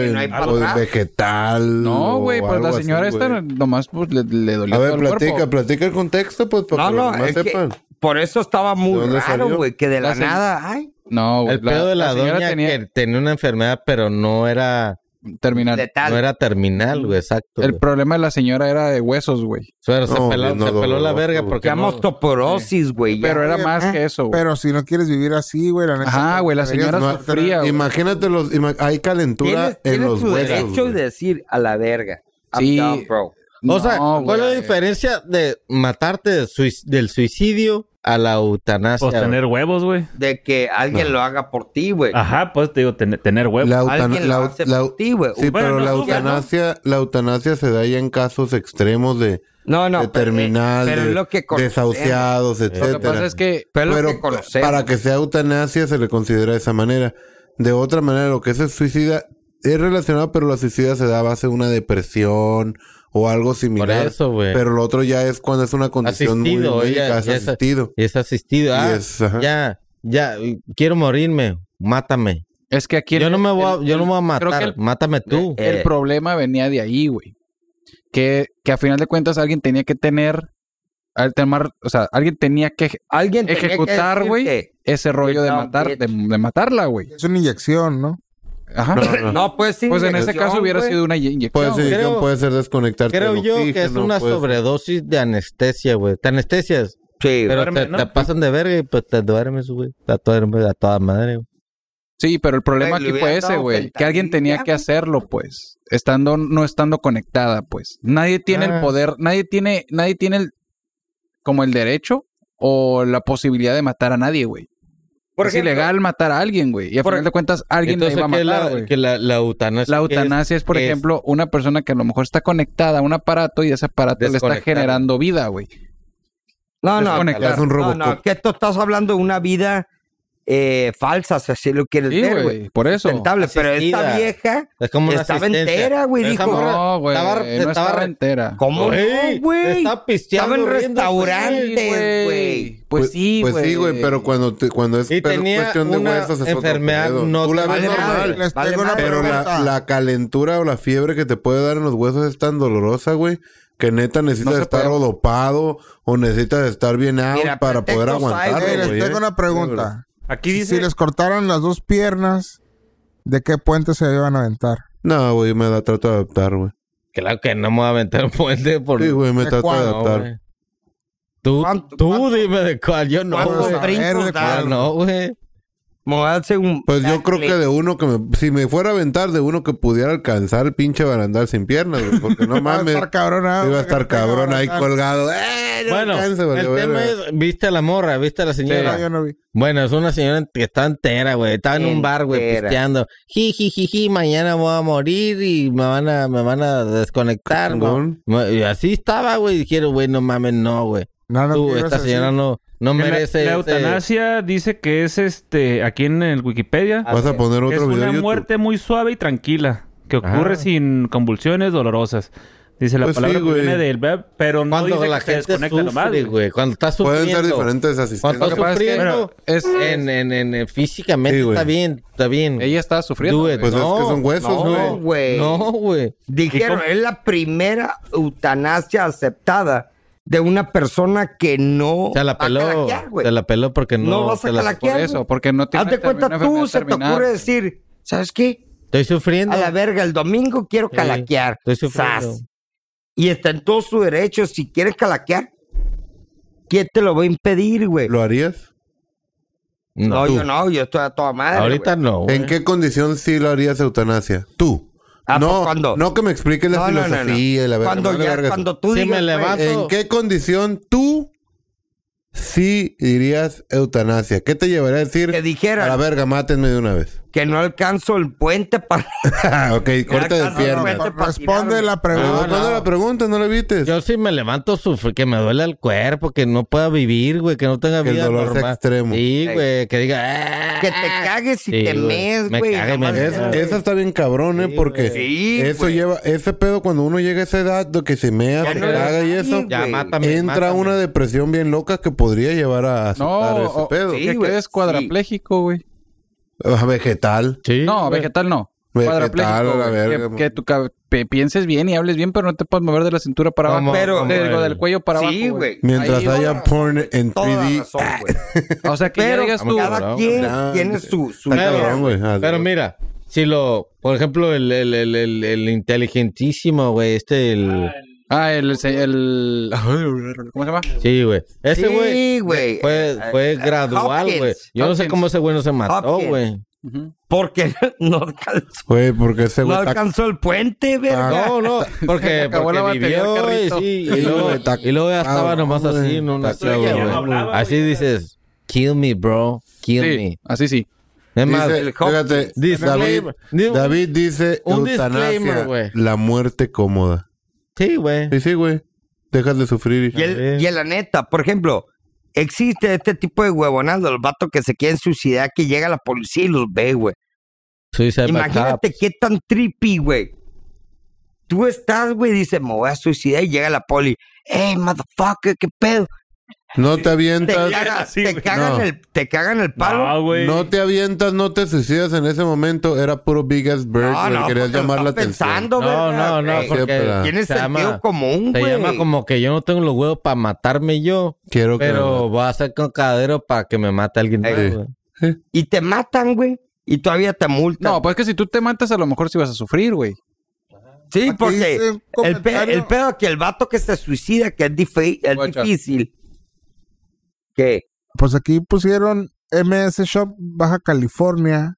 A: encamado,
B: que- que
A: en
B: no hay para
A: o
B: atrás.
A: vegetal.
E: No,
A: o
E: güey, pues
A: algo
E: la
A: así,
E: señora esta
A: güey.
E: nomás pues, le, le dolió
A: A ver,
E: todo el
A: platica,
E: cuerpo.
A: platica el contexto, pues, para
B: No,
A: que los
B: no,
A: demás
B: es que
A: sepan.
B: por eso estaba
A: ¿De
B: muy
A: dónde
B: raro,
A: salió?
B: güey, que de la
E: La señ-
B: nada, ay,
E: No, güey,
D: El pedo de la,
E: señora
D: doña
E: tenía
D: que tenía una enfermedad, pero no era,
E: terminal.
B: letal.
D: no era terminal, güey, exacto.
E: El
D: güey.
E: problema de la señora era de huesos, güey.
D: Pero se
A: No,
D: peló,
A: güey, no,
D: se
A: no,
D: peló
A: no,
D: la
A: no,
D: verga
A: no.
D: porque
B: Ya
D: no-
B: mostoporosis, güey. ya.
E: Pero era
C: güey,
E: más
C: ah,
E: que eso, güey.
C: Pero si no quieres vivir así, güey, la neta.
E: Oh. Ajá, güey, la
C: deberías
E: señora
C: no-
E: sufría, güey.
A: Imagínate los, ima- hay
B: tienes,
A: calentura
B: tienes
A: en los
B: tu
A: huesos.
B: derecho
A: güey.
B: de decir a la verga. I'm
E: Sí.
B: down, bro.
D: O sea,
E: No,
D: ¿cuál es la
E: güey.
D: diferencia de matarte de sui- del suicidio a la eutanasia?
F: Pues tener huevos, güey.
B: De que alguien lo haga por ti, güey.
F: Ajá, pues te digo, ten- tener huevos.
A: Ah, La
B: Alguien lo
A: eutana- la-
B: hace
A: la-
B: por ti, güey.
A: Sí,
F: Bueno,
A: pero
F: no
A: la
F: sufras, ¿no?
A: eutanasia, la eutanasia se da ya en casos extremos de,
B: No, no.
A: de
B: pero- eh,
A: terminal,
B: pero
A: de-
B: es lo que conocemos.
A: desahuciados,
E: Lo
A: etcétera.
E: que pasa es que
B: Pero es lo
A: pero
B: que conocemos.
A: para que sea eutanasia se le considera de esa manera. De otra manera, lo que es el suicida es relacionado, pero la suicida se da a base de una depresión o algo
D: Por
A: similar.
D: eso, güey.
A: Pero lo otro ya es cuando es una condición
D: Asistido,
A: muy
D: ella-
A: médica, es
D: ella es-
A: asistido.
D: Y es asistido. Ah,
A: Y es, ajá.
D: ya, ya, quiero morirme. Mátame.
E: es que aquí
D: Yo no me voy a,
E: el-
D: yo no me voy a
E: creo que
D: matar.
E: el-
D: Mátame tú.
B: Eh,
E: el problema venía de ahí, güey. Que, que a final de cuentas alguien tenía que tener, al temar- o sea, alguien tenía que eje-
B: Alguien tenía que
E: ejecutar, güey,
B: decirte,
E: ese rollo de
B: no,
E: matar,
B: bitch.
E: de, de matarla, güey.
C: Es una inyección, ¿no?
E: Ajá.
B: No, pues sí.
E: pues en ese caso hubiera sido una inye- inyección.
D: Pues
A: Puede ser,
E: güey.
D: Creo-
A: puede ser desconectarte.
D: Creo
A: del
D: yo que es
A: oxígeno,
E: pues,
D: una
A: puede-
D: sobredosis de anestesia, güey. Te anestesias,
B: Sí,
D: pero
F: duerme,
D: te,
F: ¿no?
D: te pasan de verga y pues te duermes, güey. Te duermes a toda madre, güey.
E: Sí, pero el problema
B: Güey, Pues, le
E: aquí fue
B: hubieran
E: ese,
B: dado
E: güey. Que alguien
B: fentanil,
E: tenía
B: ya,
E: que
B: güey.
E: hacerlo, pues. Estando, no estando conectada, pues. Nadie tiene el
D: Ah.
E: poder, nadie tiene, nadie tiene el, como el derecho o la posibilidad de matar a nadie, güey.
B: Por
E: es
B: ejemplo-
E: ilegal matar a alguien, güey. Y a
B: Por-
E: final de cuentas, alguien la
D: Entonces,
E: iba a
D: que
E: matar,
D: la,
E: güey.
D: que la, la eutanasia.
E: La
D: que es-
E: eutanasia es, por
D: es-
E: ejemplo, una persona que a lo mejor está conectada a un aparato y ese aparato le está
D: Desconectada.
E: generando vida, güey.
B: No, no,
E: Desconectar.
A: Es un
B: no,
A: Robocop.
B: no, que tú estás hablando de una vida eh, falsa, si así lo quieres
E: Sí,
B: ver,
E: güey.
B: güey.
E: Por eso.
B: Sustentable, pero esta
D: Asistida.
B: vieja,
D: Es como una
B: Estaba
D: asistencia.
B: entera, güey,
D: Esa
B: dijo.
D: morra
E: No, güey.
D: estaba-
E: no
D: estaba
E: estaba
D: re-
E: entera.
B: ¿cómo
D: Güey,
B: no, güey?
D: estaba pisteando,
B: Estaba en
D: riéndose,
E: Sí,
B: restaurantes, güey.
E: Pues, sí, güey.
A: Pues sí, güey, pero cuando, te- cuando es
D: Y
A: per-
D: tenía
A: cuestión de
D: una
A: huesos es otro
D: enfermedad
A: pedo.
D: no
A: Tú la ves
B: Vale
A: normal.
B: madre,
C: Les
B: vale
C: tengo una
B: madre.
A: Pero la,
C: Pregunta.
A: la calentura o la fiebre que te puede dar en los huesos es tan dolorosa, güey, que neta necesitas
E: No se
A: estar
E: puede.
A: o dopado o necesitas estar bien out
B: Mira,
A: para poder
B: pretextos hay,
A: aguantarlo,
C: Eh,
B: güey,
A: güey.
C: les tengo
A: ¿eh?
C: una pregunta.
F: Aquí
C: Si,
F: dice.
C: si les cortaran las dos piernas, ¿de qué puente se iban a aventar?
A: No, güey, me la trato de adaptar, güey.
D: Claro que no me voy a aventar un puente por.
A: Sí, güey, me
C: ¿De
A: trato de
C: cuándo,
A: adaptar.
D: güey. Tú,
B: ¿Cuánto-
D: tú
B: cuánto-
D: dime de cuál. Yo no, pues,
B: ¿Cuántos
D: güey.
C: saber
B: brincos
C: de
B: da?
D: Ah, no, güey.
B: Me voy a hacer un
A: Pues yo creo que
B: backflip.
A: de uno que me... Si me fuera a aventar, de uno que pudiera alcanzar el pinche barandal sin piernas, güey. Porque no
C: Va a
A: mames.
C: estar cabrón, ah,
A: Iba a
C: porque
A: estar
C: tengo
A: cabrón ahí
C: bastante.
A: colgado. ¡Eh! No
D: Bueno,
A: alcanza, vale,
D: el tema
A: verga.
D: es: ¿viste a la morra? ¿Viste a la señora?
C: No, yo no vi.
D: Bueno, es una señora que está entera, güey. Estaba en un bar, güey,
B: Entera.
D: pisteando. Jijijiji, mañana voy a morir y me van a, me van a desconectar, güey.
A: chingón.
D: Y así estaba, güey. Dijeron, güey, no mames, no, güey.
C: No, no,
D: Tú,
C: ¿qué ibas a
D: esta señora
C: decir?
D: no, no
F: en la-
D: merece.
F: la,
D: ese-
E: este
F: eutanasia dice que es este. Aquí en el Wikipedia.
A: Vas a poner
F: que es
A: otro video.
F: una
A: en YouTube.
F: muerte muy suave y tranquila. Que ocurre sin convulsiones dolorosas. Dice la
A: Pues sí,
F: palabra que
A: güey.
F: viene del web, pero no
D: Cuando
F: dice
D: la
F: que se
D: gente
F: desconecta nomás,
D: sufre,
F: güey.
D: güey. Cuando está
A: Pueden ser
D: sufriendo.
A: diferentes
D: Cuando
A: asistencias.
E: Lo
D: está
E: que pasa es que
D: sufriendo.
E: es-
D: en, en, en, en- físicamente
A: Sí, güey.
D: está bien, está bien.
E: Ella estaba sufriendo.
D: Do it,
E: güey.
A: Pues
D: No,
A: es que son huesos,
B: no,
A: güey.
B: güey.
D: No, güey.
B: Dijeron, es la primera eutanasia aceptada de una persona que no
D: Se la
B: va a
D: peló.
B: calaquear, güey.
D: Se la peló porque no.
B: No vas a
D: se la-
B: calaquear.
E: Por eso, porque no tiene
B: Haz de
E: termi- una
B: cuenta tú,
E: enfermedad
B: se te
E: terminal.
B: ocurre decir, ¿sabes qué?
D: Estoy sufriendo.
B: A la verga, el domingo quiero
D: Sí,
B: calaquear.
D: estoy sufriendo.
B: Zas. Y está en todo su derecho, si quieres calaquear, ¿quién te lo va a impedir, güey?
A: ¿Lo harías?
B: No,
D: tú.
B: yo no, yo estoy a toda madre.
D: Ahorita
B: güey.
D: no. eh. güey.
A: ¿En qué condición sí lo harías eutanasia? Tú.
B: Ah,
A: no,
B: pues, ¿cuándo?
A: no que me expliques la
B: No, no, no, no.
A: filosofía y la verga.
B: Cuando
A: vale
B: ya,
A: verga eso.
B: cuando tú
D: Sí,
B: digas,
D: me
B: güey,
D: levanto.
A: ¿En qué condición tú sí dirías eutanasia? ¿Qué te llevaría a decir?
B: Que dijeran.
A: A la verga, mátenme de una vez.
B: que no alcanzo el puente para...
A: ok, corte de
B: alcanzo el
A: piernas.
B: puente para
C: Responde
B: tirarme.
C: la pregunta.
A: Responde la pregunta, no la evites.
D: Yo si me levanto, sufre, que me duele el cuerpo, que no pueda vivir, güey, que no tenga
A: Que el
D: vida
A: dolor sea
D: normal.
A: extremo.
D: Sí, güey, que diga... "Ah".
B: Que te cagues y
D: Sí,
B: te
D: güey.
B: mees,
D: Me
B: güey.
D: cague y me
B: nomás
A: Es-
D: meo, güey.
A: esa está bien cabrón, ¿eh?
D: Sí,
A: Porque
D: güey.
B: Sí,
A: eso
B: güey.
A: lleva... Ese pedo cuando uno llega a esa edad, lo que se mea,
B: Ya
A: se
B: no le
A: caga y
B: da
A: eso...
B: nadie,
D: Ya,
B: güey.
D: mátame,
A: entra
D: mátame.
A: una depresión bien loca que podría llevar a aceptar
E: No,
A: ese
E: o-
A: pedo.
B: sí.
E: que
B: güey,
E: quedes cuadrapléjico, güey.
A: Ah, Vegetal.
D: Sí,
E: No,
D: güey.
E: vegetal no.
A: Vegetal, a la
E: Cuadrapléjico, güey.
A: verga,
E: Que,
A: mo-
E: que tu cab- pe- pienses bien y hables bien, pero no te puedes mover de la cintura para
D: Como-
E: abajo.
B: Pero-
E: Te digo,
D: el-
E: del cuello para abajo.
B: Sí, güey.
A: Mientras
E: Ahí-
A: haya porn en
B: Toda
A: 3D...
B: razón, güey.
E: O sea, que ya
B: Pero
E: digas tú,
B: cada
D: cabrón,
B: quien
A: cabrón.
B: tiene su... su
A: Está
D: Pero-
A: cabrón, güey. Ah,
D: Pero mira, si lo... Por ejemplo, el, el, el, el, el inteligentísimo, güey, este, el...
E: Ah, el, el- el- ¿Cómo se llama?
D: Sí, güey. Ese
B: Sí,
D: güey...
B: güey.
D: Fue,
B: Eh,
D: fue
B: eh,
D: gradual,
B: Hopkins.
D: güey. Yo no sé
E: Hopkins.
D: cómo ese güey no se mató,
B: Hopkins.
D: güey.
E: Ujú.
B: Porque no alcanzó,
A: Ah, Güey, porque ese
B: no
A: güey está
B: alcanzó el
A: Ah,
B: puente, verga.
D: No, no, porque,
E: acabó
D: porque
E: la batería del
D: vivió y,
E: carrito.
D: sí, y, luego,
A: güey, ta-
D: y luego ya estaba
A: cabrón,
D: nomás
A: güey.
D: así en una
A: Está
D: silla,
A: cabrón,
D: güey.
A: ya no
F: hablaba,
D: Así
F: güey,
D: dices, kill me, bro, kill
E: Sí,
D: me.
E: así sí.
D: Es más,
A: Dice,
B: el Hopkins.
A: fíjate, David,
D: Disclaimer. Di-
A: David dice
D: Un
A: eutanasia,
D: disclaimer, güey.
A: la muerte cómoda.
D: sí, güey.
A: Y sí, güey, dejas de sufrir.
B: Y, el- y la neta, por ejemplo, existe este tipo de huevonado, el vato que se quieren suicidar, que llega la policía y los ve, güey.
D: Suicide by
B: Imagínate qué tan trippy, güey. Tú estás, güey, dice, me voy a suicidar y llega la poli. Hey, motherfucker, qué pedo.
A: No te
B: Te,
A: avientas,
B: caga-
F: Sí,
B: te
F: güey.
B: cagan
A: No.
B: el, te cagan el palo.
F: No, güey.
A: no te avientas, no te suicidas en ese momento. Era puro Big Ass Bird, güey, querías
B: porque lo
A: llamar la
B: estás
A: atención.
B: pensando,
D: No,
B: ¿verdad,
D: no, no,
B: güey?
A: por-
D: porque
A: Siempre.
B: Tienes
D: se
B: sentido
D: llama,
B: común,
D: se
B: güey.
D: llama como que yo no tengo los huevos para matarme yo,
A: Quiero que...
D: pero voy a hacer cadero para que me mate alguien más,
B: Ey.
D: güey.
B: Y te matan, güey. Y todavía te multan.
E: No, pues es que si tú te matas, a lo mejor sí vas a sufrir, güey.
B: sí,
C: Aquí
B: porque
C: dice un
B: el, pe-
C: comentario-
B: el pedo que el vato que se suicida, que es, difi- es
E: Guacha.
B: difícil. ¿Qué?
C: Pues aquí pusieron MS Shop Baja California.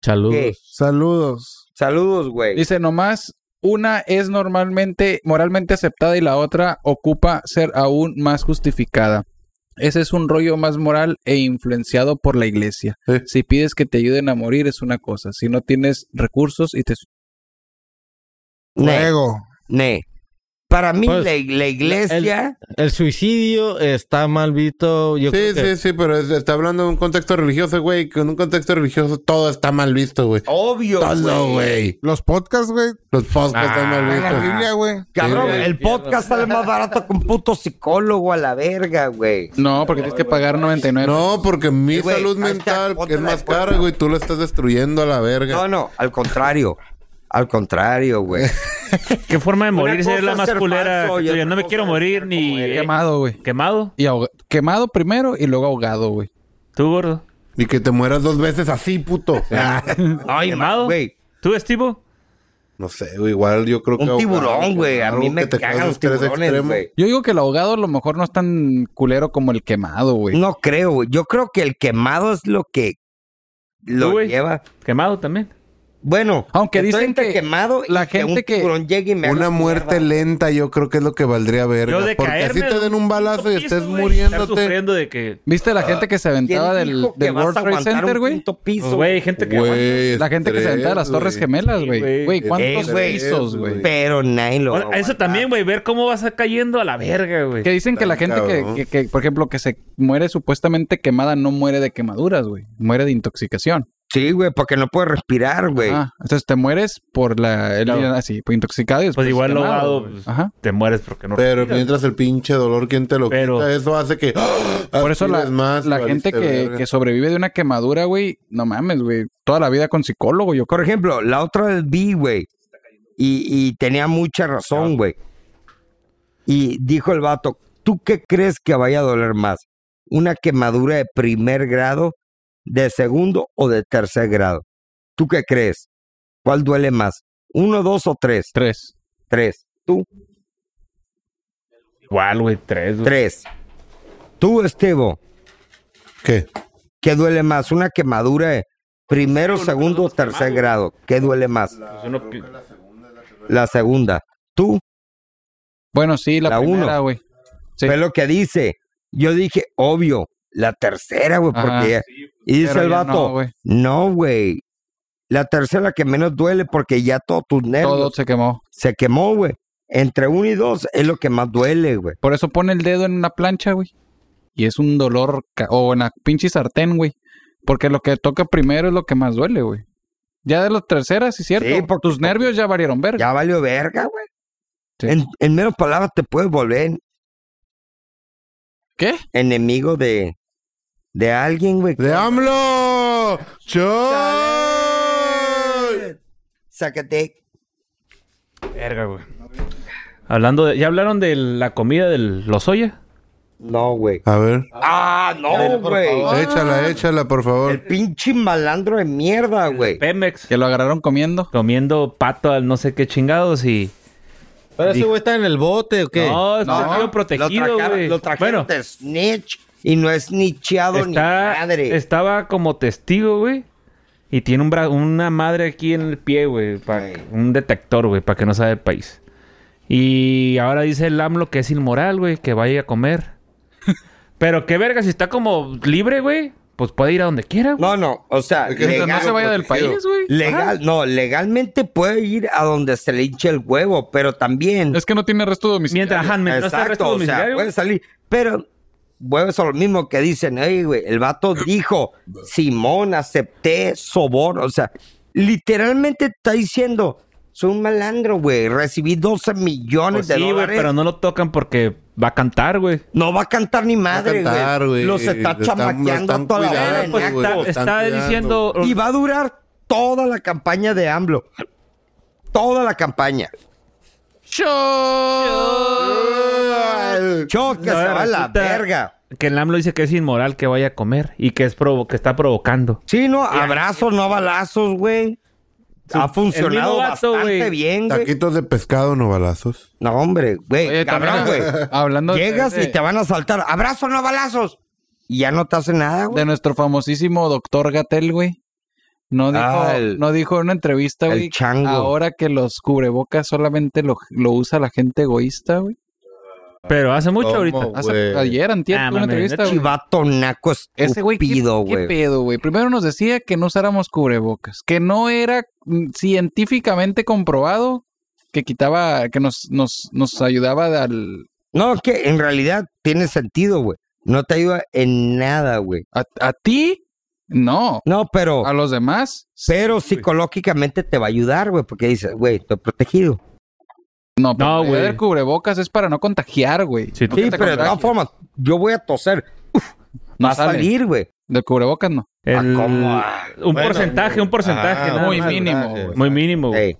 D: Saludos.
B: ¿Qué?
C: Saludos.
B: Saludos, güey.
E: Dice, nomás una es normalmente, moralmente aceptada y la otra ocupa ser aún más justificada. Ese es un rollo más moral e influenciado por la iglesia.
A: Sí.
E: Si pides que te ayuden a morir es una cosa. Si no tienes recursos y te...
B: Ne,
C: Luego,
B: ne. Para mí,
D: Pues,
B: la, la iglesia.
D: El suicidio está mal visto. Yo
A: Sí,
D: creo que
A: sí, sí, pero es- está hablando de un contexto religioso, güey. Que en un contexto religioso todo está mal visto, güey.
B: Obvio.
A: Todo,
B: güey. Ah,
A: güey.
C: los podcasts, güey.
A: Los podcasts están mal
C: En la
A: vistos.
C: Biblia, güey.
B: Cabrón,
A: Sí, güey.
B: el podcast sale más barato que un puto psicólogo a la verga, güey.
E: No, porque tienes que pagar 99.
A: No, porque mi
B: Eh, güey,
A: salud
B: ahí está,
A: mental
B: ponte
A: es
B: la
A: más
B: puerta.
A: cara, güey. Tú lo estás destruyendo a la verga.
B: No, no, al contrario. Al contrario, güey.
F: ¿Qué forma de morir
B: cosa
F: es la
B: es
F: más
B: ser
F: culera?
B: falso y
F: Yo
B: otra
F: no me
B: cosa
F: quiero
B: es
F: morir
B: ser
F: ni
B: como eres.
E: Quemado, güey.
F: quemado.
E: Y ahoga- Quemado primero y luego ahogado, güey.
F: ¿Tú, gordo?
A: Y que te mueras dos veces así, puto. Ah,
F: Ay, quemado.
B: Güey,
F: ¿Tú, Estivo?
A: no sé, güey. Igual yo creo que.
B: un
A: ahogado,
B: tiburón, güey. A
A: algo
B: mí
A: que
B: me
A: te cause
B: cagan los
A: estrés
B: tiburones,
A: extremo.
B: güey.
E: Yo digo que el ahogado a lo mejor no es tan culero como el quemado, güey.
B: No creo, güey. Yo creo que el quemado es lo que lo
F: ¿Tú, güey?
B: lleva.
F: Quemado también.
B: Bueno,
E: Aunque
B: estoy
E: dicen
B: entre
E: que
B: quemado y
E: la
B: que
E: gente
B: un
E: que-
B: tiburón llegue y me haga
A: Una muerte
B: mierda.
A: lenta, yo creo que es lo que valdría ver.
F: Yo de
A: Porque así
F: caerme
A: te
F: de
A: den un balazo y
F: puto piso,
A: estés
F: güey, Estar
A: muriéndote.
F: sufriendo de que...
E: ¿Viste la gente que se
B: Ah, ¿Quién
E: aventaba del,
B: dijo que
E: del
B: vas
E: World
B: a
E: Trade
B: aguantar un
E: Center, güey?
B: quinto piso,
F: Pues, güey, gente que...
A: Güey,
E: La gente que se aventaba de las
A: estrés,
E: Torres
A: güey.
E: Gemelas, güey.
F: güey.
E: Güey, ¿cuántos
A: Estrés,
E: pisos,
A: güey.
E: güey?
B: Pero nadie lo va a
F: Ahora, eso
B: aguantar.
F: también, güey. Ver cómo vas cayendo a la verga, güey.
E: Que dicen que la
A: Tan
E: gente que,
A: cabrón.
E: que- que, por ejemplo, que se muere supuestamente quemada no muere de quemaduras, güey. Muere de intoxicación.
B: Sí, güey, porque no puede respirar, güey.
E: Ah, entonces te mueres por la... el-
F: Claro.
E: Así, por intoxicado y después
F: Pues igual
E: quemado,
F: ahogado,
E: güey.
F: pues.
E: Ajá.
F: Te mueres porque no...
A: Pero mientras el pinche dolor, ¿quién te lo
F: Pero-
A: quita? Eso hace que. ¡ah!
E: Por eso la,
A: aspires más y
E: la
A: valiste
E: gente que,
A: verga.
E: que sobrevive de una quemadura, güey, no mames, güey. Toda la vida con psicólogo, yo
B: Por ejemplo, la otra vez vi, güey. Y, y tenía mucha razón, güey. Y dijo el vato, ¿tú qué crees que vaya a doler más? ¿Una quemadura de primer grado, de segundo o de tercer grado? ¿Tú qué crees? ¿Cuál duele más? ¿Uno, dos o tres?
E: Tres.
B: Tres. ¿Tú?
F: Igual, güey. Tres, güey.
B: Tres. ¿Tú, Estevo?
A: ¿Qué?
B: ¿Qué duele más? ¿Una quemadura de primero, segundo o tercer grado? ¿Qué duele más?
F: Pues uno pi-
B: La segunda. ¿Tú?
E: Bueno, sí, la,
B: La
E: primera, güey. Sí.
B: Fue lo que dice. Yo dije, obvio, la tercera, güey,
E: Ajá.
B: porque... y dice
E: Pero
B: el
E: ya no,
B: vato,
E: güey.
B: no, güey. la tercera que menos duele porque ya todos tus nervios
E: Todo se quemó.
B: se quemó, güey. Entre uno y dos es lo que más duele, güey.
E: Por eso pone el dedo en una plancha, güey. Y es un dolor. ca- O en la pinche sartén, güey. Porque lo que toca primero es lo que más duele, güey. Ya de las terceras, sí, cierto.
B: Sí,
E: por tus nervios ya valieron verga.
B: Ya valió verga, güey.
E: Sí.
B: En, en menos palabras te puedes volver
E: ¿Qué?
B: enemigo de, de alguien, güey.
A: ¡De AMLO! ¡Choy!
B: Sácate.
F: Verga, güey. Hablando de... ¿Ya hablaron de la comida del Lozoya?
B: No, güey.
A: A ver,
B: Ah, no, güey.
A: échala, échala, por
B: El
A: favor.
B: pinche malandro de mierda, güey.
F: Pemex.
E: Que lo agarraron comiendo.
F: Comiendo pato al no sé qué chingados y...
D: Pero ese
F: Dijo-
D: güey está en el bote o qué.
F: No, está
E: No.
F: sido
B: Lo
F: protegido, güey.
B: trajeron, lo trajeron
F: Bueno,
B: de snitch y no es nicheado ni
F: está,
B: madre.
F: estaba como testigo, güey. Y tiene un bra- una madre aquí en el pie, güey. pa-
B: Güey.
F: Un detector, güey, para que no sabe el país. Y ahora dice el AMLO que es inmoral, güey, que vaya a comer. Pero qué verga, si está como libre, güey, pues puede ir a donde quiera, güey.
B: No, no, o sea,
A: Es que
E: Mientras no
B: legal,
E: se vaya del
A: protegido.
E: país, güey.
B: legal- no, legalmente puede ir a donde se le hinche el huevo, pero también.
E: Es que no tiene resto domiciliario.
F: Mientras, ajá, mientras está el
B: Exacto,
F: resto
B: o sea,
F: domiciliario,
B: puede salir, pero vuelves a lo mismo que dicen, "Ey, güey, el vato dijo, Simón, acepté soborno, o sea, literalmente está diciendo, soy un malandro, güey, recibí 12 millones
F: pues
B: de
F: sí, güey,
B: dólares.
F: pero no lo tocan porque va a cantar, güey.
B: No va a cantar ni
A: Va a
B: madre,
A: cantar,
B: güey.
A: güey.
B: Los está
A: Lo están- lo
B: chamaqueando
A: están
B: toda la hora
A: cuidando,
B: en
F: Pues
A: güey,
B: acto.
A: lo
F: está,
A: están
F: está
A: cuidando,
F: diciendo...
B: Y va a durar toda la campaña de AMLO. Toda la campaña. Yo que
F: No,
B: se va a la
F: resulta-
B: verga.
F: Que el AMLO dice que es inmoral que vaya a comer y que es provo- que está provocando.
B: Sí, no, abrazos, no balazos, güey.
F: Su-
B: Ha
F: el
B: funcionado
F: mismo vato,
B: bastante
F: güey.
B: bien, güey.
A: Taquitos de pescado, no balazos.
B: No, hombre, güey.
E: Oye,
B: Eh, Cabrón, güey.
E: Eh, también, Hablando de-
B: Llegas
E: de-
B: y te van a saltar. Abrazos, no balazos. Y ya no te hace nada, güey.
E: de nuestro famosísimo doctor Gatel, güey. No dijo,
B: Ah, el-
E: no dijo en una entrevista,
B: el
E: güey.
B: chango.
E: Ahora que los cubrebocas solamente lo, lo usa la gente egoísta, güey.
F: Pero hace mucho
A: ¿Cómo,
F: ahorita.
A: güey?
E: Hace- ayer, antier,
F: Ah,
E: tuve una
F: mames,
E: entrevista, güey.
B: Chivato naco
E: Ese güey, ¿qué,
B: estúpido,
E: qué
B: güey.
E: pedo, güey? Primero nos decía que no usáramos cubrebocas, que no era mm, científicamente comprobado que quitaba, que nos, nos, nos ayudaba al,
B: No, es que en realidad tiene sentido, güey. No te ayuda en nada, güey.
E: a, a ti, no,
B: No, pero,
E: a los demás,
B: pero psicológicamente te va a ayudar, güey, porque dices, güey, estoy protegido.
E: no, pero
F: No,
E: la idea
F: güey.
E: del cubrebocas es para no contagiar, güey.
F: Sí,
E: No que
B: Sí,
E: te
B: pero de todas
E: contagies.
B: formas, yo voy a toser.
E: No
B: va a
E: sale.
B: salir, güey.
E: Del cubrebocas no.
F: el-
B: ¿cómo?
F: un porcentaje, un porcentaje.
E: ah,
F: nada
E: muy
F: más, güey.
E: mínimo,
F: Muy mínimo. güey.
B: Ey,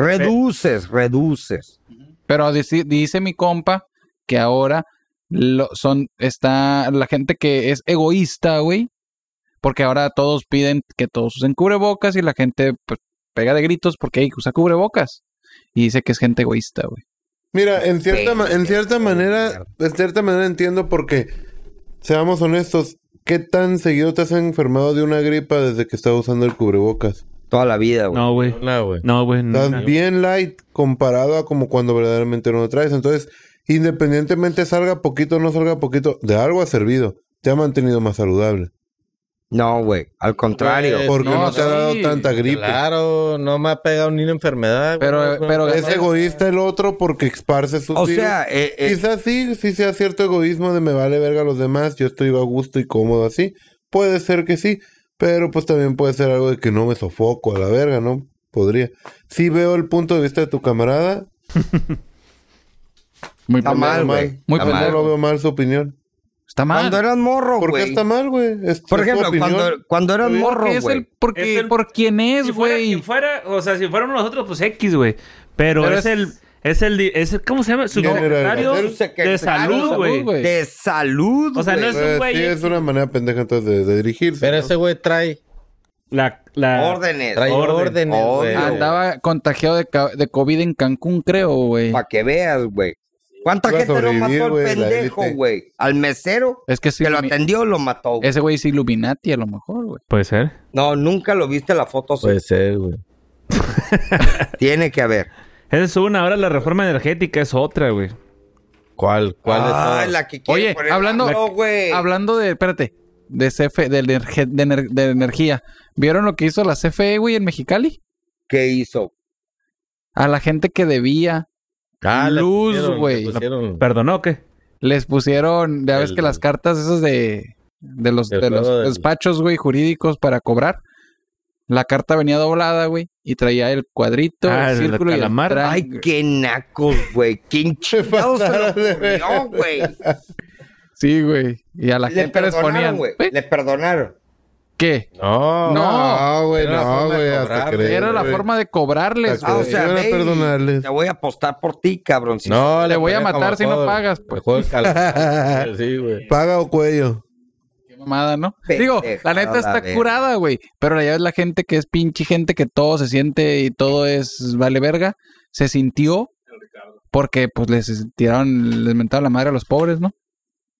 B: Reduces, reduces.
E: Pero dice, dice mi compa que ahora lo- son está la gente que es egoísta, güey, porque ahora todos piden que todos usen cubrebocas y la gente pues, pega de gritos porque hay que usar cubrebocas. Y dice que es gente egoísta, güey.
A: Mira, en cierta, ma- en cierta
B: Pendejo,
A: manera, en cierta manera entiendo porque, seamos honestos, ¿qué tan seguido te has enfermado de una gripa desde que estabas usando el cubrebocas?
B: Toda la vida, güey.
F: No, güey.
D: No, güey.
F: No, güey. no.
A: Estás bien light comparado a como cuando verdaderamente no lo traes. Entonces, independientemente salga poquito o no salga poquito, de algo ha servido. Te ha mantenido más saludable.
B: No, güey. Al contrario.
D: Güey,
A: Porque no,
E: no,
A: te ha
E: sí.
A: dado tanta gripe.
D: Claro, no me ha pegado ni una enfermedad. güey.
E: Pero-
D: No,
E: pero-
D: no,
A: Es egoísta el otro porque esparce sus
B: O
A: virus.
B: sea, eh, eh,
A: Quizás Pues, sí, sí sea cierto egoísmo de me vale verga a los demás, yo estoy a gusto y cómodo así. Puede ser que sí, pero pues también puede ser algo de que no me sofoco a la verga, ¿no? Podría. Sí veo el punto de vista de tu camarada.
E: Muy
B: está
E: pendejo.
B: mal, güey.
A: mal.
E: Muy
B: Está
A: pero
E: pendejo.
A: No lo veo mal su opinión.
E: Está mal.
B: Cuando eras morro,
A: ¿Por qué
B: güey.
A: está mal, güey? Es-
B: Por
A: es su
B: ejemplo,
A: opinión.
B: cuando, cuando eras
A: Porque
B: morro,
E: Porque es
B: güey.
E: el porque
F: Es el-
E: por quién es,
F: si fuera,
E: güey.
F: quien fuera, o sea, si fuéramos nosotros, pues X, güey. Pero,
E: Pero es-
F: es, el, es el, di- es el- ¿cómo se llama? Subsecretario
A: General.
F: de salud, güey.
E: güey.
B: De salud,
F: O sea, no
B: güey.
F: es un
A: Pues,
F: güey
A: sí, es una manera pendeja entonces de, de dirigirse.
D: Pero ese güey trae,
F: La, la...
B: órdenes.
D: trae
F: Orden.
D: órdenes, güey.
B: Orden.
E: Andaba contagiado de, ca- de COVID en Cancún, creo, güey.
B: Para que veas, güey. ¿Cuánta
A: Iba a
B: gente lo
A: sobrevivir,
B: mató al
A: güey, la
B: pendejo,
A: élite.
B: güey? Al mesero
E: Es que sí.
B: que lo
E: mi-
B: atendió lo mató. güey.
E: Ese güey es Illuminati a lo mejor, güey.
F: Puede ser.
B: No, nunca lo viste la foto. sí.
D: Puede ser, güey.
B: Pues, Tiene que haber.
F: Esa es una. Ahora la reforma energética es otra, güey.
D: ¿Cuál? ¿Cuál de
B: Ah,
D: todas?
B: la que quiere
E: Oye,
B: poner-
E: hablando,
B: No, güey.
E: hablando de, espérate, de CFE, de, energe- de ener- de energía. ¿Vieron lo que hizo la CFE, güey, en Mexicali?
B: ¿Qué hizo?
E: A la gente que debía,
D: Ah, le
E: luz,
D: pusieron, le
E: güey.
D: pusieron
F: ¿Perdonó o qué?
E: les pusieron, ya ves
D: El-
E: que las cartas esas de, de los,
D: El
E: de los
D: juego del-
E: despachos, güey, jurídicos para cobrar. La carta venía doblada, güey, y traía el cuadrito,
F: Ah,
E: el
F: el
E: círculo y el
F: calamar.
E: triángulo.
B: Ay, qué nacos, güey. ¿Qué hinchados se le ocurrió, güey?
E: Sí, güey. Y a la
B: Le
E: gente les ponían, ¿Eh?
B: perdonaron, güey.
E: "Güey,
B: Le perdonaron.
E: ¿qué?
D: No,
E: No.
A: No, güey,
D: Era la
A: no,
D: forma de
A: güey, hasta
D: cobrar,
A: creer.
E: Era la
A: güey.
E: forma de cobrarles,
A: Hasta
B: Ah, o
E: güey.
A: creer.
B: sea,
A: Iban a
B: baby,
A: perdonarles.
B: Te voy a apostar por ti, cabrón. si-
D: No,
E: Te
D: le
E: voy a
D: ponían
E: matar
D: como
E: si no
D: juego-
E: pagas,
D: el
E: pues.
D: juego del calamar. sí, güey.
A: Paga o cuello.
E: Qué mamada, ¿no? Digo, la
B: Pendejada,
E: neta está
B: verga.
E: curada, güey. Pero ya es la gente que es pinche gente que todo se siente y todo es vale verga. Se sintió porque pues les tiraron, les mentaron la madre a los pobres, ¿no?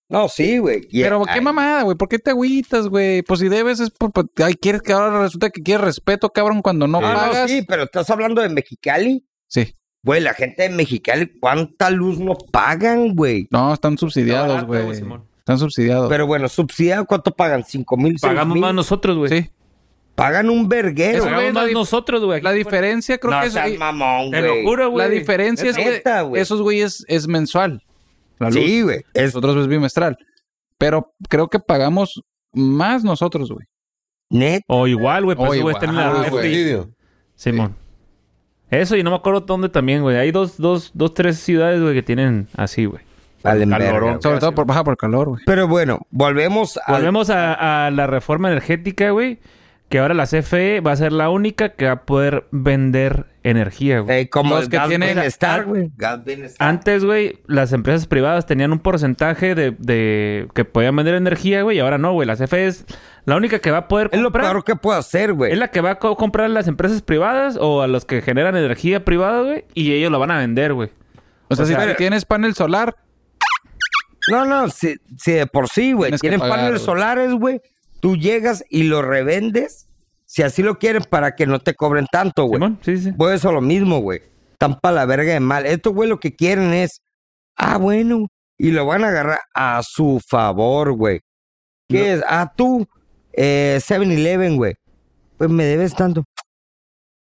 B: No, sí, güey. Y-
E: Pero qué
B: ay,
E: mamada, güey. ¿Por qué te agüitas, güey? Pues si debes es por... por- Ay, quieres que ahora resulta que quieres respeto, cabrón, cuando no
D: Sí.
B: Ah, no,
E: pagas.
B: sí, pero estás hablando de Mexicali.
E: Sí.
B: Güey, la gente de Mexicali, ¿cuánta luz no pagan, güey?
E: No, están subsidiados,
F: Está barato,
E: güey.
F: güey, Simón.
E: Están subsidiados.
B: Pero bueno, subsidiado, ¿cuánto pagan? ¿Cinco mil? seis
F: Pagamos
B: mil?
F: más nosotros, güey.
E: Sí.
B: Pagan un verguero.
E: Eso, güey,
F: Pagamos
E: la
F: más
E: dif-
F: nosotros, güey.
E: La diferencia creo
B: no
E: que es... eh,
B: seas mamón,
F: Te lo
B: güey.
F: juro, güey.
E: La diferencia es que
B: Neta, güey.
E: esos güeyes es mensual. La luz.
B: Sí, güey. Es-
E: Nosotros es bimestral. Pero creo que pagamos más nosotros, güey.
B: Net.
F: O igual, güey. pues, Por
E: O
F: eso, güey, está en
E: igual, Ah,
F: la...
E: güey.
F: FI.
A: Suicidio.
F: Simón. Eso y no me acuerdo dónde también, güey. Hay dos, dos, dos, tres ciudades, güey, que tienen así, güey.
B: Valen
F: Calorón.
B: verga, güey.
E: Sobre todo por baja por calor, güey.
B: Pero bueno, volvemos a...
F: Volvemos a, a la reforma energética, güey. Que ahora la CFE va a ser la única que va a poder vender energía, güey.
B: eh, como
E: Los
B: el
E: que
B: gas
E: tienen-
B: bienestar, güey. Gas bienestar.
F: Antes, güey, las empresas privadas tenían un porcentaje de, de que podían vender energía, güey. Y ahora no, güey. La CFE es la única que va a poder
B: Ah, Es lo
F: comprar.
B: peor que puedo hacer,
F: Es
B: güey.
F: la que va a co- comprar a las empresas privadas o a los que generan energía privada, güey. Y ellos la van a vender, güey.
E: O sea,
F: O
E: si
F: sea,
E: tú tienes panel solar,
B: No, no, si, si de por sí, güey.
E: Tienes que
B: Tienen
E: pagar,
B: paneles
E: güey.
B: solares, güey. Tú llegas y lo revendes, si así lo quieren, para que no te cobren tanto, güey.
F: Simón, sí, sí.
B: Pues eso lo mismo, güey. Están para la verga de mal. Estos, güey, lo que quieren es. Ah, bueno, y lo van a agarrar a su favor, güey. ¿Qué es? Ah, tú, eh, 7-Eleven, güey. Pues me debes tanto.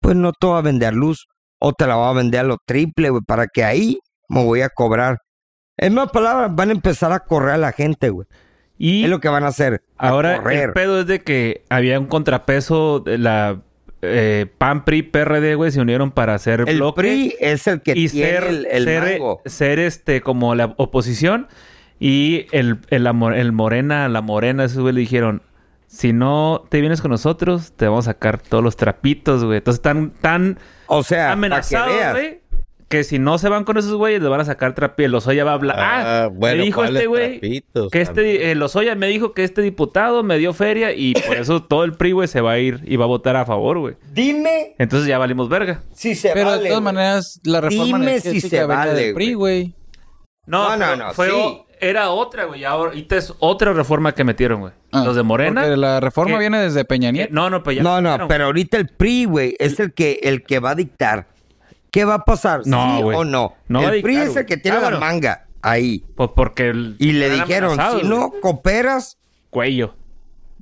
B: Pues no te voy a vender luz. O te la voy a vender a lo triple, güey, para que ahí me voy a cobrar. En más palabras, van a empezar a correr a la gente, güey.
F: Y
B: Es lo que van a hacer. a
F: ahora
B: correr.
F: el pedo es de que había un contrapeso de la eh, PAN, PRI, PRD, güey, se unieron para hacer
B: El
F: bloque
B: PRI es el que
F: y
B: tiene
F: ser,
B: el, el
F: ser,
B: mango.
F: ser, este como la oposición y el, el, la mo- el Morena, la Morena, esos güey le dijeron, si no te vienes con nosotros, te vamos a sacar todos los trapitos, güey. Entonces están tan
B: O sea,
F: amenazados,
B: para que veas.
F: güey. Que si no se van con esos güeyes, le van a sacar trapillo. Los Oya va a hablar. Ah, me dijo
D: ¿cuáles
F: este güey
D: trapitos
F: que este,
D: también?
F: eh, Lozoya me dijo que este diputado me dio feria y por eso todo el PRI, güey, se va a ir y va a votar a favor, güey.
B: Dime
F: Entonces ya valimos verga.
B: si se
E: Pero
B: vale.
E: de todas
B: güey.
E: maneras, la reforma
B: Dime si
E: energética
B: se
E: venía
B: vale,
E: del PRI, güey.
F: No,
B: No, no,
F: no,
B: no,
F: Fue,
B: sí.
F: o- Era otra, güey. y ahora- Ahorita es otra reforma que metieron, güey.
E: Ah,
F: Los de Morena.
E: Porque la reforma
F: que-
E: viene desde Peña
F: que-
E: Nieto.
F: no, no, pues ya.
B: no, no,
F: metieron.
B: pero ahorita el PRI, güey, es el que, el que va a dictar. ¿Qué va a pasar?
F: No,
B: ¿Sí
F: güey.
B: o no?
F: No va a
B: el PRI
F: dictar,
B: es el
F: güey.
B: que tiene
F: Ah,
B: la
F: bueno.
B: manga ahí.
F: Pues porque. el-
B: Y le
F: eran
B: dijeron,
F: amenazados,
B: si no
F: güey.
B: cooperas,
F: Cuello.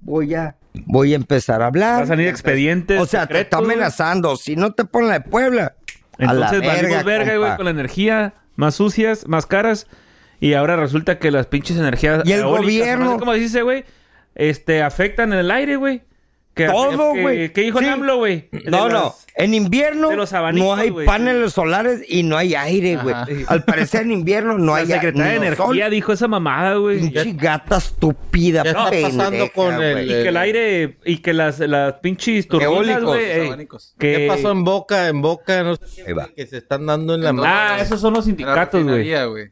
B: voy a, voy a empezar a
F: Va a
B: hablar.
F: salir expedientes.
B: O sea, te está
F: secretos, güey.
B: amenazando. Si no te pones la de Puebla,
F: Entonces
B: a la verga,
F: valimos verga, güey,
B: compa.
F: con la energía más sucias, más caras. Y ahora resulta que las pinches energías.
B: Y el
F: eólicas,
B: gobierno.
F: No sé cómo dice, güey. Este, afectan el aire, güey. Que-
B: Todo,
F: que-
B: güey.
F: ¿Qué dijo
B: Sí.
F: el AMLO, güey? De
B: No, no.
F: las-
B: En invierno
F: de los
B: no
F: abanicos,
B: hay
F: güey.
B: paneles solares y no hay aire, güey.
E: Ajá.
B: Al parecer en invierno no
F: La
B: hay aire.
F: secretaria de Energía dijo esa mamada, güey.
B: Pinche gata estúpida,
D: Ya está pasando
B: pendeja,
D: con el-
B: güey.
F: Y que el aire y que las, las pinches turbinas,
B: Eólicos.
F: güey. eh,
E: abanicos.
F: que...
D: ¿Qué pasó en Boca? En Boca, no sé
B: Ahí va.
D: qué, que se están dando en la
E: Entonces-
D: mano.
F: Ah, esos son
E: La
F: los sindicatos, güey.
E: refinería, güey.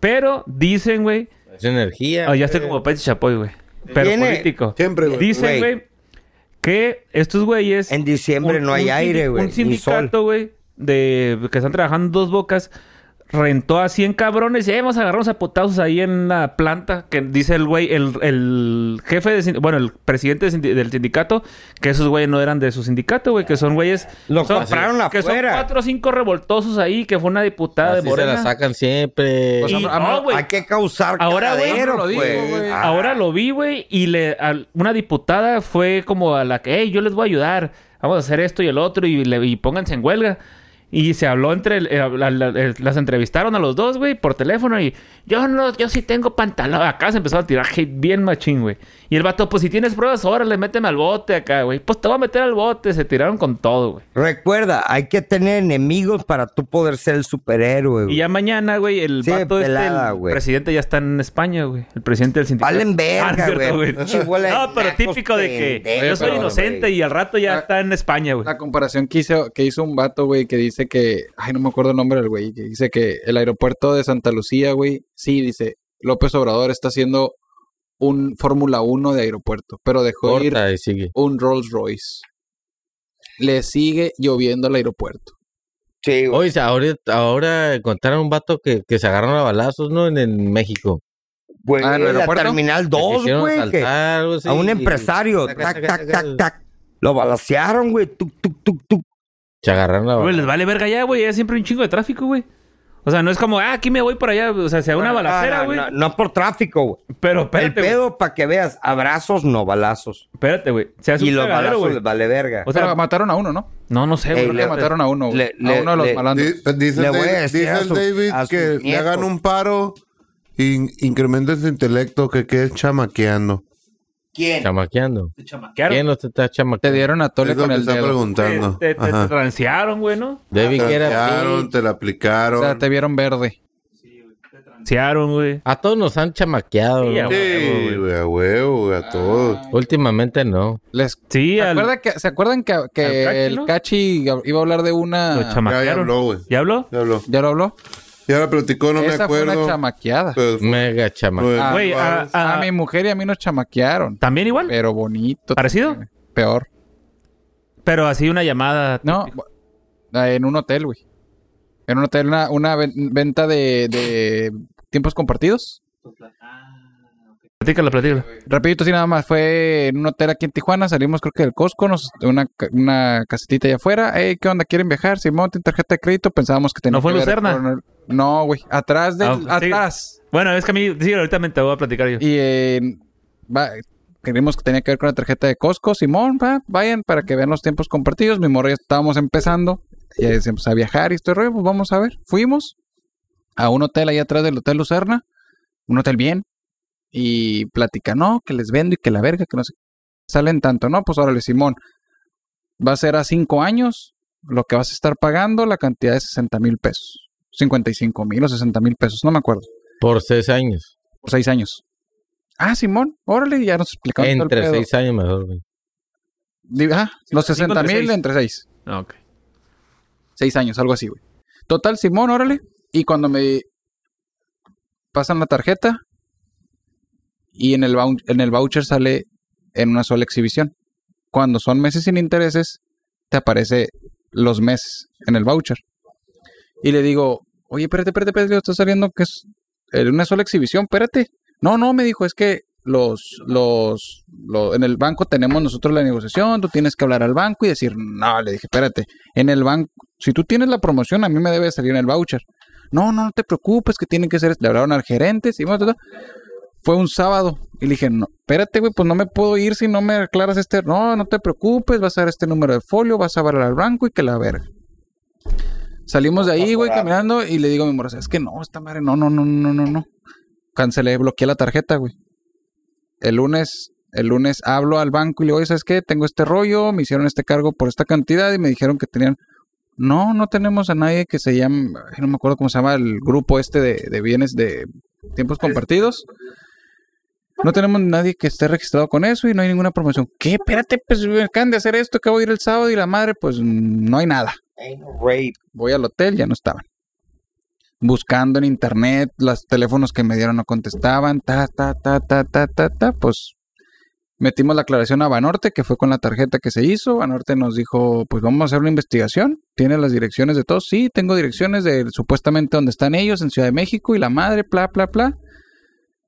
F: Pero dicen, güey.
D: Es energía.
F: Ah, ya estoy
D: güey.
F: como Pech Chapoy, güey. Pero
B: Tiene-
F: político.
A: Siempre, güey.
B: Güey.
F: Dicen, güey, que estos güeyes.
B: En diciembre
F: un-
B: no hay
F: un
B: aire,
F: sindi-
B: güey.
F: Un
B: ni sol.
F: sindicato, güey, de que están trabajando en dos bocas, rentó a 100 cabrones y eh, vamos a agarrarnos a potazos ahí en la planta. Que dice el güey, el, el jefe de sin- bueno, el presidente de sindi- del sindicato, que esos güeyes no eran de su sindicato, güey, que son güeyes.
B: Lo
F: son-
B: compraron
F: Que son
B: afuera.
F: cuatro o cinco revoltosos ahí, que fue una diputada
D: Así
F: de
D: se
F: Morena.
D: la sacan siempre.
E: Pues,
F: Y-
E: AMLO-
F: no,
E: AMLO-
F: güey.
B: Hay que causar
F: Ahora, güey,
B: cagadero,
E: no lo digo,
B: pues.
E: güey.
B: Ah,
F: Ahora lo vi, güey, y le, al- una diputada fue como a la que, hey, yo les voy a ayudar, vamos a hacer esto y el otro, y, le- y pónganse en huelga. Y se habló entre, el- eh, la- la- eh, las entrevistaron a los dos, güey, por teléfono, y yo no, yo sí tengo pantalón. Acá se empezó a tirar hate bien machín, güey. Y el vato, pues si tienes pruebas, órale, méteme al bote acá, güey. Pues te voy a meter al bote, se tiraron con todo, güey.
B: Recuerda, hay que tener enemigos para tú poder ser el superhéroe,
F: Y
B: güey.
F: ya mañana, güey, el
B: Sí,
F: vato
B: pelada,
F: este, el
B: güey.
F: presidente ya está en España, güey. El presidente del sindicato.
B: Valen verga,
F: Ah, no es cierto,
B: güey. Pinche bola de
F: No, pero
B: nacos
F: típico de que
B: pendejos,
F: yo soy
E: güey.
F: inocente y al rato ya
E: Ah,
F: está en España, güey.
E: La comparación que hizo, que hizo un vato, güey, que dice que. Ay, no me acuerdo el nombre del güey. Que dice que el aeropuerto de Santa Lucía, güey. Sí, dice. López Obrador está haciendo un Fórmula 1 de aeropuerto, pero dejó ir
F: pues,
D: corta y sigue.
E: un Rolls Royce. Le sigue lloviendo al aeropuerto.
B: Sí, güey.
D: Oye, se- ahora, ahora encontraron un vato que, que se agarraron a balazos, ¿no? En, en México.
B: Güey,
E: Ah, ¿en el
B: la
E: aeropuerto?
B: terminal
D: Que
B: 2,
D: quisieron
B: güey. que-
D: asaltar, algo así,
B: a un
D: y-
B: empresario.
D: taca,
B: Tac,
D: taca,
B: tac,
D: taca.
B: tac, tac. Lo balacearon, güey. Tuc, tuc, tuc, tuc.
D: Se agarraron a
F: Güey,
D: balazos.
F: les vale verga ya, güey. Es siempre un chingo de tráfico, güey. O sea, no es como, ah, aquí me voy para allá. O sea, sea una
B: Ah, No, no,
F: balacera,
B: no,
F: güey.
B: No, no por tráfico, güey.
F: Pero
B: El
F: espérate, güey.
B: pedo para que veas. Abrazos, no balazos.
F: Espérate, güey. Se hace
B: Y
F: un
B: los
F: cagadero,
B: balazos
F: güey.
B: les vale verga.
F: O sea,
E: Pero mataron a uno, ¿no?
F: no, no sé,
B: Ey,
F: güey.
E: Creo que
B: le-
E: mataron a uno, güey.
B: le- le-
E: a uno de los
B: le-
E: malandros.
A: Di- Dicen,
B: Le voy a
A: David-
B: decir
A: dicen
B: a sus-
A: David
B: a sus
A: que le
B: nietos.
A: hagan un paro, in- incrementen su intelecto, que quede chamaqueando.
B: ¿Quién?
D: Chamaqueando.
F: Claro.
D: ¿Quién no te está
E: Te
D: chamaqueando?
E: dieron a tole
A: Es lo
E: con
A: que
E: el
A: está
E: dedo.
F: Te,
A: preguntando.
F: te, te
A: Ajá.
F: transearon, güey, ¿no?
A: Te
D: Debbie que era.
A: transearon, te la aplicaron.
E: O sea, te vieron verde.
F: Transearon, güey.
D: A todos nos han chamaqueado,
F: Sí,
D: ¿no?
F: a
A: Sí, güey, a huevo, güey, a todos.
D: Últimamente no.
E: Les...
F: Sí,
E: ¿Se,
F: al-
E: acuerda que, ¿Se acuerdan que, que
F: al Cachi,
E: el
F: no?
E: Cachi iba a hablar de
F: Lo
E: una...
A: Ya, ya
F: chamaquearon.
A: habló, güey.
F: ¿Ya habló?
A: Ya habló.
E: ¿Ya lo habló?
A: Ya la platicó, no me
E: Esa fue una Ah,
A: acuerdo.
E: chamaqueada.
A: pero fue-
D: Mega chamaqueado.
B: Ah,
A: fue-
F: Güey, a- a-
E: A mi mujer y a mí nos chamaquearon.
F: ¿También igual?
E: Pero bonito.
F: ¿Parecido?
E: Peor.
F: Pero así una llamada.
E: No, en un hotel, güey. En un hotel, una, una ven- venta de, de tiempos compartidos.
F: Platícala, platícala.
E: Rapidito, sí, nada más. Fue en un hotel aquí en Tijuana. Salimos, creo que del Costco. Nos, una, ca- una casetita allá afuera. Ey, ¿qué onda? ¿Quieren viajar? Simón, ¿tienen tarjeta de crédito? Pensábamos que teníamos
F: ¿No fue en Lucerna?
E: No, güey. Atrás de.
F: Ah, sí.
E: atrás.
F: Bueno, es que a mí, sí, ahorita me te voy a platicar yo.
E: Y eh, va, creímos que tenía que ver con la tarjeta de Costco. Simón, va, vayan para que vean los tiempos compartidos. Mi morra ya estábamos empezando. Ya empezó a viajar y estoy rollo. Pues vamos a ver. Fuimos a un hotel ahí atrás del Hotel Lucerna. Un hotel bien. Y platican, no, que les vendo y que la verga, que no sé. Salen tanto, ¿no? Pues órale, Simón. Va a ser a cinco años lo que vas a estar pagando, la cantidad de 60 mil pesos. 55 mil o 60 mil pesos, no me acuerdo
D: Por seis años.
E: por seis años. Ah, Simón, órale, ya nos explicaron todo el
D: Entre
E: pedo.
D: seis años mejor, güey.
E: Di- ah, los
F: Cinco
E: 60
F: entre
E: mil
F: seis.
E: entre seis.
F: Ah, ok.
E: Seis años, algo así, güey. Total, Simón, órale. Y cuando me pasan la tarjeta y en el, vou- en el voucher sale en una sola exhibición. Cuando son meses sin intereses, te aparece los meses en el voucher. Y le digo, oye, espérate, espérate, espérate, le digo, está saliendo que es eh, una sola exhibición, espérate. No, no, me dijo, es que los, los, lo- en el banco tenemos nosotros la negociación, tú tienes que hablar al banco y decir, no, le dije, espérate, en el banco, si tú tienes la promoción, a mí me debe salir en el voucher. No, no, no te preocupes, que tienen que ser, le hablaron al gerente, sí, bueno, ta, ta. fue un sábado y le dije, no, espérate, güey, pues no me puedo ir si no me aclaras este, no, no te preocupes, vas a dar este número de folio, vas a hablar al banco y que la verga. Salimos de ahí, güey, caminando y le digo a mi morra, es que no, esta madre, no, no, no, no, no, no. Cancelé, bloqueé la tarjeta, güey el lunes, el lunes hablo al banco y le digo, oye, ¿sabes qué? Tengo este rollo, me hicieron este cargo por esta cantidad y me dijeron que tenían... No, no tenemos a nadie que se llame, ay, no me acuerdo cómo se llama el grupo este de, de bienes de tiempos compartidos. No tenemos nadie que esté registrado con eso y no hay ninguna promoción. ¿Qué? Espérate, pues me acaban de hacer esto, acabo de ir el sábado y la madre, pues mm, no hay nada. Voy al hotel, ya no estaban. Buscando en internet, los teléfonos que me dieron no contestaban, ta, ta, ta, ta, ta, ta, ta, pues metimos la aclaración a Banorte, que fue con la tarjeta que se hizo. Banorte nos dijo, pues vamos a hacer una investigación. ¿Tiene las direcciones de todos? Sí, tengo direcciones de supuestamente donde están ellos, en Ciudad de México, y la madre, bla, bla, bla.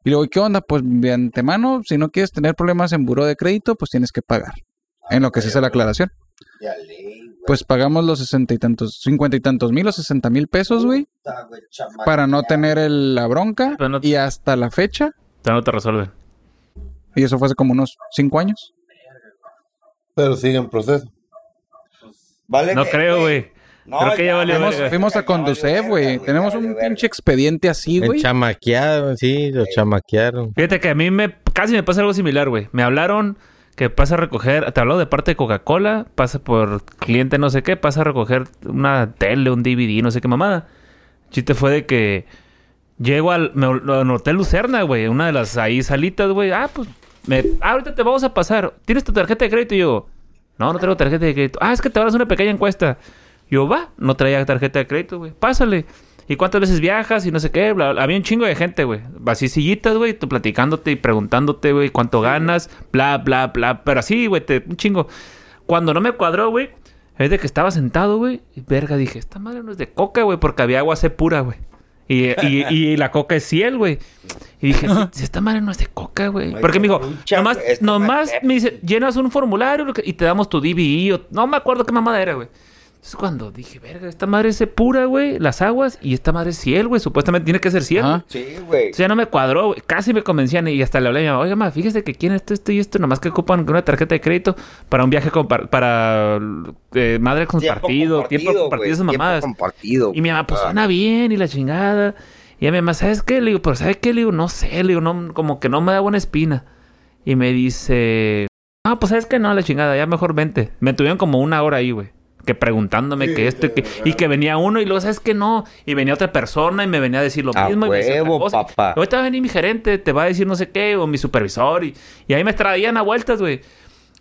E: Y luego, ¿qué onda? Pues de antemano, si no quieres tener problemas en buró de crédito, pues tienes que pagar. En lo que se hace la aclaración pues pagamos los sesenta y tantos, cincuenta y tantos mil o sesenta mil pesos, güey, para no tener el- la bronca
F: Pero no-
E: y hasta la fecha,
F: Todavía no te resuelven.
E: y eso fue hace como unos cinco años.
A: Pero sigue en proceso.
G: Vale
F: No
G: que-
F: creo, güey. Creo que ya valió
E: Fuimos,
F: verga.
E: fuimos a Conducef, güey, tenemos un pinche expediente así,
D: El
E: güey.
D: chamaquearon, sí, lo chamaquearon.
F: Fíjate que a mí me casi me pasa algo similar, güey. Me hablaron que pasa a recoger, te habló de parte de Coca-Cola, pasa por cliente no sé qué, pasa a recoger una tele, un DVD, no sé qué mamada. El Chiste fue de que llego al me anoté Lucerna, güey, una de las ahí salitas, güey. Ah, pues me, ah, ahorita te vamos a pasar. ¿Tienes tu tarjeta de crédito? Y yo, no, no tengo tarjeta de crédito. Ah, es que te van a hacer una pequeña encuesta. Yo, va, no traía tarjeta de crédito, güey. Pásale. ¿Y cuántas veces viajas? Y no sé qué. Bla, bla. Había un chingo de gente, güey. Así sillitas, güey. Tú platicándote y preguntándote, güey, cuánto ganas. Bla, bla, bla. Pero así, güey, te- un chingo. Cuando no me cuadró, güey, es de que estaba sentado, güey. Y verga, dije, esta madre no es de coca, güey, porque había agua C pura, güey. Y, y, y la coca es ciel, güey. Y dije, si esta madre no es de coca, güey. Porque me dijo,
G: trucha,
F: nomás,
G: güey, esto
F: nomás
G: es de
F: me dice, llenas un formulario lo que- y te damos tu DVI. O, no me acuerdo qué mamada era, güey. Entonces cuando dije, verga, esta madre es pura, güey, las aguas, y esta madre es ciel, güey, supuestamente tiene que ser ciel.
E: Ajá.
F: güey.
G: Sí, güey.
F: Entonces ya no me cuadró, güey. casi me convencían y hasta le hablé a mi mamá, oiga, mamá, fíjese que quieren esto, esto y esto, nomás que ocupan una tarjeta de crédito para un viaje compar- para eh, madre compartido, tiempo compartido, esas
G: güey,
F: mamadas.
G: Tiempo compartido.
F: Y mi mamá, pues
G: Ah.
F: suena bien y la chingada. Y a mi mamá, ¿sabes qué? Le digo, pero ¿sabes qué? Le digo, no sé, le digo, no, como que no me da buena espina. Y me dice, ah, pues ¿sabes qué? No, la chingada, ya mejor vente. Me tuvieron como una hora ahí, güey. Que preguntándome que esto y que, y que venía uno y luego, ¿sabes qué? No. Y venía otra persona y me venía a decir lo
G: A
F: mismo. y me decía otra
G: huevo,
F: cosa.
B: Ah.
G: papá.
F: Ahorita va a venir mi gerente, te va a decir no sé qué, o mi supervisor. Y, y ahí me traían a vueltas, güey.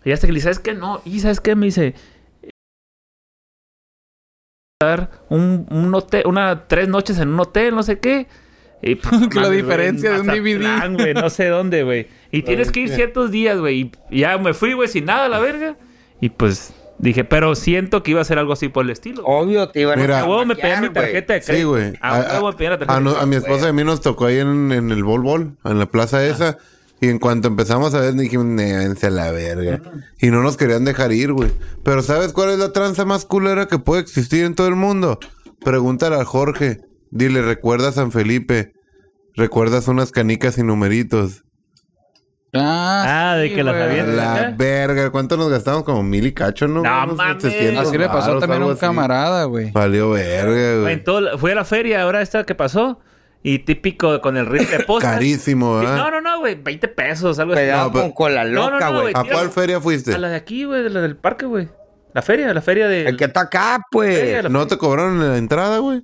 F: Y hasta que le dije, ¿sabes qué? No. Y ¿sabes qué? Me dice, dar un, un hotel, una, tres noches en un hotel, no sé qué. Y, pues,
E: Que la
F: mames, güey,
E: diferencia de un
F: Mazatlán, güey, no sé dónde, güey. Y tienes que ir ciertos días, güey. Y ya me fui, güey, sin nada a la verga. Y pues dije, pero siento que iba a ser algo así por el estilo.
B: Oh,
G: Obvio, te iban
A: Mira.
F: a huevo me pedían mi
G: chamaquear, güey.
F: tarjeta de crédito.
A: Sí, güey.
F: A huevo me pedían la tarjeta
A: a
F: de
A: no-
F: crédito.
A: a mi esposa y a mí nos tocó ahí en, en el Bol Bol, en la plaza
F: Ah.
A: esa. Y en cuanto empezamos a ver, dijimos, "Néganse a la verga. Y no nos querían dejar ir, güey. Pero ¿sabes cuál es la tranza más culera que puede existir en todo el mundo? Pregúntale a Jorge. Dile, recuerda San Felipe. Recuerdas unas canicas y numeritos.
E: Ah,
F: Ah, de que las
E: güey.
F: avientan.
A: La
F: ¿Eh?
A: verga. ¿Cuánto nos gastamos? Como mil y cacho, ¿no?
F: No
A: Unos
F: mames.
A: 700
E: Así le pasó
A: varos,
E: también a
A: Ah, algo
E: un
A: así.
E: camarada, güey.
A: Valió verga,
F: Güey,
A: güey.
F: en todo la- fui a la feria ahora esta que pasó y típico con el rifle de postas.
A: Carísimo,
F: Sí,
A: ¿verdad?
F: No, no, no, güey, 20 pesos, algo así.
B: Pegado
A: No, pero-
B: con cola
F: No, no,
B: loca,
F: no,
B: güey.
F: güey.
A: ¿A cuál feria fuiste?
F: A la de aquí, güey, de la del parque, güey. La feria, la feria de...
B: El que está acá, pues.
F: feria, la-
A: ¿No te cobraron la entrada, güey?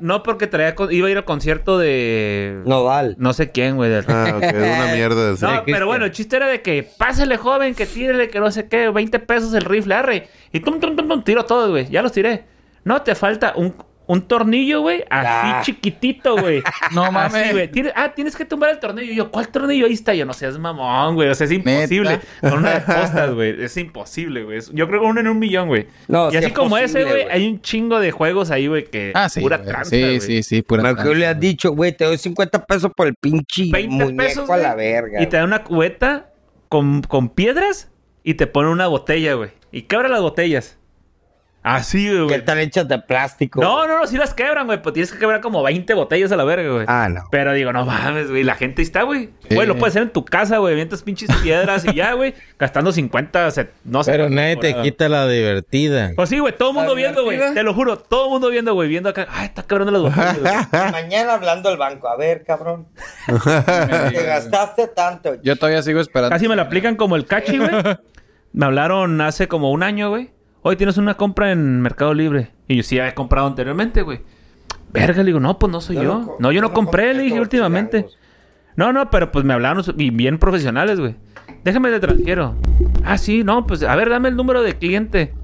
F: No, porque traía con- iba a ir al concierto de... No,
B: Nodal.
F: sé quién, güey. del-
A: Ah, ok, es una mierda.
E: Pues,
A: así.
E: eh,
F: No, pero bueno, el chiste era de que pásele joven, que tírele, que no sé qué, 20 pesos el rifle, arre. Y tum, tum, tum, tum, tiro todo, güey. Ya los tiré. No, te falta un, un tornillo, güey, así
B: Ah.
F: chiquitito, güey.
E: No
F: Así,
E: mames.
F: güey. Tiene- ah, tienes que tumbar el tornillo. Y yo, ¿cuál tornillo? Ahí está. Yo, no seas mamón, güey. O sea, es imposible. Con una de postas, güey. Es imposible, güey. Es- Yo creo que uno en un millón, güey.
B: No,
F: y
B: sí
F: así
B: es
F: como ese,
B: posible,
F: güey,
B: güey.
F: hay un chingo de juegos ahí, güey, que
E: Ah, sí.
F: pura
E: güey.
F: tranza,
E: sí,
F: güey.
E: sí, sí, pura
B: Pero que
E: tranza,
B: le has
E: güey.
B: dicho, güey, te doy 50 pesos por el pinche
F: 20
B: muñeco
F: pesos,
B: a
F: güey,
B: la verga.
F: Y te da una cubeta con, con piedras y te pone una botella, güey. Y quebra las botellas. Así,
B: güey. que
F: güey.
B: están hechas de plástico.
F: No, no, no, sí las quebran, güey. Pues tienes que quebrar como 20 botellas a la verga, güey.
B: Ah, no.
F: Pero digo, no mames, güey. La gente ahí está, güey.
E: Sí.
F: Güey, lo puedes hacer en tu casa, güey. Vientas pinches piedras y ya, güey. Gastando 50, se- no sé.
D: Pero
F: cuánto
D: nadie te
F: por hora.
D: quita la divertida.
F: Pues sí, güey. Todo el mundo
B: ¿La
F: viendo, güey.
B: divertida?
F: Te lo juro. Todo el mundo viendo, güey. Viendo acá. Ay, está quebrando las botellas, güey.
B: Mañana hablando al banco. A ver, cabrón. te gastaste tanto.
E: Yo todavía sigo esperando.
F: Casi me la aplican como el cachi, güey. Me hablaron hace como un año, güey. Hoy tienes una compra en Mercado Libre. Y yo sí había comprado anteriormente, güey. Verga, le digo, no, pues no soy yo.
B: co-
F: no, yo no compré, le dije
B: todos
F: últimamente.
B: chilangos.
F: No, no, pero pues me hablaron su- y bien profesionales, güey. Déjame te transfiero. Ah, sí, no, pues a ver, dame el número de cliente.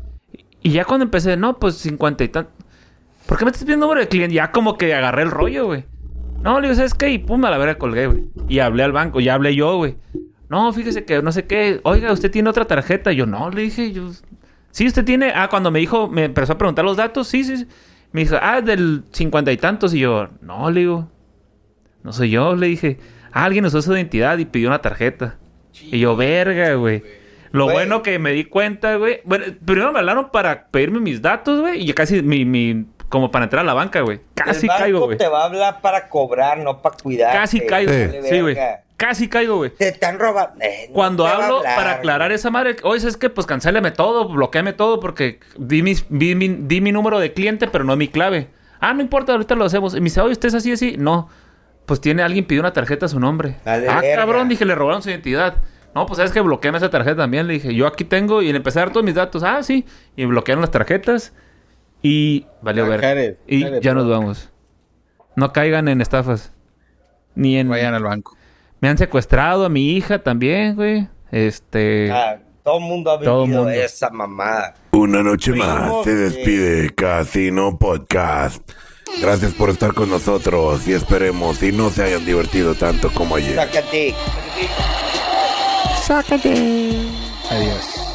F: Y ya cuando empecé, no, pues cincuenta y tanto. ¿Por qué me estás pidiendo número de cliente? Ya como que agarré el rollo, güey. No, le digo, ¿sabes qué? Y pum, a la verga colgué, güey. Y hablé al banco, ya hablé yo, güey. No, fíjese que no sé qué. Oiga, ¿usted tiene otra tarjeta? Yo no, le dije, yo. Sí, usted tiene. Ah, cuando me dijo, me empezó a preguntar los datos, sí, sí. sí. Me dijo, ah, del cincuenta y tantos. Y yo, no, le digo, no soy yo, le dije. Ah, alguien usó su identidad y pidió una tarjeta. Y yo, verga, güey. Lo
B: Güey.
F: bueno que me di cuenta, güey. Bueno, primero me hablaron para pedirme mis datos, güey. Y yo casi, mi, mi, como para entrar a la banca, güey. Casi
B: el banco
F: caigo, güey.
B: te va a hablar para cobrar, no para cuidar.
F: Casi caigo,
A: Sí.
F: güey. Sí, güey. Casi caigo, güey.
B: Te están robando. Eh, no
F: Cuando
B: te va a
F: hablo
B: hablar,
F: para aclarar
B: güey.
F: esa madre, oye, es que pues cancéleme todo, bloqueame todo, porque di, mis- di mi, di mi número de cliente, pero no mi clave. Ah, no importa, ahorita lo hacemos. Y me dice, oye, ¿usted es así, así? No. Pues tiene alguien pidió una tarjeta a su nombre.
B: A la
F: ah,
B: verga.
F: cabrón, dije, le robaron su identidad. No, pues sabes que bloqueame esa tarjeta también. Le dije, yo aquí tengo, y le empecé a dar todos mis datos. Ah, sí. Y bloquearon las tarjetas. Y valió
D: Ah,
F: ver.
D: Jared,
F: y
D: Jared,
F: ya nos
D: bro.
F: vamos. No caigan en estafas. Ni en.
E: Vayan al banco.
F: Me han secuestrado a mi hija también, güey. Este.
B: Ah, todo el mundo ha
F: Todo
B: vivido
F: mundo.
B: esa mamada.
A: Una noche más
B: Fuimos
A: se
B: de-
A: despide Casino Podcast. Gracias por estar con nosotros y esperemos y no se hayan divertido tanto como ayer.
B: Sácate.
E: Adiós.